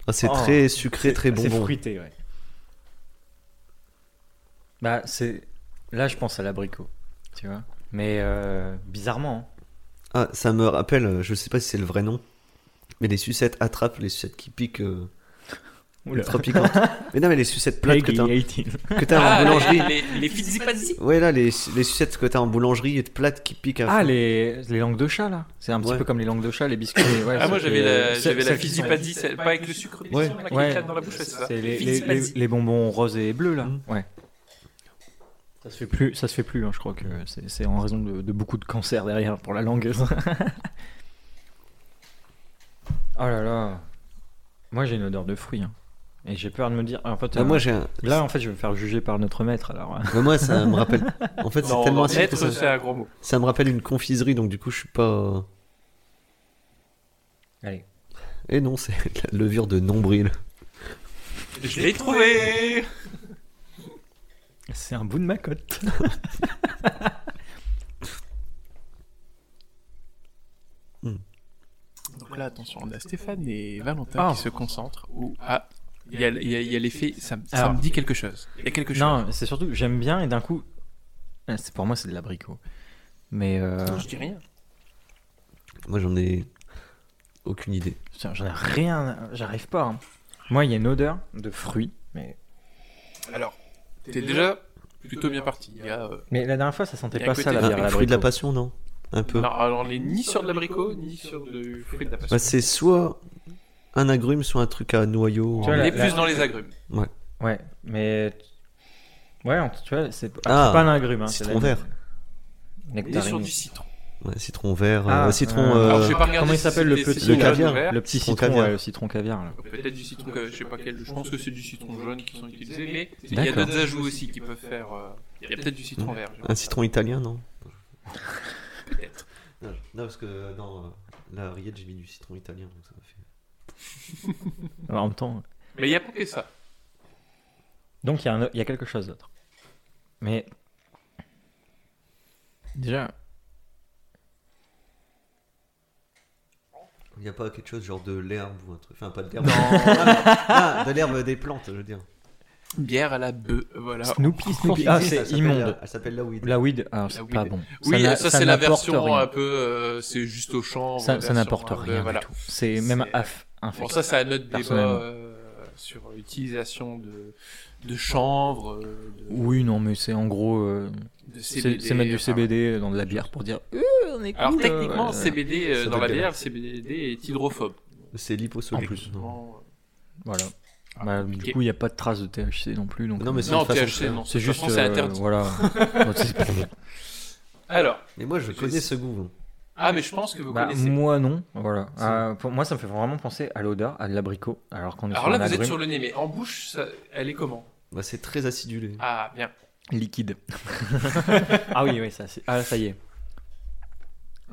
[SPEAKER 2] Ah, c'est
[SPEAKER 5] Oh.
[SPEAKER 2] très sucré, très
[SPEAKER 5] C'est
[SPEAKER 2] bonbon.
[SPEAKER 5] fruité, ouais.
[SPEAKER 3] Bah, c'est. Là, je pense à l'abricot, tu vois. Mais euh, bizarrement. hein.
[SPEAKER 2] Ah, ça me rappelle, euh, je sais pas si c'est le vrai nom, mais les sucettes attrapent, les sucettes qui piquent, euh, ultra piquantes. mais non, mais les sucettes plates que t'as que t'as
[SPEAKER 3] Ah,
[SPEAKER 2] en boulangerie.
[SPEAKER 4] les, les fizzy-pazzy.
[SPEAKER 2] Ouais, là, les, les sucettes que t'as en boulangerie et plates qui piquent à
[SPEAKER 3] Ah,
[SPEAKER 2] fond.
[SPEAKER 3] les, les langues de chat, là. C'est un petit
[SPEAKER 2] Ouais.
[SPEAKER 3] peu comme les langues de chat, les biscuits. ouais,
[SPEAKER 4] Ah, moi
[SPEAKER 3] celles
[SPEAKER 4] j'avais
[SPEAKER 3] qui-
[SPEAKER 4] la,
[SPEAKER 3] celles-
[SPEAKER 4] j'avais la
[SPEAKER 3] celles qui sont-
[SPEAKER 4] fizzy-pazzy, celle- pas avec le sucre,
[SPEAKER 2] Ouais.
[SPEAKER 4] là, qui
[SPEAKER 3] Ouais.
[SPEAKER 4] éclate dans la bouche, ouais, c'est ça.
[SPEAKER 3] C'est les, les, les,
[SPEAKER 4] Fizzy-pazzy.
[SPEAKER 3] les bonbons roses et bleus, là.
[SPEAKER 2] Mm.
[SPEAKER 3] Ouais. Ça se fait plus, ça se fait plus hein, je crois que c'est c'est en raison de, de beaucoup de cancers derrière pour la langue. oh là là. Moi, j'ai une odeur de fruits. hein. Et j'ai peur de me dire. En fait,
[SPEAKER 2] Ah,
[SPEAKER 3] euh,
[SPEAKER 2] moi, j'ai un-
[SPEAKER 3] Là, en fait, je vais me faire juger par notre maître, alors. hein.
[SPEAKER 2] Mais moi, ça me rappelle. En fait, c'est
[SPEAKER 4] Non,
[SPEAKER 2] tellement
[SPEAKER 4] non,
[SPEAKER 2] acidulé
[SPEAKER 4] maître,
[SPEAKER 2] que ça...
[SPEAKER 4] c'est un gros mot.
[SPEAKER 2] ça me rappelle une confiserie, donc du coup, je suis pas. euh,
[SPEAKER 3] Allez.
[SPEAKER 2] Et Eh non, c'est la levure de nombril.
[SPEAKER 4] Je l'ai trouvé
[SPEAKER 3] C'est un bout de ma cote.
[SPEAKER 4] Donc là, attention, on a Stéphane et Valentin
[SPEAKER 3] Ah.
[SPEAKER 4] qui se concentrent. Ou... Ah, il y a, il y a- il y a l'effet, ça, me- ça
[SPEAKER 3] Alors.
[SPEAKER 4] me dit quelque chose. Il y a quelque chose.
[SPEAKER 3] Non, c'est surtout, j'aime bien et d'un coup, Ah, c'est pour moi, c'est de l'abricot. Mais euh,
[SPEAKER 4] je dis rien.
[SPEAKER 2] Moi, j'en ai aucune idée.
[SPEAKER 3] tiens, j'en ai rien, j'arrive pas. hein. Moi, il y a une odeur de fruits, mais
[SPEAKER 4] Alors, t'es déjà plutôt bien parti. Il y a, euh,
[SPEAKER 3] mais la dernière fois, ça sentait
[SPEAKER 4] Et à
[SPEAKER 3] pas
[SPEAKER 4] côté
[SPEAKER 3] ça la
[SPEAKER 4] de-
[SPEAKER 2] Ah,
[SPEAKER 3] bière à
[SPEAKER 2] le fruit de la
[SPEAKER 3] l'abricot.
[SPEAKER 2] passion, non Un peu.
[SPEAKER 4] non, alors, on est ni sur de l'abricot, ni sur du fruit de la passion.
[SPEAKER 2] Bah, c'est soit un agrume, soit un truc à noyau.
[SPEAKER 3] Tu
[SPEAKER 4] on
[SPEAKER 3] vois, la-
[SPEAKER 4] est
[SPEAKER 3] la-
[SPEAKER 4] plus dans les agrumes.
[SPEAKER 3] Ouais, mais ouais, on- tu vois, c'est
[SPEAKER 2] Ah,
[SPEAKER 3] ah, c'est pas un agrume, hein, c'est
[SPEAKER 2] citron
[SPEAKER 3] la-
[SPEAKER 2] vert.
[SPEAKER 4] On est sur
[SPEAKER 3] Nectarine.
[SPEAKER 4] du citron.
[SPEAKER 2] Ouais, citron vert,
[SPEAKER 3] Ah,
[SPEAKER 2] euh, citron.
[SPEAKER 3] euh,
[SPEAKER 2] euh,
[SPEAKER 4] Alors, je vais pas regarder
[SPEAKER 3] Comment il
[SPEAKER 4] si
[SPEAKER 3] s'appelle le
[SPEAKER 4] c'est-
[SPEAKER 3] petit
[SPEAKER 4] c'est
[SPEAKER 2] le
[SPEAKER 4] jaune ou
[SPEAKER 2] caviar
[SPEAKER 4] vert.
[SPEAKER 3] Le petit
[SPEAKER 2] Citron
[SPEAKER 3] citron,
[SPEAKER 2] caviar.
[SPEAKER 3] ouais, le citron caviar. là.
[SPEAKER 4] Peut-être du citron, euh, je sais pas quel, je pense que c'est du citron jaune qui sont utilisés, mais il y a
[SPEAKER 3] D'accord.
[SPEAKER 4] d'autres ajouts aussi qui peuvent faire. euh, Il y a peut-être du citron
[SPEAKER 2] Mm.
[SPEAKER 4] vert. je-
[SPEAKER 2] Un citron italien, non
[SPEAKER 4] Peut-être.
[SPEAKER 2] non, parce que dans la rillette, j'ai mis du citron italien. Donc ça fait...
[SPEAKER 3] Bah, En même temps,
[SPEAKER 4] Mais il n'y a pas que ça.
[SPEAKER 3] donc il y, a un- il y a quelque chose d'autre. Mais déjà,
[SPEAKER 2] Il n'y a pas quelque chose genre de l'herbe ou un truc. Enfin, pas de l'herbe.
[SPEAKER 4] Non.
[SPEAKER 2] ah, de l'herbe des plantes, je veux dire.
[SPEAKER 4] Bière à la bœuf, voilà.
[SPEAKER 3] Snoopy,
[SPEAKER 4] oh,
[SPEAKER 3] Snoopy,
[SPEAKER 2] Il
[SPEAKER 3] ah
[SPEAKER 2] existe,
[SPEAKER 3] c'est
[SPEAKER 2] elle s'appelle
[SPEAKER 3] immonde.
[SPEAKER 2] la- Elle s'appelle la weed.
[SPEAKER 3] La weed, alors
[SPEAKER 4] euh, La
[SPEAKER 3] c'est
[SPEAKER 4] weed.
[SPEAKER 3] pas bon.
[SPEAKER 4] Oui, euh, ça,
[SPEAKER 3] n'a-
[SPEAKER 4] c'est la
[SPEAKER 3] n'apporte
[SPEAKER 4] version
[SPEAKER 3] rien.
[SPEAKER 4] un peu, euh, c'est juste au champ.
[SPEAKER 3] Ça,
[SPEAKER 4] voilà,
[SPEAKER 3] ça n'apporte
[SPEAKER 4] sur un-
[SPEAKER 3] rien
[SPEAKER 4] voilà.
[SPEAKER 3] du tout. C'est même
[SPEAKER 4] C'est-
[SPEAKER 3] af,
[SPEAKER 4] Bon,
[SPEAKER 3] infect.
[SPEAKER 4] ça, c'est un autre débat
[SPEAKER 3] Personnellement.
[SPEAKER 4] euh, sur l'utilisation de, de chanvre, euh,
[SPEAKER 3] Oui, non, mais c'est en gros, euh,
[SPEAKER 4] de, de
[SPEAKER 3] c'est
[SPEAKER 4] CBD.
[SPEAKER 3] c'est mettre du
[SPEAKER 4] enfin,
[SPEAKER 3] CBD dans de la bière pour dire, euh, on est cool.
[SPEAKER 4] Alors
[SPEAKER 3] euh,
[SPEAKER 4] techniquement,
[SPEAKER 3] voilà.
[SPEAKER 4] CBD euh,
[SPEAKER 2] Ça
[SPEAKER 4] dans la
[SPEAKER 2] dégueule.
[SPEAKER 4] bière, le CBD est hydrophobe.
[SPEAKER 2] C'est liposoluble.
[SPEAKER 3] En plus.
[SPEAKER 2] Non,
[SPEAKER 4] Non,
[SPEAKER 3] Voilà.
[SPEAKER 4] Ah,
[SPEAKER 3] Bah,
[SPEAKER 4] compliqué.
[SPEAKER 3] du coup, il n'y a pas de trace de THC non plus. Donc,
[SPEAKER 2] Non, mais
[SPEAKER 3] euh,
[SPEAKER 2] c'est
[SPEAKER 4] non
[SPEAKER 2] une façon de
[SPEAKER 4] THC,
[SPEAKER 2] faire.
[SPEAKER 4] non.
[SPEAKER 3] c'est
[SPEAKER 4] De toute
[SPEAKER 3] juste.
[SPEAKER 4] façon, c'est
[SPEAKER 3] euh,
[SPEAKER 4] interdit.
[SPEAKER 3] Voilà. Bon, c'est-
[SPEAKER 4] Alors,
[SPEAKER 2] Mais moi, je
[SPEAKER 4] Je
[SPEAKER 2] connais
[SPEAKER 4] sais.
[SPEAKER 2] ce goût. hein.
[SPEAKER 4] ah, mais je pense que vous
[SPEAKER 3] Bah,
[SPEAKER 4] connaissez.
[SPEAKER 3] moi, non. Voilà.
[SPEAKER 2] C'est-
[SPEAKER 3] Euh, pour moi, ça me fait vraiment penser à l'odeur, à l'abricot. Alors qu'on est
[SPEAKER 4] Alors
[SPEAKER 3] sur
[SPEAKER 4] là,
[SPEAKER 3] un
[SPEAKER 4] vous êtes
[SPEAKER 3] agrume
[SPEAKER 4] sur le nez, mais en bouche, ça- elle est comment
[SPEAKER 2] Bah, c'est très acidulé.
[SPEAKER 4] Ah, bien.
[SPEAKER 3] liquide. ah oui, oui, ça, c'est- ah, ça y est.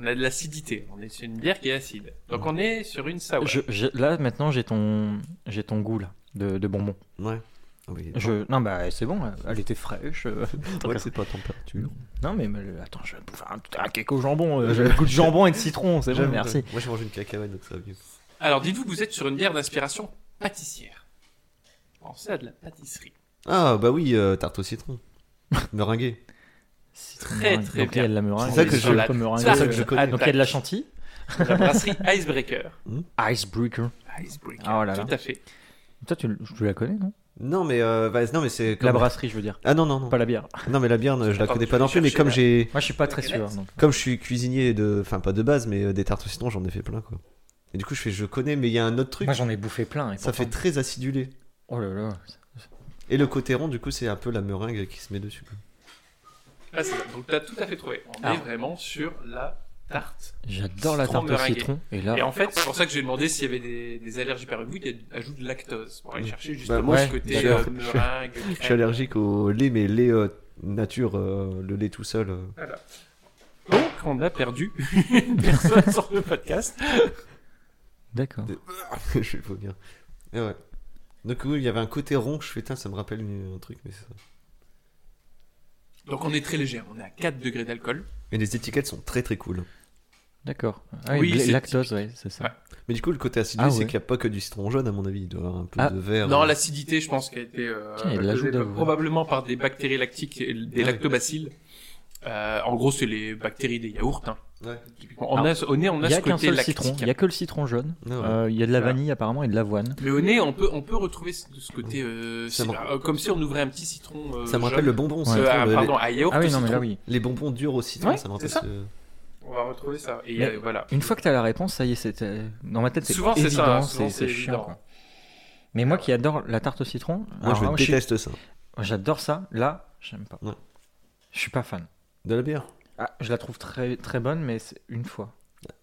[SPEAKER 4] On a de l'acidité. On est sur une bière qui est acide. Donc on est sur une sour.
[SPEAKER 3] Je- je- là, maintenant, j'ai ton, j'ai ton goût là, de, de bonbon.
[SPEAKER 2] Ouais. Ah oui.
[SPEAKER 3] Je... Non, bah c'est bon, elle était fraîche. euh,
[SPEAKER 2] Ouais, c'est pas température.
[SPEAKER 3] non, mais mais le- attends, je vais bouffer un, un cake au jambon. euh, j'ai le goût de jambon et de citron, c'est bon,
[SPEAKER 2] J'avoue,
[SPEAKER 3] merci.
[SPEAKER 2] Moi, j'ai mangé une cacahuète, donc ça va mieux.
[SPEAKER 4] Alors dites-vous, vous êtes sur une bière d'inspiration pâtissière. Pensez à de la pâtisserie.
[SPEAKER 2] Ah, bah oui, euh, tarte au citron. Meringuée.
[SPEAKER 3] Citron,
[SPEAKER 4] Très,
[SPEAKER 3] meringue.
[SPEAKER 4] très
[SPEAKER 3] Donc, il y a de la meringue.
[SPEAKER 2] C'est ça que
[SPEAKER 3] il y a
[SPEAKER 2] je-
[SPEAKER 3] de la meringue,
[SPEAKER 2] c'est ça que
[SPEAKER 3] euh,
[SPEAKER 2] je connais.
[SPEAKER 3] Donc il y a de la chantilly.
[SPEAKER 4] La brasserie Icebreaker.
[SPEAKER 3] Icebreaker.
[SPEAKER 4] Icebreaker.
[SPEAKER 3] Oh là là.
[SPEAKER 4] Tout à fait.
[SPEAKER 3] Toi, tu, l- tu la connais, non
[SPEAKER 2] Non, mais, euh, bah, non, mais c'est. comme-
[SPEAKER 3] La brasserie, je veux dire.
[SPEAKER 2] Ah non, non, non.
[SPEAKER 3] Pas la bière.
[SPEAKER 2] Non, mais la bière, je la
[SPEAKER 4] Attends,
[SPEAKER 2] connais
[SPEAKER 4] je
[SPEAKER 2] pas
[SPEAKER 4] vais
[SPEAKER 2] non plus, mais
[SPEAKER 4] chercher,
[SPEAKER 2] comme
[SPEAKER 4] là.
[SPEAKER 2] j'ai.
[SPEAKER 3] Moi, je suis pas très
[SPEAKER 4] canette.
[SPEAKER 3] sûr. donc.
[SPEAKER 2] Comme je suis cuisinier de. Enfin, pas de base, mais euh, des tartes au citron, j'en ai fait plein, quoi. Et du coup, je fais, je connais, mais il y a un autre truc.
[SPEAKER 3] Moi, j'en ai bouffé plein. et
[SPEAKER 2] ça
[SPEAKER 3] pourtant-
[SPEAKER 2] fait très acidulé.
[SPEAKER 3] Oh là là.
[SPEAKER 2] Et le côté rond, du coup, c'est un peu la meringue qui se met dessus. quoi.
[SPEAKER 4] Ah, c'est ça. Donc t'as tout à fait trouvé. On
[SPEAKER 3] Ah.
[SPEAKER 4] est vraiment sur la tarte.
[SPEAKER 3] J'adore la
[SPEAKER 4] Citron
[SPEAKER 3] tarte au
[SPEAKER 4] meringuée.
[SPEAKER 3] citron. Et
[SPEAKER 1] Ah.
[SPEAKER 3] là,
[SPEAKER 4] Et en fait, c'est pour ça que j'ai demandé s'il y avait des, des allergies par vous. Il y a ajout de lactose pour aller chercher justement
[SPEAKER 2] moi,
[SPEAKER 4] ce
[SPEAKER 3] je-
[SPEAKER 4] côté
[SPEAKER 2] je-
[SPEAKER 4] euh,
[SPEAKER 2] je-
[SPEAKER 4] meringue. crème.
[SPEAKER 2] Je suis allergique au lait, mais lait euh, nature, euh, le lait tout seul. euh.
[SPEAKER 4] Donc on a perdu une personne sur le podcast.
[SPEAKER 3] d'accord.
[SPEAKER 2] je vais vomir. Et ouais. Donc, oui, il y avait un côté rond, je fais, Tain, ça me rappelle une- un truc, mais c'est ça.
[SPEAKER 4] Donc on est très légère. On est à 4 degrés d'alcool.
[SPEAKER 2] Et les étiquettes sont très très cool.
[SPEAKER 3] D'accord. Ah, oui,
[SPEAKER 4] Oui,
[SPEAKER 3] bla-
[SPEAKER 4] c'est-
[SPEAKER 3] lactose, ouais, c'est ça.
[SPEAKER 4] Ouais.
[SPEAKER 2] Mais du coup, le côté acidulé,
[SPEAKER 3] Ah
[SPEAKER 2] c'est
[SPEAKER 3] ouais.
[SPEAKER 2] qu'il n'y a pas que du citron jaune, à mon avis. Il doit y avoir un peu
[SPEAKER 3] Ah,
[SPEAKER 2] de vert. euh,
[SPEAKER 4] Non, l'acidité, je pense qu'elle a été euh,
[SPEAKER 3] Tiens, il y a de l'ajout
[SPEAKER 4] causée
[SPEAKER 3] d'avoine.
[SPEAKER 4] probablement par des bactéries lactiques, et des lactobacilles. Euh, en gros, c'est les bactéries des yaourts. hein.
[SPEAKER 2] Ouais.
[SPEAKER 4] On, a, au nez, on
[SPEAKER 3] Il
[SPEAKER 4] a
[SPEAKER 3] n'y
[SPEAKER 4] ce
[SPEAKER 3] a qu'un
[SPEAKER 4] côté
[SPEAKER 3] seul
[SPEAKER 4] lactique.
[SPEAKER 3] citron, il n'y a que le citron jaune.
[SPEAKER 2] ah Ouais, ouais.
[SPEAKER 3] Euh, Il y a de la
[SPEAKER 4] Voilà.
[SPEAKER 3] vanille apparemment et de l'avoine.
[SPEAKER 4] Mais au nez, on peut, on peut retrouver ce, ce côté... euh,
[SPEAKER 2] Ça me-
[SPEAKER 4] c'est- euh, comme si on ouvrait un petit citron euh,
[SPEAKER 2] ça me rappelle
[SPEAKER 4] jaune.
[SPEAKER 2] le bonbon. citron,
[SPEAKER 4] Euh, ah,
[SPEAKER 2] le-
[SPEAKER 4] pardon, à yaourt
[SPEAKER 3] Ah oui,
[SPEAKER 4] au
[SPEAKER 3] non, mais là
[SPEAKER 4] citron.
[SPEAKER 3] oui.
[SPEAKER 2] Les bonbons durs au citron,
[SPEAKER 4] Ouais,
[SPEAKER 2] ça euh, me rappelle
[SPEAKER 4] c'est ça.
[SPEAKER 2] ce-
[SPEAKER 4] On va retrouver ça. Et
[SPEAKER 3] Mais-
[SPEAKER 4] euh, voilà.
[SPEAKER 3] Une fois que t'as la réponse, ça y est, c'est euh, dans ma tête, c'est
[SPEAKER 4] Souvent, c'est ça, hein,
[SPEAKER 3] évident,
[SPEAKER 4] souvent,
[SPEAKER 3] c'est
[SPEAKER 4] c'est
[SPEAKER 3] c'est chiant.
[SPEAKER 4] évident.
[SPEAKER 3] quoi. Mais moi qui adore la tarte au citron,
[SPEAKER 2] Moi,
[SPEAKER 3] alors,
[SPEAKER 2] je
[SPEAKER 3] vraiment, suis-
[SPEAKER 2] déteste ça.
[SPEAKER 3] j'adore ça. Là, j'aime pas.
[SPEAKER 2] Ouais.
[SPEAKER 3] Je suis pas fan.
[SPEAKER 2] De la bière
[SPEAKER 3] Ah, je la trouve très très bonne, mais c'est une fois.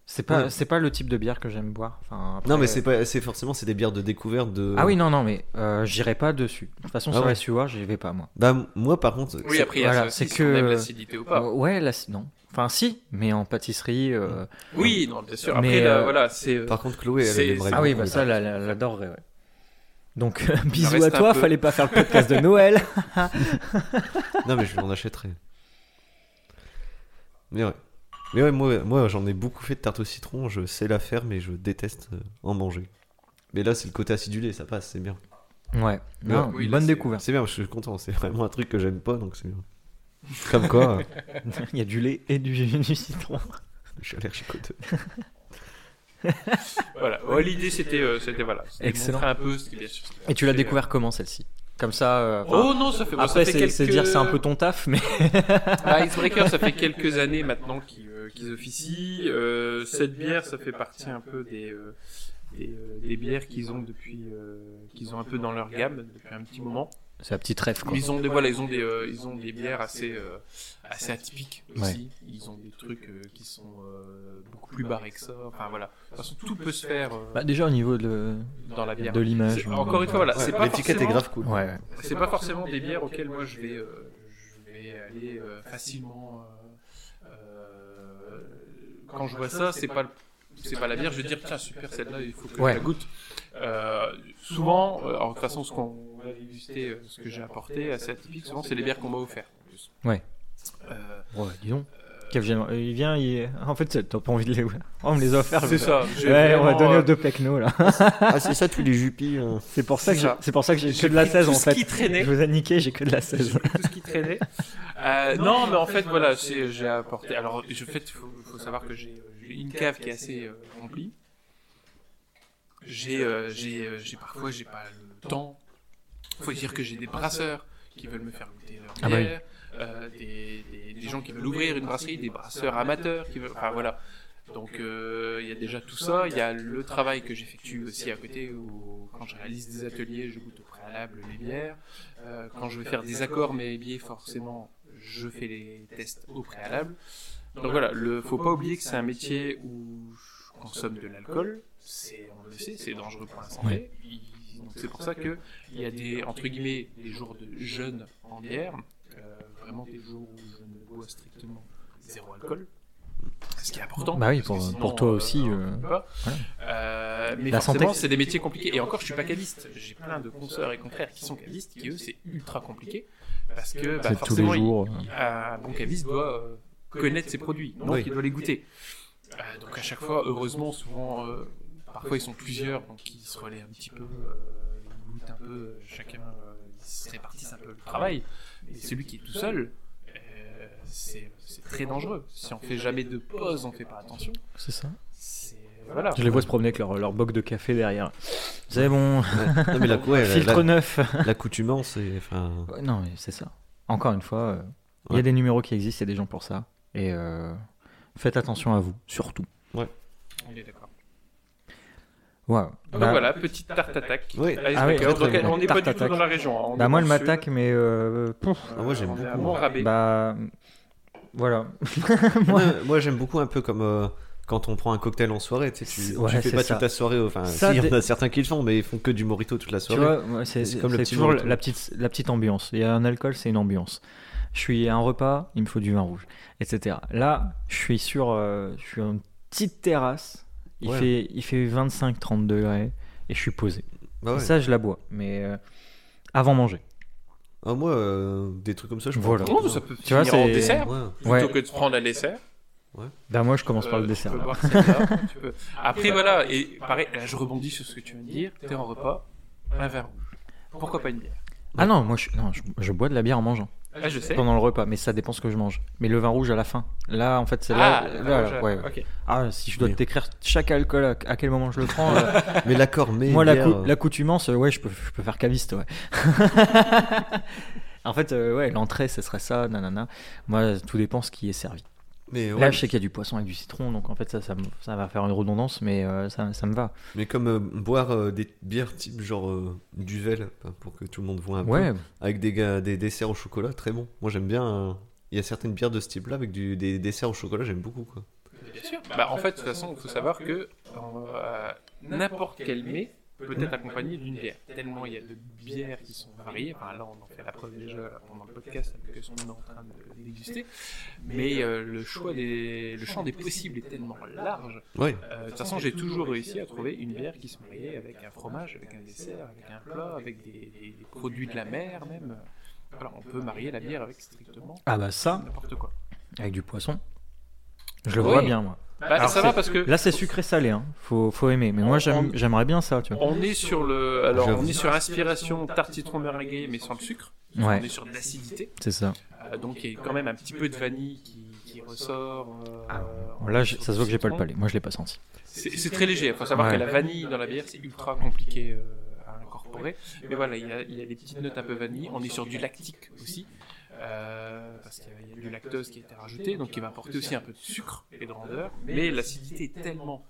[SPEAKER 3] C'est pas
[SPEAKER 2] Ouais.
[SPEAKER 3] c'est pas le type de bière que j'aime boire. Enfin, après-
[SPEAKER 2] Non, mais c'est pas, c'est forcément c'est des bières de découverte de.
[SPEAKER 3] Ah oui, non, non, mais euh, j'irai pas dessus. De toute façon,
[SPEAKER 2] Ah
[SPEAKER 3] sur
[SPEAKER 2] ouais.
[SPEAKER 3] la SUA, j'y vais pas, moi.
[SPEAKER 2] Bah moi par contre.
[SPEAKER 4] Oui,
[SPEAKER 2] c'est-
[SPEAKER 4] après, il y a
[SPEAKER 3] voilà,
[SPEAKER 4] ça aussi,
[SPEAKER 3] c'est
[SPEAKER 4] si on
[SPEAKER 3] que-
[SPEAKER 4] aime l'acidité ou pas.
[SPEAKER 3] Euh, ouais, là, c'est- non. Enfin, si, mais en pâtisserie. euh,
[SPEAKER 4] Oui, non, bien sûr.
[SPEAKER 3] Mais,
[SPEAKER 4] Après, là,
[SPEAKER 3] euh,
[SPEAKER 4] voilà, c'est... euh,
[SPEAKER 2] Par contre Chloé, elle
[SPEAKER 4] C'est-
[SPEAKER 2] aimerait.
[SPEAKER 3] Ah oui,
[SPEAKER 2] bien.
[SPEAKER 3] bah ça, la- la- l'adorerais, ouais. Donc, bisous
[SPEAKER 4] reste
[SPEAKER 3] à
[SPEAKER 4] un
[SPEAKER 3] toi,
[SPEAKER 4] peu.
[SPEAKER 3] fallait pas faire le podcast de Noël.
[SPEAKER 2] Non mais je l'en achèterai. Mais ouais. Mais ouais, moi, moi j'en ai beaucoup fait de tarte au citron, je sais la faire, mais je déteste euh, en manger. Mais là, c'est le côté acidulé, ça passe, c'est bien.
[SPEAKER 3] Ouais, non,
[SPEAKER 4] Oui, là,
[SPEAKER 3] bonne
[SPEAKER 4] c'est-
[SPEAKER 3] découverte.
[SPEAKER 2] C'est bien, je suis content, c'est vraiment un truc que j'aime pas, donc c'est bien. Comme quoi, euh,
[SPEAKER 3] Il y a du lait et du, du citron.
[SPEAKER 2] je suis allergique aux deux.
[SPEAKER 4] Voilà, Ouais, l'idée c'était euh, c'était voilà, c'était de
[SPEAKER 3] Excellent.
[SPEAKER 4] montrer un peu ce que- bien sûr, ce euh, que-
[SPEAKER 3] Et tu l'as
[SPEAKER 4] c'est,
[SPEAKER 3] découvert comment celle-ci Comme ça. euh,
[SPEAKER 4] euh,
[SPEAKER 3] enfin,
[SPEAKER 4] Oh non, ça fait bon,
[SPEAKER 3] après,
[SPEAKER 4] ça
[SPEAKER 3] c'est
[SPEAKER 4] fait
[SPEAKER 3] c'est
[SPEAKER 4] quelques-
[SPEAKER 3] dire c'est un peu ton taf, mais.
[SPEAKER 4] Ah, Icebreaker, ça fait quelques années maintenant qu'ils euh, qu'ils officient. Euh, cette bière, ça fait partie un peu des euh, des, euh, des bières qu'ils ont depuis euh, qu'ils ont un peu dans leur gamme depuis un petit moment.
[SPEAKER 3] C'est la petite rêve, quoi.
[SPEAKER 4] Ils ont des voilà, ils ont des euh, ils ont des bières assez euh, assez atypiques aussi. Ils ont des trucs euh, qui sont euh, beaucoup plus barrés que ça. Enfin voilà, de toute façon tout peut se faire euh,
[SPEAKER 3] Bah, déjà, au niveau de,
[SPEAKER 4] dans la bière.
[SPEAKER 3] de l'image.
[SPEAKER 4] C'est-
[SPEAKER 3] ouais.
[SPEAKER 4] Encore une fois, voilà, Bah, c'est
[SPEAKER 2] Ouais,
[SPEAKER 4] pas
[SPEAKER 2] L'étiquette est
[SPEAKER 4] forcément-
[SPEAKER 2] grave cool.
[SPEAKER 3] Ouais, ouais.
[SPEAKER 4] c'est pas forcément des bières auxquelles moi je vais, euh, je vais aller euh, facilement. euh, euh, quand je vois ça, c'est pas le- c'est pas la bière, je vais dire tiens super celle-là, il faut que
[SPEAKER 3] Ouais.
[SPEAKER 4] je la goûte. Euh, souvent, euh, alors, de toute façon, ce qu'on va déguster, euh, ce que j'ai apporté assez atypique, souvent c'est les bières qu'on m'a offertes. en plus.
[SPEAKER 3] Ouais.
[SPEAKER 4] Euh,
[SPEAKER 3] Ouais, dis donc. Kev, j'ai- euh, il vient, il... en fait, c'est- t'as pas envie de les. On me les a offerts.
[SPEAKER 4] c'est
[SPEAKER 3] je-
[SPEAKER 4] ça. j'ai
[SPEAKER 3] Ouais, on va
[SPEAKER 4] vraiment,
[SPEAKER 3] donner
[SPEAKER 4] euh,
[SPEAKER 3] aux deux plecnos là.
[SPEAKER 2] Ah, c'est ça tous les juppies. hein.
[SPEAKER 3] C'est pour ça que
[SPEAKER 4] c'est
[SPEAKER 3] j'ai-
[SPEAKER 4] ça.
[SPEAKER 3] c'est pour ça que j'ai que de la
[SPEAKER 4] pris
[SPEAKER 3] 16 en
[SPEAKER 4] tout ce
[SPEAKER 3] fait.
[SPEAKER 4] qui traînait.
[SPEAKER 3] Je vous ai niqué, j'ai que de la 16.
[SPEAKER 4] tout ce qui traînait. Euh, non, mais en fait, voilà, c'est- j'ai apporté. Alors, je fait, faut, faut savoir que j'ai euh, j'ai une cave qui est assez euh, remplie. J'ai, euh, j'ai, euh, j'ai parfois, j'ai pas le temps. Faut dire que j'ai des brasseurs qui veulent me faire goûter leur
[SPEAKER 3] Ah bah oui.
[SPEAKER 4] bière, euh, des, des- des gens qui veulent ouvrir une brasserie, des brasseurs amateurs qui veulent. Enfin voilà. Donc euh, il y a déjà tout ça, il y a le travail que j'effectue aussi à côté où quand je réalise des ateliers, je goûte au préalable les bières. Euh, quand je vais faire des accords, mes billets, forcément, je fais les tests au préalable. Donc voilà, le, faut pas oublier que c'est un métier où je consomme de l'alcool. C'est, on le sait, c'est dangereux pour la santé. Il- Donc c'est pour ça que il y a des entre guillemets des jours de jeûne en bière, euh, vraiment des jours où je ne bois strictement zéro alcool. Ce qui est important.
[SPEAKER 3] Bah oui,
[SPEAKER 4] parce que
[SPEAKER 3] pour-
[SPEAKER 4] sinon,
[SPEAKER 3] pour toi aussi,
[SPEAKER 4] on
[SPEAKER 3] euh,
[SPEAKER 4] peut pas. Euh, mais
[SPEAKER 3] La
[SPEAKER 4] forcément,
[SPEAKER 3] santé.
[SPEAKER 4] c'est des métiers compliqués. Et encore, je suis pas caviste. J'ai plein de consoeurs et confrères qui sont cavistes, qui eux, c'est ultra compliqué. Parce que bah,
[SPEAKER 3] C'est tous
[SPEAKER 4] forcément,
[SPEAKER 3] les
[SPEAKER 4] il-
[SPEAKER 3] jours.
[SPEAKER 4] un bon caviste doit euh, connaître ses produits, donc
[SPEAKER 2] Oui.
[SPEAKER 4] il doit les goûter. Euh, donc à chaque fois, heureusement, souvent, euh, parfois ils sont plusieurs, donc ils se relaient un petit peu, euh, ils goûtent un peu, euh, chacun, euh, ils se répartissent un peu le travail. Mais celui qui est tout seul, euh, c'est c'est très dangereux. Si on fait jamais de pause, on fait pas attention.
[SPEAKER 3] C'est ça.
[SPEAKER 4] C'est voilà.
[SPEAKER 3] Je les vois se promener avec leur, leur boc de café derrière. C'est bon,
[SPEAKER 2] Non, mais la, ouais, la-
[SPEAKER 3] filtre
[SPEAKER 2] la-
[SPEAKER 3] neuf.
[SPEAKER 2] l'accoutumance, c'est. Enfin,
[SPEAKER 3] Ouais, non, mais c'est ça. Encore une fois, euh, il y a
[SPEAKER 2] Ouais.
[SPEAKER 3] des numéros qui existent, il y a des gens pour ça. Et euh, faites attention à vous, surtout.
[SPEAKER 4] On est d'accord.
[SPEAKER 3] Ouais.
[SPEAKER 4] Donc
[SPEAKER 3] Bah,
[SPEAKER 4] voilà, petite tarte attaque.
[SPEAKER 2] Oui.
[SPEAKER 4] Icebreaker.
[SPEAKER 3] Ah oui, très,
[SPEAKER 4] Donc,
[SPEAKER 2] très
[SPEAKER 4] on n'est pas
[SPEAKER 3] Tarte
[SPEAKER 4] du tout
[SPEAKER 3] attaque.
[SPEAKER 4] dans la région. hein. On
[SPEAKER 3] bah,
[SPEAKER 4] est
[SPEAKER 3] moi,
[SPEAKER 4] dans
[SPEAKER 3] elle
[SPEAKER 4] le sud.
[SPEAKER 3] m'attaque, mais. euh, pouf,
[SPEAKER 2] Ah, moi, j'aime
[SPEAKER 4] On est à
[SPEAKER 2] beaucoup.
[SPEAKER 4] Montrabé.
[SPEAKER 3] bah. Voilà.
[SPEAKER 2] moi, moi, j'aime beaucoup un peu comme euh, quand on prend un cocktail en soirée. Tu, sais, tu,
[SPEAKER 3] C'est-
[SPEAKER 2] tu
[SPEAKER 3] ouais,
[SPEAKER 2] fais
[SPEAKER 3] c'est
[SPEAKER 2] pas
[SPEAKER 3] ça.
[SPEAKER 2] toute la soirée. Enfin,
[SPEAKER 3] Ça,
[SPEAKER 2] si, il y en
[SPEAKER 3] des-
[SPEAKER 2] a certains qui le font, mais ils font que du morito toute la
[SPEAKER 3] Tu
[SPEAKER 2] soirée.
[SPEAKER 3] vois, moi, c'est
[SPEAKER 2] C'est
[SPEAKER 3] c'est
[SPEAKER 2] comme le petit
[SPEAKER 3] toujours
[SPEAKER 2] Morito.
[SPEAKER 3] la petite, la petite ambiance. Il y a un alcool, c'est une ambiance. Je suis à un repas, il me faut du vin rouge, etc. Là, je suis sur, euh, je suis sur une petite terrasse. Il
[SPEAKER 2] Ouais.
[SPEAKER 3] fait, il fait 25-30 degrés et je suis posé.
[SPEAKER 2] Bah ouais.
[SPEAKER 3] Ça, je la bois, mais euh, avant manger.
[SPEAKER 2] Ah, moi, euh, des trucs comme ça, je prends
[SPEAKER 3] Voilà.
[SPEAKER 2] pas.
[SPEAKER 3] Oh,
[SPEAKER 4] Non, mais ça peut
[SPEAKER 3] Tu vois,
[SPEAKER 4] finir en
[SPEAKER 3] c'est-
[SPEAKER 4] dessert.
[SPEAKER 2] Ouais.
[SPEAKER 4] plutôt
[SPEAKER 3] Ouais.
[SPEAKER 4] que de se prendre un dessert.
[SPEAKER 3] Ben moi je commence par
[SPEAKER 4] Euh,
[SPEAKER 3] le dessert.
[SPEAKER 4] tu
[SPEAKER 3] là.
[SPEAKER 4] peux voir celle-là, tu peux- Après, voilà, et pareil, là, je rebondis sur ce que tu viens de dire. T'es en repas, un verre rouge. Pourquoi pas une bière
[SPEAKER 3] Ah non, moi je, non, je, je bois de la bière en mangeant
[SPEAKER 4] Ah, je sais.
[SPEAKER 3] pendant le repas, mais ça dépend ce que je mange. Mais le vin rouge à la fin. Là en fait c'est là.
[SPEAKER 4] Ah,
[SPEAKER 3] là,
[SPEAKER 4] d'accord, je-
[SPEAKER 3] ouais, ouais.
[SPEAKER 4] ok.
[SPEAKER 3] Ah si je dois
[SPEAKER 2] Mais-
[SPEAKER 3] t'écrire chaque alcool à, à quel moment je le prends. euh,
[SPEAKER 2] Mais l'accord, mais.
[SPEAKER 3] moi la
[SPEAKER 2] bière,
[SPEAKER 3] cou-
[SPEAKER 2] euh,
[SPEAKER 3] l'accoutumance, euh, ouais je peux je peux faire caviste ouais. en fait euh, ouais l'entrée ce serait ça nanana. Moi tout dépend ce qui est servi.
[SPEAKER 2] Mais, ouais,
[SPEAKER 3] Là je sais qu'il y a du poisson avec du citron donc en fait ça ça, me- ça va faire une redondance mais euh, ça, ça me va.
[SPEAKER 2] mais comme euh, boire euh, des bières type genre euh, Duvel, hein, pour que tout le monde voit un
[SPEAKER 3] Ouais
[SPEAKER 2] peu, avec des, ga- des desserts au chocolat, très bon. Moi j'aime bien. euh, Il y a certaines bières de ce type-là avec du, des desserts au chocolat, j'aime beaucoup quoi.
[SPEAKER 4] Bien sûr. Bah, en fait, de toute façon, il faut savoir que euh, n'importe quel mets peut être accompagné d'une bière. Tellement il y a de bières qui sont variées. Enfin, là, on en fait la preuve déjà là, pendant le podcast avec ce qu'on est en train de déguster. Mais euh, le choix des, le champ des possibles est tellement large.
[SPEAKER 2] Ouais.
[SPEAKER 4] Euh, de toute façon, j'ai toujours réussi à trouver une bière qui se mariait avec un fromage, avec un dessert, avec un plat, avec des, des- des produits de la mer même. Voilà, on peut marier la bière avec strictement
[SPEAKER 3] ah bah ça
[SPEAKER 4] n'importe quoi.
[SPEAKER 3] avec du poisson. Je le
[SPEAKER 4] Oui.
[SPEAKER 3] vois bien moi.
[SPEAKER 4] Bah,
[SPEAKER 3] Alors,
[SPEAKER 4] ça va parce que
[SPEAKER 3] Là, c'est sucré salé, hein. faut, faut aimer. Mais moi, j'aime- j'aimerais bien ça, tu vois.
[SPEAKER 4] On est sur le, alors
[SPEAKER 2] J'avoue.
[SPEAKER 4] on est sur inspiration tarte citron meringuée mais sans le sucre.
[SPEAKER 3] Ouais.
[SPEAKER 4] On est sur de l'acidité,
[SPEAKER 3] C'est ça.
[SPEAKER 4] Euh, donc il y a quand même un petit peu de vanille qui, qui ressort. euh, en-
[SPEAKER 3] Ah, Là, je-
[SPEAKER 4] sur
[SPEAKER 3] ça se voit que j'ai pas le
[SPEAKER 4] citron.
[SPEAKER 3] palais. Moi, je l'ai pas senti.
[SPEAKER 4] C'est c'est très léger. Il faut savoir
[SPEAKER 3] Ouais.
[SPEAKER 4] que la vanille dans la bière c'est ultra compliqué euh, à incorporer. Mais voilà, il y, a, il y a des petites notes un peu vanille. On est sur du lactique aussi. euh, parce qu'il y a- il y a du lactose qui a été rajouté, donc qui va apporter aussi un peu de sucre et de rondeur. Mais l'acidité est tellement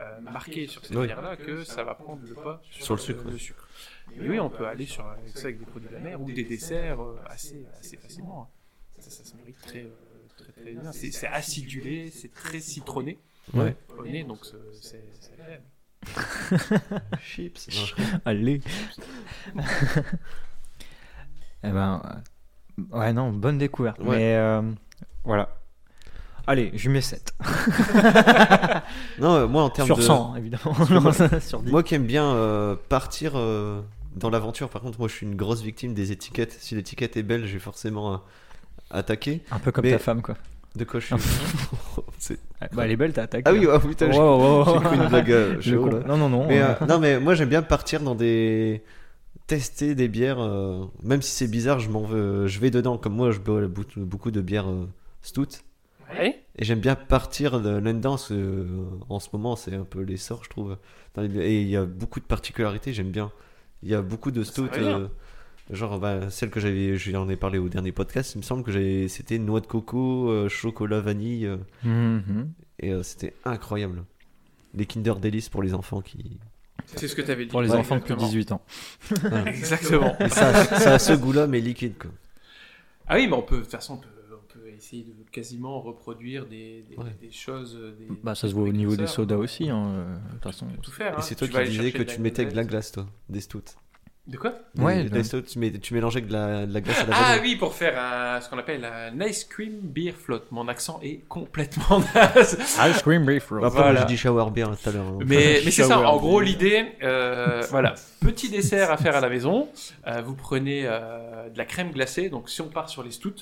[SPEAKER 4] euh, marquée sur cette
[SPEAKER 2] Oui.
[SPEAKER 4] bière-là que ça va prendre le pas sur,
[SPEAKER 2] Sur le sucre,
[SPEAKER 4] le
[SPEAKER 2] ouais.
[SPEAKER 4] sucre. Mais oui, on peut aller sur avec ça avec des produits de la mer ou des desserts euh, assez, assez facilement. hein. Ça, ça se mérite très, euh, très, très bien. C'est c'est acidulé, c'est très citronné.
[SPEAKER 2] Ouais.
[SPEAKER 4] Au nez, donc c'est- c'est c'est agréable.
[SPEAKER 2] Chips.
[SPEAKER 3] Allez. eh ben, euh, ouais, non, bonne découverte.
[SPEAKER 2] Ouais.
[SPEAKER 3] Mais euh, voilà. Allez, je mets 7.
[SPEAKER 2] Non, euh, moi en termes
[SPEAKER 3] Sur
[SPEAKER 2] de.
[SPEAKER 3] 100, évidemment. Non, sur 10.
[SPEAKER 2] Moi qui aime bien euh, partir euh, dans l'aventure, par contre, moi je suis une grosse victime des étiquettes. Si l'étiquette est belle, j'ai forcément euh, attaqué.
[SPEAKER 3] Un peu comme
[SPEAKER 2] Mais-
[SPEAKER 3] ta femme, quoi.
[SPEAKER 2] De quoi je suis. C'est-
[SPEAKER 3] Bah, elle est belle, ta attaque.
[SPEAKER 2] ah oui, oh, putain, j'ai-
[SPEAKER 3] Wow, wow, wow.
[SPEAKER 2] j'ai cru une blague. euh,
[SPEAKER 3] Le
[SPEAKER 2] chez vous,
[SPEAKER 3] con-
[SPEAKER 2] là.
[SPEAKER 3] Non, non, non.
[SPEAKER 2] Mais,
[SPEAKER 3] euh,
[SPEAKER 2] euh, non, mais moi j'aime bien partir dans des. tester des bières. euh, Même si c'est bizarre, je m'en veux. Je vais dedans. Comme moi, je bois bou- beaucoup de bières euh, stout.
[SPEAKER 4] Ouais.
[SPEAKER 2] Et j'aime bien partir de- là-dedans. parce que, euh, en ce moment, c'est un peu l'essor, je trouve. dans les bières. Et il y a beaucoup de particularités, j'aime bien. Il y a beaucoup de stout.
[SPEAKER 4] revient.
[SPEAKER 2] euh, genre, bah, celle que j'avais. Je lui en ai parlé au dernier podcast. Il me semble que j'avais- c'était noix de coco, euh, chocolat, vanille. euh,
[SPEAKER 3] mhm.
[SPEAKER 2] et euh, c'était incroyable. Les Kinder Delice pour les enfants qui.
[SPEAKER 4] C'est ce que tu avais dit.
[SPEAKER 3] Pour les
[SPEAKER 4] Ouais,
[SPEAKER 3] enfants de plus de
[SPEAKER 4] exactement.
[SPEAKER 3] 18 ans.
[SPEAKER 4] Exactement.
[SPEAKER 2] Et ça, ça a ce goût-là, mais liquide. Quoi.
[SPEAKER 4] Ah oui, mais on peut, de toute façon, on peut, on peut essayer de quasiment reproduire des, des,
[SPEAKER 2] Ouais.
[SPEAKER 4] des choses. Des,
[SPEAKER 3] Bah, ça se voit au niveau des sodas aussi,
[SPEAKER 4] On
[SPEAKER 3] hein, euh, de toute façon.
[SPEAKER 4] peut tout faire.
[SPEAKER 2] Et
[SPEAKER 4] hein.
[SPEAKER 2] c'est toi
[SPEAKER 4] vas
[SPEAKER 2] qui
[SPEAKER 4] aller
[SPEAKER 2] disais
[SPEAKER 4] chercher
[SPEAKER 2] que tu mettais avec de la
[SPEAKER 4] glace.
[SPEAKER 2] glace, toi, des stouts.
[SPEAKER 4] De quoi
[SPEAKER 2] Des-
[SPEAKER 3] Ouais,
[SPEAKER 2] des
[SPEAKER 3] le-
[SPEAKER 2] stouts, tu, mets- tu mélangeais avec de la, de la glace à la
[SPEAKER 4] Ah
[SPEAKER 2] vanille.
[SPEAKER 4] oui, pour faire un- ce qu'on appelle un ice cream beer float. Mon accent est complètement naze.
[SPEAKER 3] Ice cream brief
[SPEAKER 2] Après, moi,
[SPEAKER 4] Voilà.
[SPEAKER 2] j'ai dit shower beer tout à l'heure. hein.
[SPEAKER 4] Mais, mais c'est ça,
[SPEAKER 5] Shower.
[SPEAKER 4] en gros l'idée, euh, voilà, petit dessert à faire à la maison, Euh, vous prenez euh, de la crème glacée, donc si on part sur les stouts,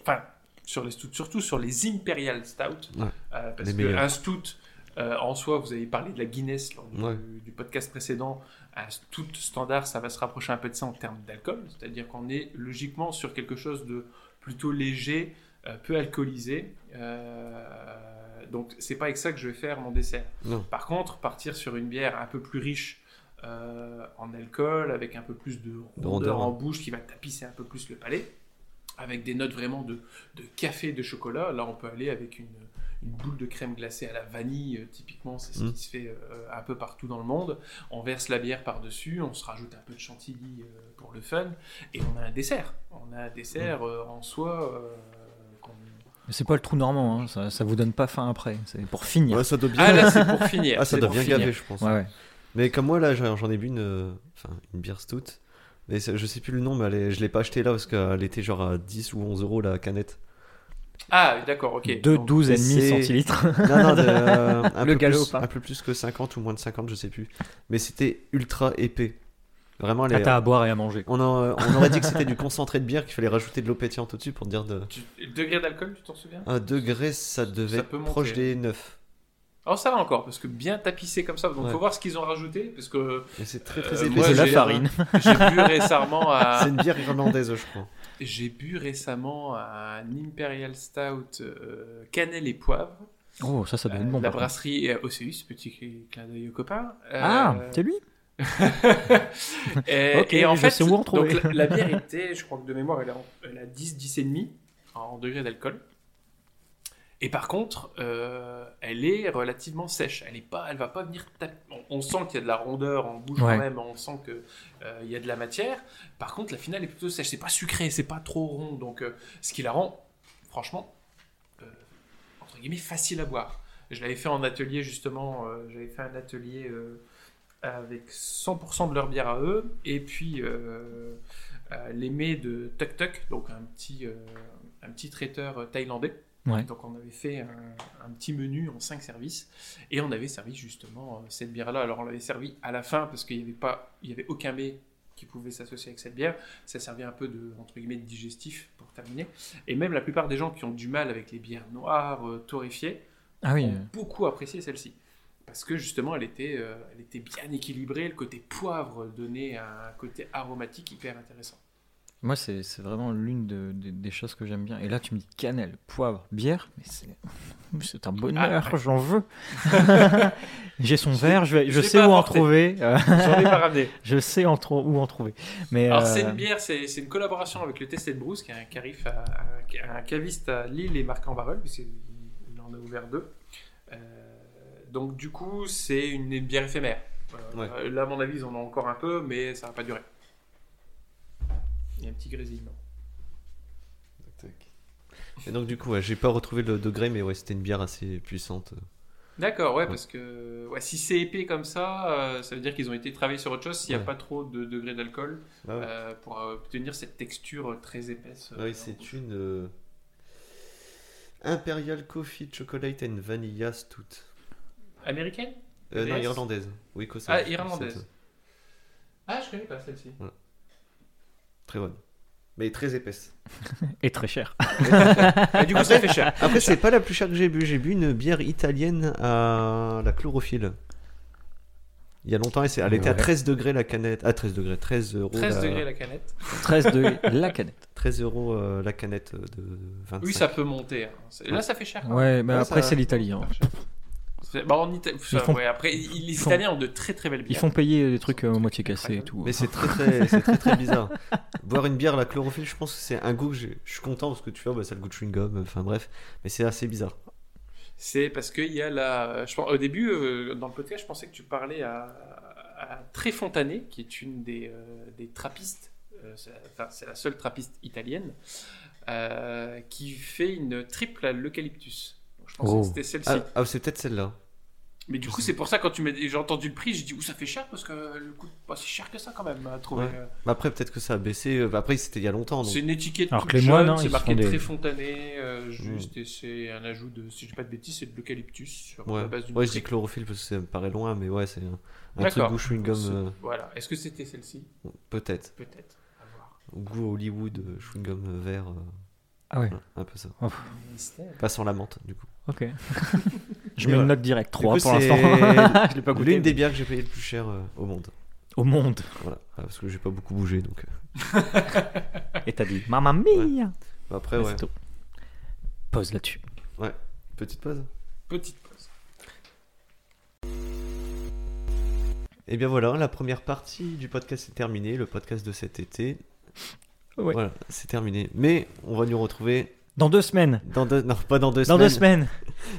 [SPEAKER 4] enfin sur les stouts, surtout sur les Imperial Stout,
[SPEAKER 2] Ouais,
[SPEAKER 4] euh, parce
[SPEAKER 2] les meilleurs.
[SPEAKER 4] qu'un stout, euh, en soi, vous avez parlé de la Guinness lors du,
[SPEAKER 2] Ouais.
[SPEAKER 4] du podcast précédent, un stout standard, ça va se rapprocher un peu de ça en termes d'alcool, c'est-à-dire qu'on est logiquement sur quelque chose de plutôt léger, euh, peu alcoolisé, euh, donc c'est pas avec ça que je vais faire mon dessert.
[SPEAKER 2] Non.
[SPEAKER 4] Par contre, partir sur une bière un peu plus riche euh, en alcool, avec un peu plus de
[SPEAKER 2] De
[SPEAKER 4] rondeur,
[SPEAKER 2] rondeur, hein.
[SPEAKER 4] en
[SPEAKER 2] ouais.
[SPEAKER 4] bouche qui va tapisser un peu plus le palais, avec des notes vraiment de, de café, de chocolat, là on peut aller avec une, une boule de crème glacée à la vanille, euh, typiquement c'est ce
[SPEAKER 2] Mm.
[SPEAKER 4] qui se fait euh, un peu partout dans le monde. On verse la bière par-dessus, on se rajoute un peu de chantilly euh, pour le fun, et on a un dessert. On a un dessert euh, en soi euh, qu'on...
[SPEAKER 3] C'est pas le trou normand, hein, ça, ça vous donne pas faim après. C'est pour finir.
[SPEAKER 2] Ouais, ça doit bien,
[SPEAKER 4] Ah là c'est pour finir.
[SPEAKER 2] Ah, ça
[SPEAKER 4] c'est
[SPEAKER 2] doit
[SPEAKER 4] pour
[SPEAKER 2] bien
[SPEAKER 4] finir.
[SPEAKER 2] gaver, je pense.
[SPEAKER 3] Ouais, ouais.
[SPEAKER 2] Mais comme moi, là, j'en j'en ai bu une, euh, enfin, une bière stout. Mais c'est- je sais plus le nom, mais elle est- je l'ai pas achetée là parce qu'elle était genre à 10 ou 11 euros la canette.
[SPEAKER 4] Ah d'accord, ok.
[SPEAKER 3] De
[SPEAKER 4] Donc,
[SPEAKER 3] 12 et demi
[SPEAKER 2] c'est-
[SPEAKER 3] centilitres.
[SPEAKER 2] Non, non, de, euh, un,
[SPEAKER 3] Le
[SPEAKER 2] peu
[SPEAKER 3] galop,
[SPEAKER 2] plus,
[SPEAKER 3] hein.
[SPEAKER 2] un peu plus que 50 ou moins de 50, je sais plus. Mais c'était ultra épais. Vraiment, elle
[SPEAKER 5] Ah,
[SPEAKER 2] est-
[SPEAKER 5] t'as à boire et à manger.
[SPEAKER 2] on, en- euh, on aurait dit que c'était du concentré de bière qu'il fallait rajouter de l'eau pétillante au-dessus pour dire de.
[SPEAKER 4] Tu- le Degré d'alcool, tu t'en souviens
[SPEAKER 2] Un degré, ça devait
[SPEAKER 4] Ça
[SPEAKER 2] être
[SPEAKER 4] peut monter.
[SPEAKER 2] proche des 9.
[SPEAKER 4] Alors ça va encore, parce que bien tapissé comme ça, donc
[SPEAKER 2] Ouais.
[SPEAKER 4] faut voir ce qu'ils ont rajouté, parce que
[SPEAKER 2] Et c'est très très
[SPEAKER 4] Euh,
[SPEAKER 2] épais.
[SPEAKER 4] moi,
[SPEAKER 2] c'est
[SPEAKER 5] de la
[SPEAKER 4] j'ai-
[SPEAKER 5] farine.
[SPEAKER 4] j'ai bu récemment à...
[SPEAKER 2] C'est une bière irlandaise, je crois.
[SPEAKER 4] J'ai bu récemment un Imperial Stout euh, cannelle et poivre.
[SPEAKER 5] Oh, ça, ça
[SPEAKER 4] Euh,
[SPEAKER 5] donne bon.
[SPEAKER 4] la
[SPEAKER 5] par contre.
[SPEAKER 4] brasserie euh, Océus, petit cl- clin d'œil aux copains. Euh,
[SPEAKER 5] Ah, c'est lui
[SPEAKER 4] et,
[SPEAKER 5] Ok,
[SPEAKER 4] et en
[SPEAKER 5] je
[SPEAKER 4] fait,
[SPEAKER 5] sais où en trouver.
[SPEAKER 4] donc, la, la bière était, je crois que de mémoire, elle est en- elle a 10, 10,5 en degrés d'alcool. Et par contre, euh, elle est relativement sèche. Elle est pas, elle va pas venir. tap- On, on sent qu'il y a de la rondeur en bouche
[SPEAKER 5] Ouais.
[SPEAKER 4] quand même. On sent que euh, il y a de la matière. Par contre, la finale est plutôt sèche. C'est pas sucré, c'est pas trop rond. Donc, euh, ce qui la rend, franchement, euh, entre guillemets, facile à boire. Je l'avais fait en atelier justement. euh, J'avais fait un atelier euh, avec 100% de leur bière à eux. Et puis euh, euh, les mets de Tuk Tuk, donc un petit, euh, un petit traiteur euh, thaïlandais.
[SPEAKER 5] Ouais.
[SPEAKER 4] Donc on avait fait un, un petit menu en 5 services et on avait servi justement euh, cette bière-là. Alors on l'avait servi à la fin parce qu'il n'y avait, pas- il y avait aucun mets qui pouvait s'associer avec cette bière. Ça servait un peu de, entre guillemets, de digestif pour terminer. Et même la plupart des gens qui ont du mal avec les bières noires, euh, torréfiées,
[SPEAKER 5] Ah oui.
[SPEAKER 4] ont beaucoup apprécié celle-ci. Parce que justement, elle était, euh, elle était bien équilibrée. Le côté poivre donnait un côté aromatique hyper intéressant.
[SPEAKER 5] Moi, c'est c'est vraiment l'une de- de- des choses que j'aime bien. Et là, tu me dis cannelle, poivre, bière, mais c'est. C'est un bonheur,
[SPEAKER 4] Ah,
[SPEAKER 5] j'en veux. J'ai son verre, je, vais- je
[SPEAKER 4] je l'ai
[SPEAKER 5] sais
[SPEAKER 4] pas
[SPEAKER 5] où en
[SPEAKER 4] apporté.
[SPEAKER 5] trouver. euh,
[SPEAKER 4] J'en ai pas ramené.
[SPEAKER 5] je sais en trou- où en trouver. Mais
[SPEAKER 4] Alors,
[SPEAKER 5] euh,
[SPEAKER 4] c'est une bière, c'est c'est une collaboration avec le Tested Bruce, qui est un, carif à- un- un caviste à Lille et marc en barœul puisqu'il il en a ouvert deux. Euh, donc, du coup, c'est une bière éphémère. Euh, Là, à mon avis, ils en ont encore un peu, mais ça va pas durer. Il y a un petit grésillement.
[SPEAKER 2] Et donc, du coup, ouais, j'ai pas retrouvé le degré, mais ouais, c'était une bière assez puissante.
[SPEAKER 4] D'accord, ouais,
[SPEAKER 2] Ouais.
[SPEAKER 4] parce que ouais, si c'est épais comme ça, euh, ça veut dire qu'ils ont été travaillés sur autre chose, s'il n'y a
[SPEAKER 2] Ouais.
[SPEAKER 4] pas trop de degrés d'alcool,
[SPEAKER 2] Bah ouais.
[SPEAKER 4] euh, pour euh, obtenir cette texture très épaisse.
[SPEAKER 2] Ah
[SPEAKER 4] euh,
[SPEAKER 2] oui, c'est une. euh, Imperial Coffee Chocolate and Vanilla Stout.
[SPEAKER 4] Américaine
[SPEAKER 2] Euh, non,
[SPEAKER 4] EVS?
[SPEAKER 2] irlandaise. Oui, euh, écossaise.
[SPEAKER 4] Ah,
[SPEAKER 2] je pense,
[SPEAKER 4] irlandaise.
[SPEAKER 2] cette-
[SPEAKER 4] Ah, je connais pas celle-ci.
[SPEAKER 2] Très bonne. Mais très épaisse.
[SPEAKER 5] est très cher.
[SPEAKER 4] Ah, du coup, ça fait cher.
[SPEAKER 2] Après, c'est pas la plus chère que j'ai bu. J'ai bu une bière italienne à la chlorophylle. Il y a longtemps, et c'est- elle était à
[SPEAKER 5] Ouais.
[SPEAKER 2] 13 degrés la canette. Ah, 13 degrés, 13
[SPEAKER 5] Oh
[SPEAKER 2] euros.
[SPEAKER 4] 13
[SPEAKER 2] la-
[SPEAKER 4] degrés la canette.
[SPEAKER 3] 13 degrés, la canette.
[SPEAKER 2] 13 euros euh, la canette euh, de 25.
[SPEAKER 4] Oui, ça peut monter. hein. C'est- Là, ça fait cher. quand
[SPEAKER 5] Ouais, mais
[SPEAKER 2] Ouais,
[SPEAKER 5] après,
[SPEAKER 2] ça-
[SPEAKER 5] c'est l'Italie. hein.
[SPEAKER 4] même. C'est- Bah, en Ita- ça,
[SPEAKER 5] font-
[SPEAKER 4] ouais, après, i- les
[SPEAKER 5] ils font-
[SPEAKER 4] Italiens ont de très très belles
[SPEAKER 5] Ils
[SPEAKER 4] bières.
[SPEAKER 5] font payer des trucs euh, moitié cassés et tout.
[SPEAKER 2] Mais c'est très très, c'est très très bizarre. Boire une bière à la chlorophylle, je pense que c'est un goût que j'ai- je suis content parce que tu vois, bah, ça a le goût de chewing-gum, enfin bref. Mais c'est assez bizarre.
[SPEAKER 4] C'est parce qu'il y a la. Je pense, au début, euh, dans le podcast, je pensais que tu parlais à, à Tréfontané, qui est une des, euh, des trappistes. Euh, c'est la, enfin, c'est la seule trappiste italienne euh, qui fait une triple à l'eucalyptus. Donc, Je pensais
[SPEAKER 5] Oh.
[SPEAKER 4] que c'était celle-ci.
[SPEAKER 2] Ah, ah, c'est peut-être celle-là.
[SPEAKER 4] Mais du coup, c'est pour ça, quand tu m'as dit- j'ai entendu le prix, j'ai dit, ouh, ça fait cher parce que le coût, pas si cher que ça quand même à trouver.
[SPEAKER 2] Ouais. Mais Bah, après, peut-être que ça a baissé. euh, Après, c'était il y a longtemps. Donc.
[SPEAKER 4] C'est une étiquette
[SPEAKER 5] Alors
[SPEAKER 4] toute
[SPEAKER 5] que les moines,
[SPEAKER 4] jaune,
[SPEAKER 5] hein,
[SPEAKER 4] c'est
[SPEAKER 5] ils
[SPEAKER 4] marqué
[SPEAKER 5] font des-
[SPEAKER 4] très fontané, euh,
[SPEAKER 2] Mm.
[SPEAKER 4] juste, et c'est un ajout de, si je dis pas de bêtises, c'est de l'eucalyptus sur
[SPEAKER 2] Ouais.
[SPEAKER 4] la base d'une
[SPEAKER 2] ouais, je dis
[SPEAKER 4] brique.
[SPEAKER 2] chlorophylle parce que ça me paraît loin, mais ouais, c'est un- un truc
[SPEAKER 4] D'accord.
[SPEAKER 2] goût chewing-gum, euh,
[SPEAKER 4] Voilà. Est-ce que c'était celle-ci
[SPEAKER 2] peut-être.
[SPEAKER 4] Peut-être. À voir.
[SPEAKER 2] Goût Hollywood, euh, chewing-gum euh, vert. euh,
[SPEAKER 5] Ah ouais.
[SPEAKER 2] voilà, Un peu ça.
[SPEAKER 4] Mystère.
[SPEAKER 2] Pas sans la menthe, du coup.
[SPEAKER 5] Ok. Je
[SPEAKER 2] Mais
[SPEAKER 5] mets
[SPEAKER 2] voilà.
[SPEAKER 5] une note directe, 3
[SPEAKER 2] coup,
[SPEAKER 5] pour l'instant.
[SPEAKER 2] c'est
[SPEAKER 5] je l'ai pas goûté.
[SPEAKER 2] L'une des bières que j'ai payé le plus cher euh, au monde.
[SPEAKER 5] Au monde.
[SPEAKER 2] Voilà. Ah, Parce que j'ai pas beaucoup bougé, donc. euh,
[SPEAKER 5] Et t'as dit Mamma mia
[SPEAKER 2] bah Après,
[SPEAKER 5] Mais
[SPEAKER 2] ouais.
[SPEAKER 5] c'est tout. Pause là-dessus.
[SPEAKER 2] Petite pause.
[SPEAKER 4] Petite pause.
[SPEAKER 2] Et Eh bien voilà, la première partie du podcast est terminée, le podcast de cet été.
[SPEAKER 5] Ouais.
[SPEAKER 2] Voilà, c'est terminé. Mais on va nous retrouver
[SPEAKER 5] Dans deux semaines.
[SPEAKER 2] dans deux... Non, pas dans deux
[SPEAKER 5] Dans
[SPEAKER 2] semaines.
[SPEAKER 5] deux semaines.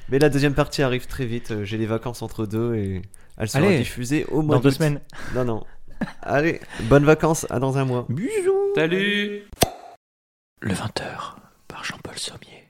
[SPEAKER 2] Mais la deuxième partie arrive très vite. Euh, J'ai les vacances entre deux et elle sera
[SPEAKER 5] Allez.
[SPEAKER 2] diffusée au mois
[SPEAKER 5] Dans deux
[SPEAKER 2] d'août.
[SPEAKER 5] semaines.
[SPEAKER 2] Non, non. Allez, bonnes vacances, à dans un mois.
[SPEAKER 5] Bisous.
[SPEAKER 4] Salut
[SPEAKER 1] Le 20h par Jean-Paul Sommier.